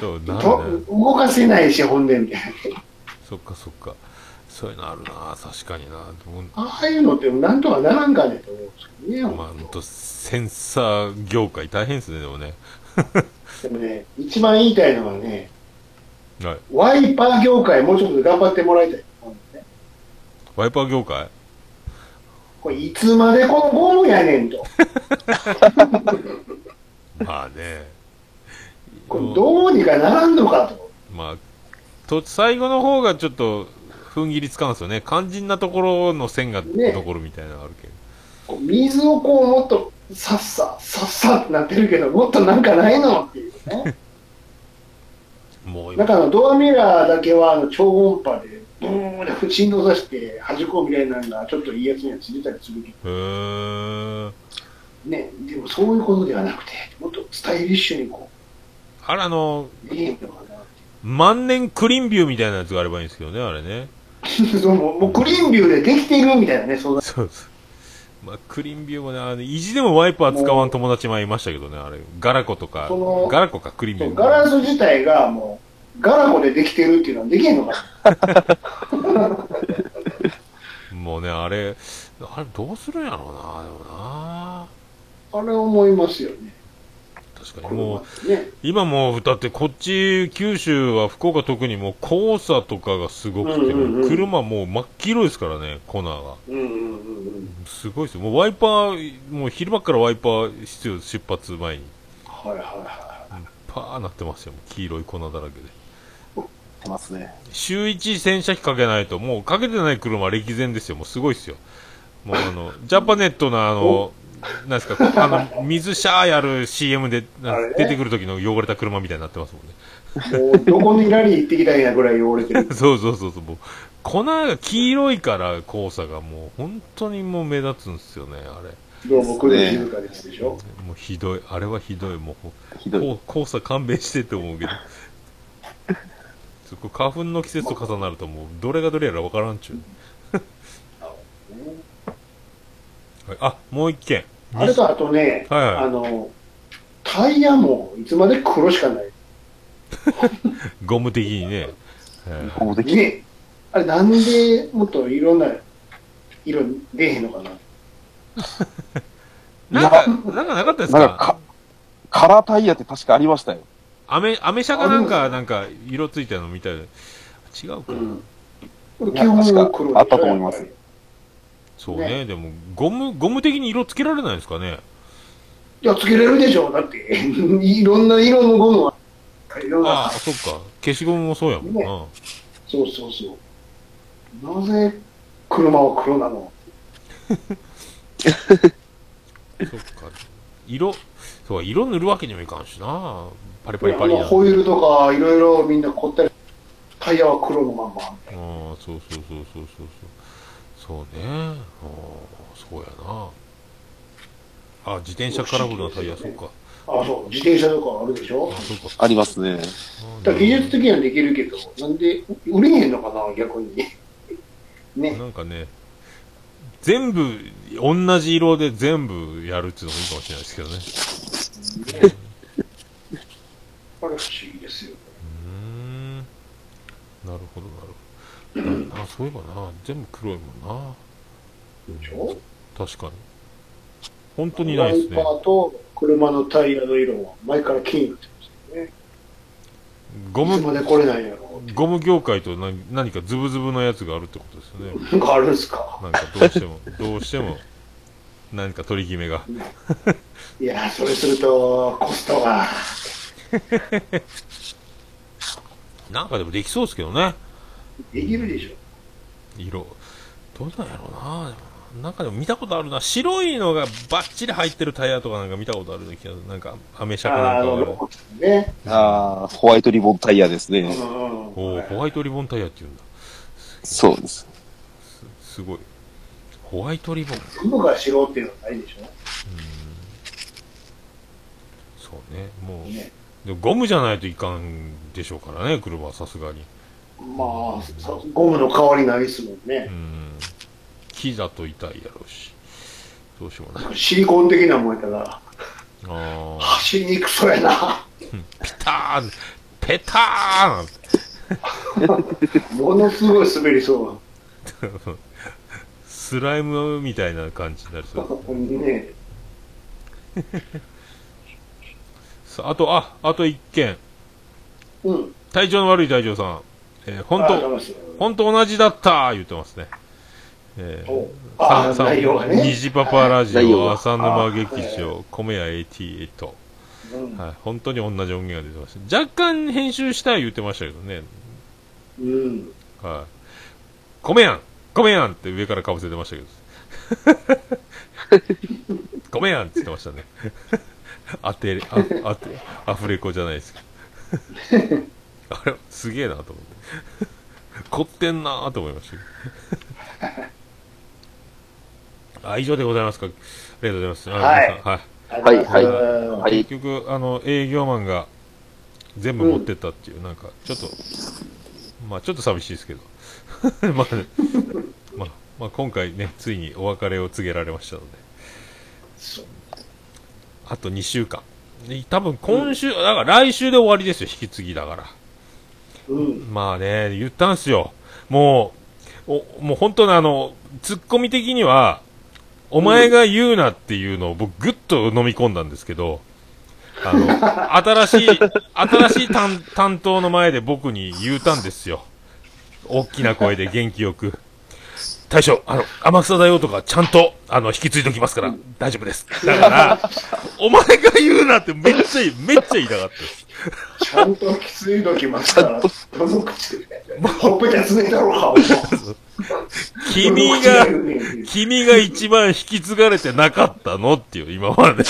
[SPEAKER 1] そう、なんだよ
[SPEAKER 2] と動かせないし、ほんで、みたいな。
[SPEAKER 1] そっかそっか。そういうのあるな、確かにな。ほん
[SPEAKER 2] ああいうのって、なんとかならんかねと思うんですけどね。
[SPEAKER 1] まあ、ほんと、センサー業界大変ですね、でもね。
[SPEAKER 2] でもね、一番言いたいのはね、
[SPEAKER 1] はい。
[SPEAKER 2] ワイパー業界、もうちょっと頑張ってもらいたいと思うんですね。
[SPEAKER 1] ワイパー業界
[SPEAKER 2] これ、いつまでこのゴムやねんと。
[SPEAKER 1] まあね。
[SPEAKER 2] これ、どうにかならんのかと。
[SPEAKER 1] まあ、と、最後の方がちょっと、踏ん切りつかんすよね。肝心なところの線が
[SPEAKER 2] ね
[SPEAKER 1] 残るみたいなのあるけど。
[SPEAKER 2] こう水をこう、もっと、さっさ、さっさってなってるけど、もっとなんかないのっていうね。
[SPEAKER 1] もう
[SPEAKER 2] だ
[SPEAKER 1] 今、
[SPEAKER 2] から、ドアミラーだけは、あの超音波で、ブーンで、振動させて、端っこみたいなのが、ちょっといいやつにはついてたりするけ
[SPEAKER 1] へー。
[SPEAKER 2] どね。でも、そういうことではなくて、もっとスタイリッシュにこ
[SPEAKER 1] あれ、あの、
[SPEAKER 2] う、いいのかなって。
[SPEAKER 1] 万年クリーンビューみたいなやつがあればいいんですけどね、あれね。
[SPEAKER 2] そうもうもうクリーンビューでできているみたいなね、そんな
[SPEAKER 1] そうそう。まあ、クリーンビューもね、あの、意地でもワイパー使わん友達もいましたけどね、あれ。ガラコとか
[SPEAKER 2] その、
[SPEAKER 1] ガラコかクリーンビュー。
[SPEAKER 2] ガラス自体がもう、ガラコでできてるっていうのはできへんのかな。
[SPEAKER 1] もうね、あれ、あれどうするんやろうな、でもな。
[SPEAKER 2] あれ思いますよね。
[SPEAKER 1] 確かにも
[SPEAKER 2] 車
[SPEAKER 1] う
[SPEAKER 2] っ、てね。
[SPEAKER 1] 今もう、だってこっち、九州は福岡特にもう黄砂とかがすごくて、
[SPEAKER 2] うんうんうん
[SPEAKER 1] もう車もう真っ黄色いですからね、粉が。
[SPEAKER 2] うんうんうんうん。
[SPEAKER 1] すごいですよ。もうワイパー、もう昼間からワイパー必要です、出発前に。
[SPEAKER 2] はいはいは
[SPEAKER 1] パーなってますよ、もう黄色い粉だらけで。
[SPEAKER 3] てますね。
[SPEAKER 1] 週一洗車機かけないと、もうかけてない車は歴然ですよ。もうすごいですよ。もうあ の、ジャパネットのあの、なんですか、あの、水シャーやる CM でな
[SPEAKER 2] あれね
[SPEAKER 1] 出てくる時の汚れた車みたいになってますもんね。。
[SPEAKER 2] い。もうどこにラリー行ってきたんやぐらい汚れてる
[SPEAKER 1] そうそうそうそう。もう粉が黄色いから、黄砂がもう本当にもう目立つんですよね、あれ。
[SPEAKER 2] どうも黒い静かですでしょ。
[SPEAKER 1] もうひどい。あれはひどい。もう、
[SPEAKER 3] ひどい。
[SPEAKER 1] こう黄砂勘弁してって思うけど。そこ花粉の季節と重なるともうどれがどれやらわからんちゅう。 はいあ、もう一件。
[SPEAKER 2] あれとあとね、
[SPEAKER 1] はいはい
[SPEAKER 2] あの、タイヤもいつまで黒しかない。
[SPEAKER 1] ゴム的にね。え
[SPEAKER 3] ここでき
[SPEAKER 2] ね。あれなんでもっといろんな色出えへんのかな。
[SPEAKER 1] ーなんか、なんかなかったです
[SPEAKER 3] なんか
[SPEAKER 1] か
[SPEAKER 3] か、カラータイヤって確かありましたよ。
[SPEAKER 1] アメ、アメ車かなんか、なんか、色ついたのみたいな。違うか
[SPEAKER 2] う
[SPEAKER 1] な。
[SPEAKER 2] ん。
[SPEAKER 3] い
[SPEAKER 2] 基
[SPEAKER 3] や
[SPEAKER 2] 本
[SPEAKER 3] 確か
[SPEAKER 2] は黒でしょ
[SPEAKER 3] あったと思います
[SPEAKER 2] やっぱり
[SPEAKER 1] そうね。でも、ゴム、ゴム的に色つけられないですかね。
[SPEAKER 2] いや、つけれるでしょ。だって、 いろんな色のゴムは、いろん
[SPEAKER 1] ああ、
[SPEAKER 2] な、
[SPEAKER 1] そっか。消しゴムもそうやもんな。
[SPEAKER 2] そうそうそう。なぜ車は黒なの
[SPEAKER 1] そっか。色、そう、色塗るわけにもいかんしな。パリパリパリ
[SPEAKER 2] まあ
[SPEAKER 1] な。
[SPEAKER 2] ホイールとか、いろいろみんな凝ったり、タイヤは黒のまんま。
[SPEAKER 1] ああ、そうそうそうそうそうそう。そうね。ああ、そうやな。あ、自転車カラフルなタイヤ、そうか。
[SPEAKER 2] あ、そう、自転車とかあるでしょ
[SPEAKER 1] あ、。そうか。
[SPEAKER 3] ありますね。
[SPEAKER 2] だから技術的にはできるけど、なんで売れへんのかな、逆に。ね。
[SPEAKER 1] なんかね、全部、同じ色で全部やるっていうのもいいかもしれないですけどね。
[SPEAKER 2] これ不思議ですよ。
[SPEAKER 1] うーんなるほど、なるほど。あ、そういえばな、全部黒いもんな。
[SPEAKER 2] でしょ
[SPEAKER 1] 確かに。本当にないですね
[SPEAKER 2] ワ。イパーと車のタイヤの色は前から金になって
[SPEAKER 1] ゴ
[SPEAKER 2] ます。いつま
[SPEAKER 1] ム、
[SPEAKER 2] で来れないやろ。
[SPEAKER 1] ゴム業界と何何かズブズブのやつがあるってことですよね。
[SPEAKER 2] なんかあるんすか。
[SPEAKER 1] なんかどうして も、どうしても、何か取り決めが。
[SPEAKER 2] いやー、それするとコストが。
[SPEAKER 1] なんかでもできそうですけどね。
[SPEAKER 2] できるでしょ。
[SPEAKER 1] 色。どうなんやろうな。でもなんかでも見たことあるな。白いのがバッチリ入ってるタイヤとかなんか見たことあるような気がする。なんか、アメ車か
[SPEAKER 2] あー
[SPEAKER 1] な
[SPEAKER 2] あ
[SPEAKER 1] んか
[SPEAKER 2] の、
[SPEAKER 1] は
[SPEAKER 2] ロボットね。
[SPEAKER 3] ああ、ホワイトリボンタイヤです
[SPEAKER 2] うん
[SPEAKER 3] ね。
[SPEAKER 2] うん
[SPEAKER 1] おーホワイトリボンタイヤっていうんだ。
[SPEAKER 3] そうです。
[SPEAKER 1] すごい。ホワイトリボン。
[SPEAKER 2] 雲が白っていうのはないでしょ。
[SPEAKER 1] そうね。もう、
[SPEAKER 2] ね。
[SPEAKER 1] でもゴムじゃないといかんでしょうからね、車はさすがに。
[SPEAKER 2] まあ、さゴムの代わりないですもん
[SPEAKER 1] う
[SPEAKER 2] ね。
[SPEAKER 1] ん。木だと痛いやろうし。どうしようもない。
[SPEAKER 2] シリコン的なもんやったら、
[SPEAKER 1] ああ。
[SPEAKER 2] 走りにくそうやな。
[SPEAKER 1] ピターンペタ
[SPEAKER 2] ものすごい滑りそう
[SPEAKER 1] ーンスライムみたいな感じになりそ
[SPEAKER 2] な。
[SPEAKER 1] う。
[SPEAKER 2] ね。
[SPEAKER 1] さあ、あと、あ、あと一件。
[SPEAKER 2] うん。
[SPEAKER 1] 体調の悪い隊長さん。えー、本
[SPEAKER 2] ありがと
[SPEAKER 1] 当
[SPEAKER 2] うございます
[SPEAKER 1] 本当同じだった言ってますね。えー
[SPEAKER 2] おあ
[SPEAKER 1] さん
[SPEAKER 2] あ、内容がね。
[SPEAKER 1] 虹パパラジ
[SPEAKER 3] 内容
[SPEAKER 1] オ、
[SPEAKER 3] が
[SPEAKER 1] 浅沼劇
[SPEAKER 2] あー
[SPEAKER 1] 場、米屋88。
[SPEAKER 2] うん
[SPEAKER 1] はい、本当に同じ音源が出てました。若干編集したい言ってましたけどね。
[SPEAKER 2] うん。
[SPEAKER 1] はい。米やん米やんって上からかぶせてましたけど。 米やんって言ってましたね。 当てれ、あ、当て、アフレコじゃないですけど。 あれ、すげえなと思って。 凝ってんなと思いましたけど。 あ、以上でございますか。ありがとうございます。
[SPEAKER 2] はい
[SPEAKER 1] あ皆さんはい。
[SPEAKER 2] はい
[SPEAKER 3] はい
[SPEAKER 2] は
[SPEAKER 3] はい。
[SPEAKER 1] 結局あの営業マンが全部持ってったっていう、なんかちょっとまあちょっと寂しいですけど まあ、ね、まあまあ今回ねついにお別れを告げられましたので
[SPEAKER 2] そう
[SPEAKER 1] あと2週間で多分今週、だから来週で終わりですよ引き継ぎだから
[SPEAKER 2] うん。
[SPEAKER 1] まあね言ったんすよもうおもう本当にあのツッコミ的にはお前が言うなっていうのを僕ぐっと飲み込んだんですけど、あの、新しい、新しい担担当の前で僕に言うたんですよ。大きな声で元気よく。大将、あの、天草だよとかちゃんと、あの、引き継いでおきますから、大丈夫です。だから、お前が言うなってめっちゃいい、めっちゃ言いたかったです。
[SPEAKER 2] ちゃんときついときますから、どの口で。ほっぺたつねだろうか、お前
[SPEAKER 1] 君が、君が一番引き継がれてなかったのっていう、今ま で。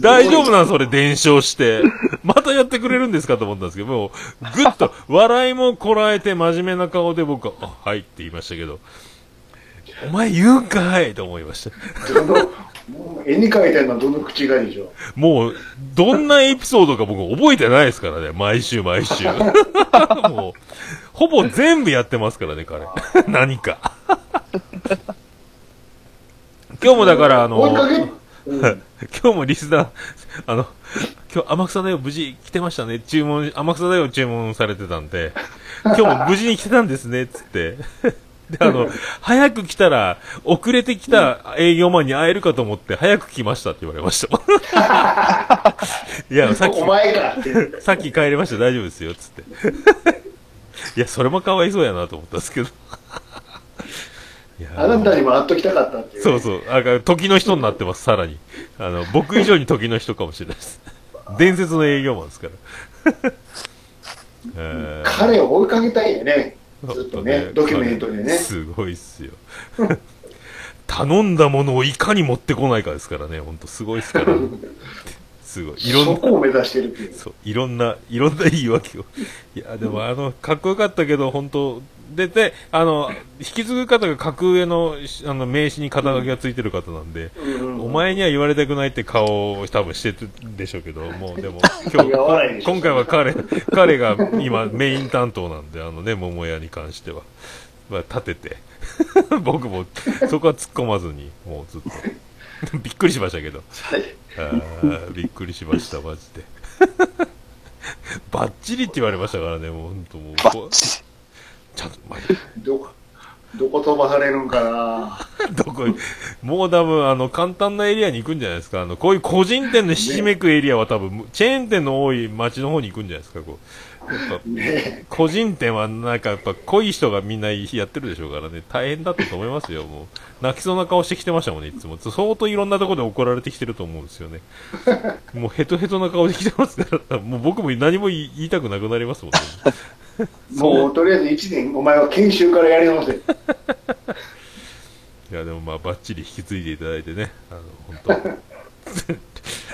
[SPEAKER 1] 大丈夫なんそれ、伝承して。またやってくれるんですかと思ったんですけど、もう、ぐっと、笑いもこらえて真面目な顔で僕は、あ、はいって言いましたけど、お前言うんかいと思いました。
[SPEAKER 2] どのもう絵に描いてるのはどの口がでしょ
[SPEAKER 1] もう、どんなエピソードか僕覚えてないですからね、毎週毎週。 もう、ほぼ全部やってますからね、 彼。何か。今日もだから、あの、
[SPEAKER 2] 追いかけ、うん、
[SPEAKER 1] 今日もリスナー、あの、今日天草だよ無事来てましたね。注文、天草だよ注文されてたんで、今日も無事に来てたんですね、つって。で、あの、早く来たら、遅れてきた営業マンに会えるかと思って、早く来ましたって言われました。いや、さっき
[SPEAKER 2] お、前かって。
[SPEAKER 1] さっき帰りました、大丈夫ですよ、つって。いや、それもかわいそうやなと思ったんですけど。いや
[SPEAKER 2] あなたにも会っときたかったっていう。
[SPEAKER 1] そうそう。あが時の人になってます、さらに。あの、僕以上に時の人かもしれないです。伝説の営業マンですから。 えー
[SPEAKER 2] 彼を追いかけたいよね。ずっとね、ドキュメントでね。
[SPEAKER 1] すごいっすよ。頼んだものをいかに持ってこないかですからね、ほんとすごいですから、すごい。いろん
[SPEAKER 2] そ
[SPEAKER 1] な
[SPEAKER 2] こを目指してるっていう。
[SPEAKER 1] そう、いろんな、いろんな言い訳を。いや、でもあの、かっこよかったけど、本当で、で、あの、引き継ぐ方が格上の、しあの、名刺に肩書きがついてる方なんで、
[SPEAKER 2] うん
[SPEAKER 1] お前には言われたくないって顔を多分してるんでしょう けど、もうでも、今
[SPEAKER 2] 苦笑いで
[SPEAKER 1] 日、
[SPEAKER 2] しょ
[SPEAKER 1] 今回は彼、 彼が今メイン担当なんで、あのね、桃屋に関しては。まあ、立てて。 僕も、そこは突っ込まずに、もうずっと。 びっくりしましたけど。あーびっくりしました、マジで。 バッチリって言われましたからね、もう本当もう。
[SPEAKER 3] バッチ
[SPEAKER 1] ちゃんと、まあ
[SPEAKER 2] どこ、どこ飛ばされるんかな
[SPEAKER 1] どこもう多分、あの、簡単なエリアに行くんじゃないですか。あの、こういう個人店でひしめくエリアは多分、チェーン店の多い街の方に行くんじゃないですか、こう。やっぱ、
[SPEAKER 2] ね
[SPEAKER 1] 個人店はなんかやっぱ濃い人がみんなやってるでしょうからね、大変だったと思いますよ、もう。泣きそうな顔してきてましたもんね、いつも。相当いろんなところで怒られてきてると思うんですよね。もうヘトヘトな顔で来てますから、もう僕も何も言い言いたくなくなりますもんね。
[SPEAKER 2] もうとりあえず1年、お前は研修からやり直せ。
[SPEAKER 1] いや、でもまあ、ばっちり引き継いでいただいてね、あの、本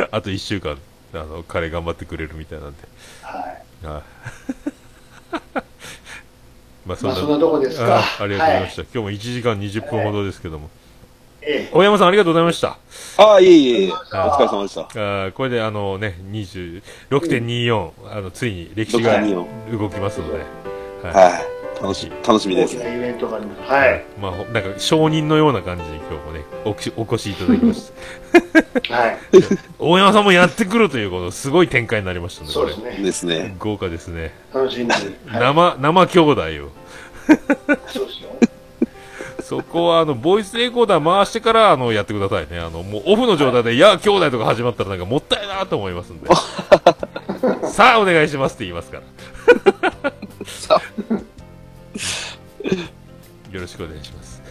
[SPEAKER 1] 当 あと1週間、あの、彼頑張ってくれるみたいなんで。
[SPEAKER 2] はい。
[SPEAKER 1] はいまあ
[SPEAKER 2] まあそんなとこですか
[SPEAKER 1] あありがとうございました。今日も1時間20分ほどですけども。
[SPEAKER 2] え
[SPEAKER 1] 大山さんありがとうございました。
[SPEAKER 3] ああ、いえいえいえ、お疲れ様でした。
[SPEAKER 1] あーこれであのね、26.24、あの、ついに歴史が動きますので、は
[SPEAKER 3] はい。楽し、楽し
[SPEAKER 2] え
[SPEAKER 3] みで
[SPEAKER 2] 大き
[SPEAKER 3] す。
[SPEAKER 2] なイベントがあります。はい。
[SPEAKER 1] まあ、ほなんか、証人のような感じで今日もね、おきお越しいただきました。
[SPEAKER 2] はい。
[SPEAKER 1] 大山さんもやってくるという、このすごい展開になりましたね、
[SPEAKER 2] そうです
[SPEAKER 1] こ
[SPEAKER 2] ね。
[SPEAKER 3] です
[SPEAKER 1] れ
[SPEAKER 3] ね。
[SPEAKER 1] 豪華ですね。
[SPEAKER 2] 楽しみに。は
[SPEAKER 1] 生、生兄弟よ。
[SPEAKER 2] い。そうですよ。
[SPEAKER 1] そこは、あの、ボイスレコーダー回してから、あの、やってくださいね。あの、もうオフの状態で、いや、兄弟とか始まったらなんかもったいなと思います んで。さあ、お願いしますって言いますから。
[SPEAKER 3] さ
[SPEAKER 1] よろしくお願いします。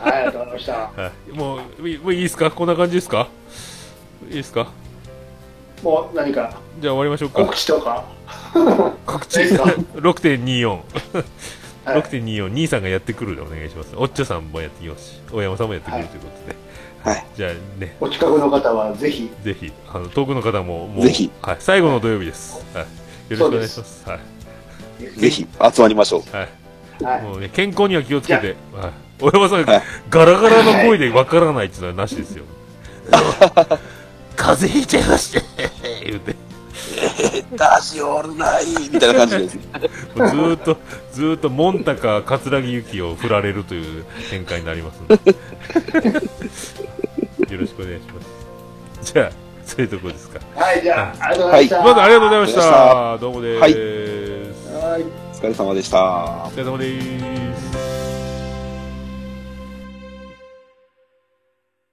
[SPEAKER 2] はい、あ りがとうございました。
[SPEAKER 1] はい。もう、いもういいですかこんな感じですかいいですか
[SPEAKER 2] もう何か
[SPEAKER 1] じゃあ終わりましょうか
[SPEAKER 2] 告。知とか。
[SPEAKER 1] 告知
[SPEAKER 2] 知ですか
[SPEAKER 1] 6.24。
[SPEAKER 2] はい。
[SPEAKER 1] 6.24、兄さんがやってくるでお願いします。おっちょさんもやってきますし、大山さんもやってくるということで。
[SPEAKER 3] はい。
[SPEAKER 1] じゃあね、
[SPEAKER 2] お近くの方はぜひ、
[SPEAKER 1] ぜひ、あの、遠くの方も、もう、
[SPEAKER 3] ぜひ
[SPEAKER 1] はい、最後の土曜日です。はい。よろしくお願いします。はい。
[SPEAKER 3] ぜひ、集まりましょう。
[SPEAKER 1] はい。
[SPEAKER 2] はい。
[SPEAKER 1] もうね、健康には気をつけて、はい、大山さん
[SPEAKER 3] は
[SPEAKER 1] が
[SPEAKER 3] い
[SPEAKER 1] ガラガラの声でわからないっていうのはなしですよ。風邪ひいちゃいまして、言うて、
[SPEAKER 3] 出しおるないみたいな感じです。
[SPEAKER 1] もうずーっと、ずーっと、モンタか桂木由紀を振られるという展開になりますので、 よろしくお願いします。じゃあ、そういうとこですか。
[SPEAKER 2] はい、じゃあ、ありがとうございました。
[SPEAKER 1] まずありがとうございまし
[SPEAKER 3] ありがとうござい
[SPEAKER 1] た。どうもでーす。お
[SPEAKER 3] お疲れ様でした。
[SPEAKER 1] 疲れ様でーす。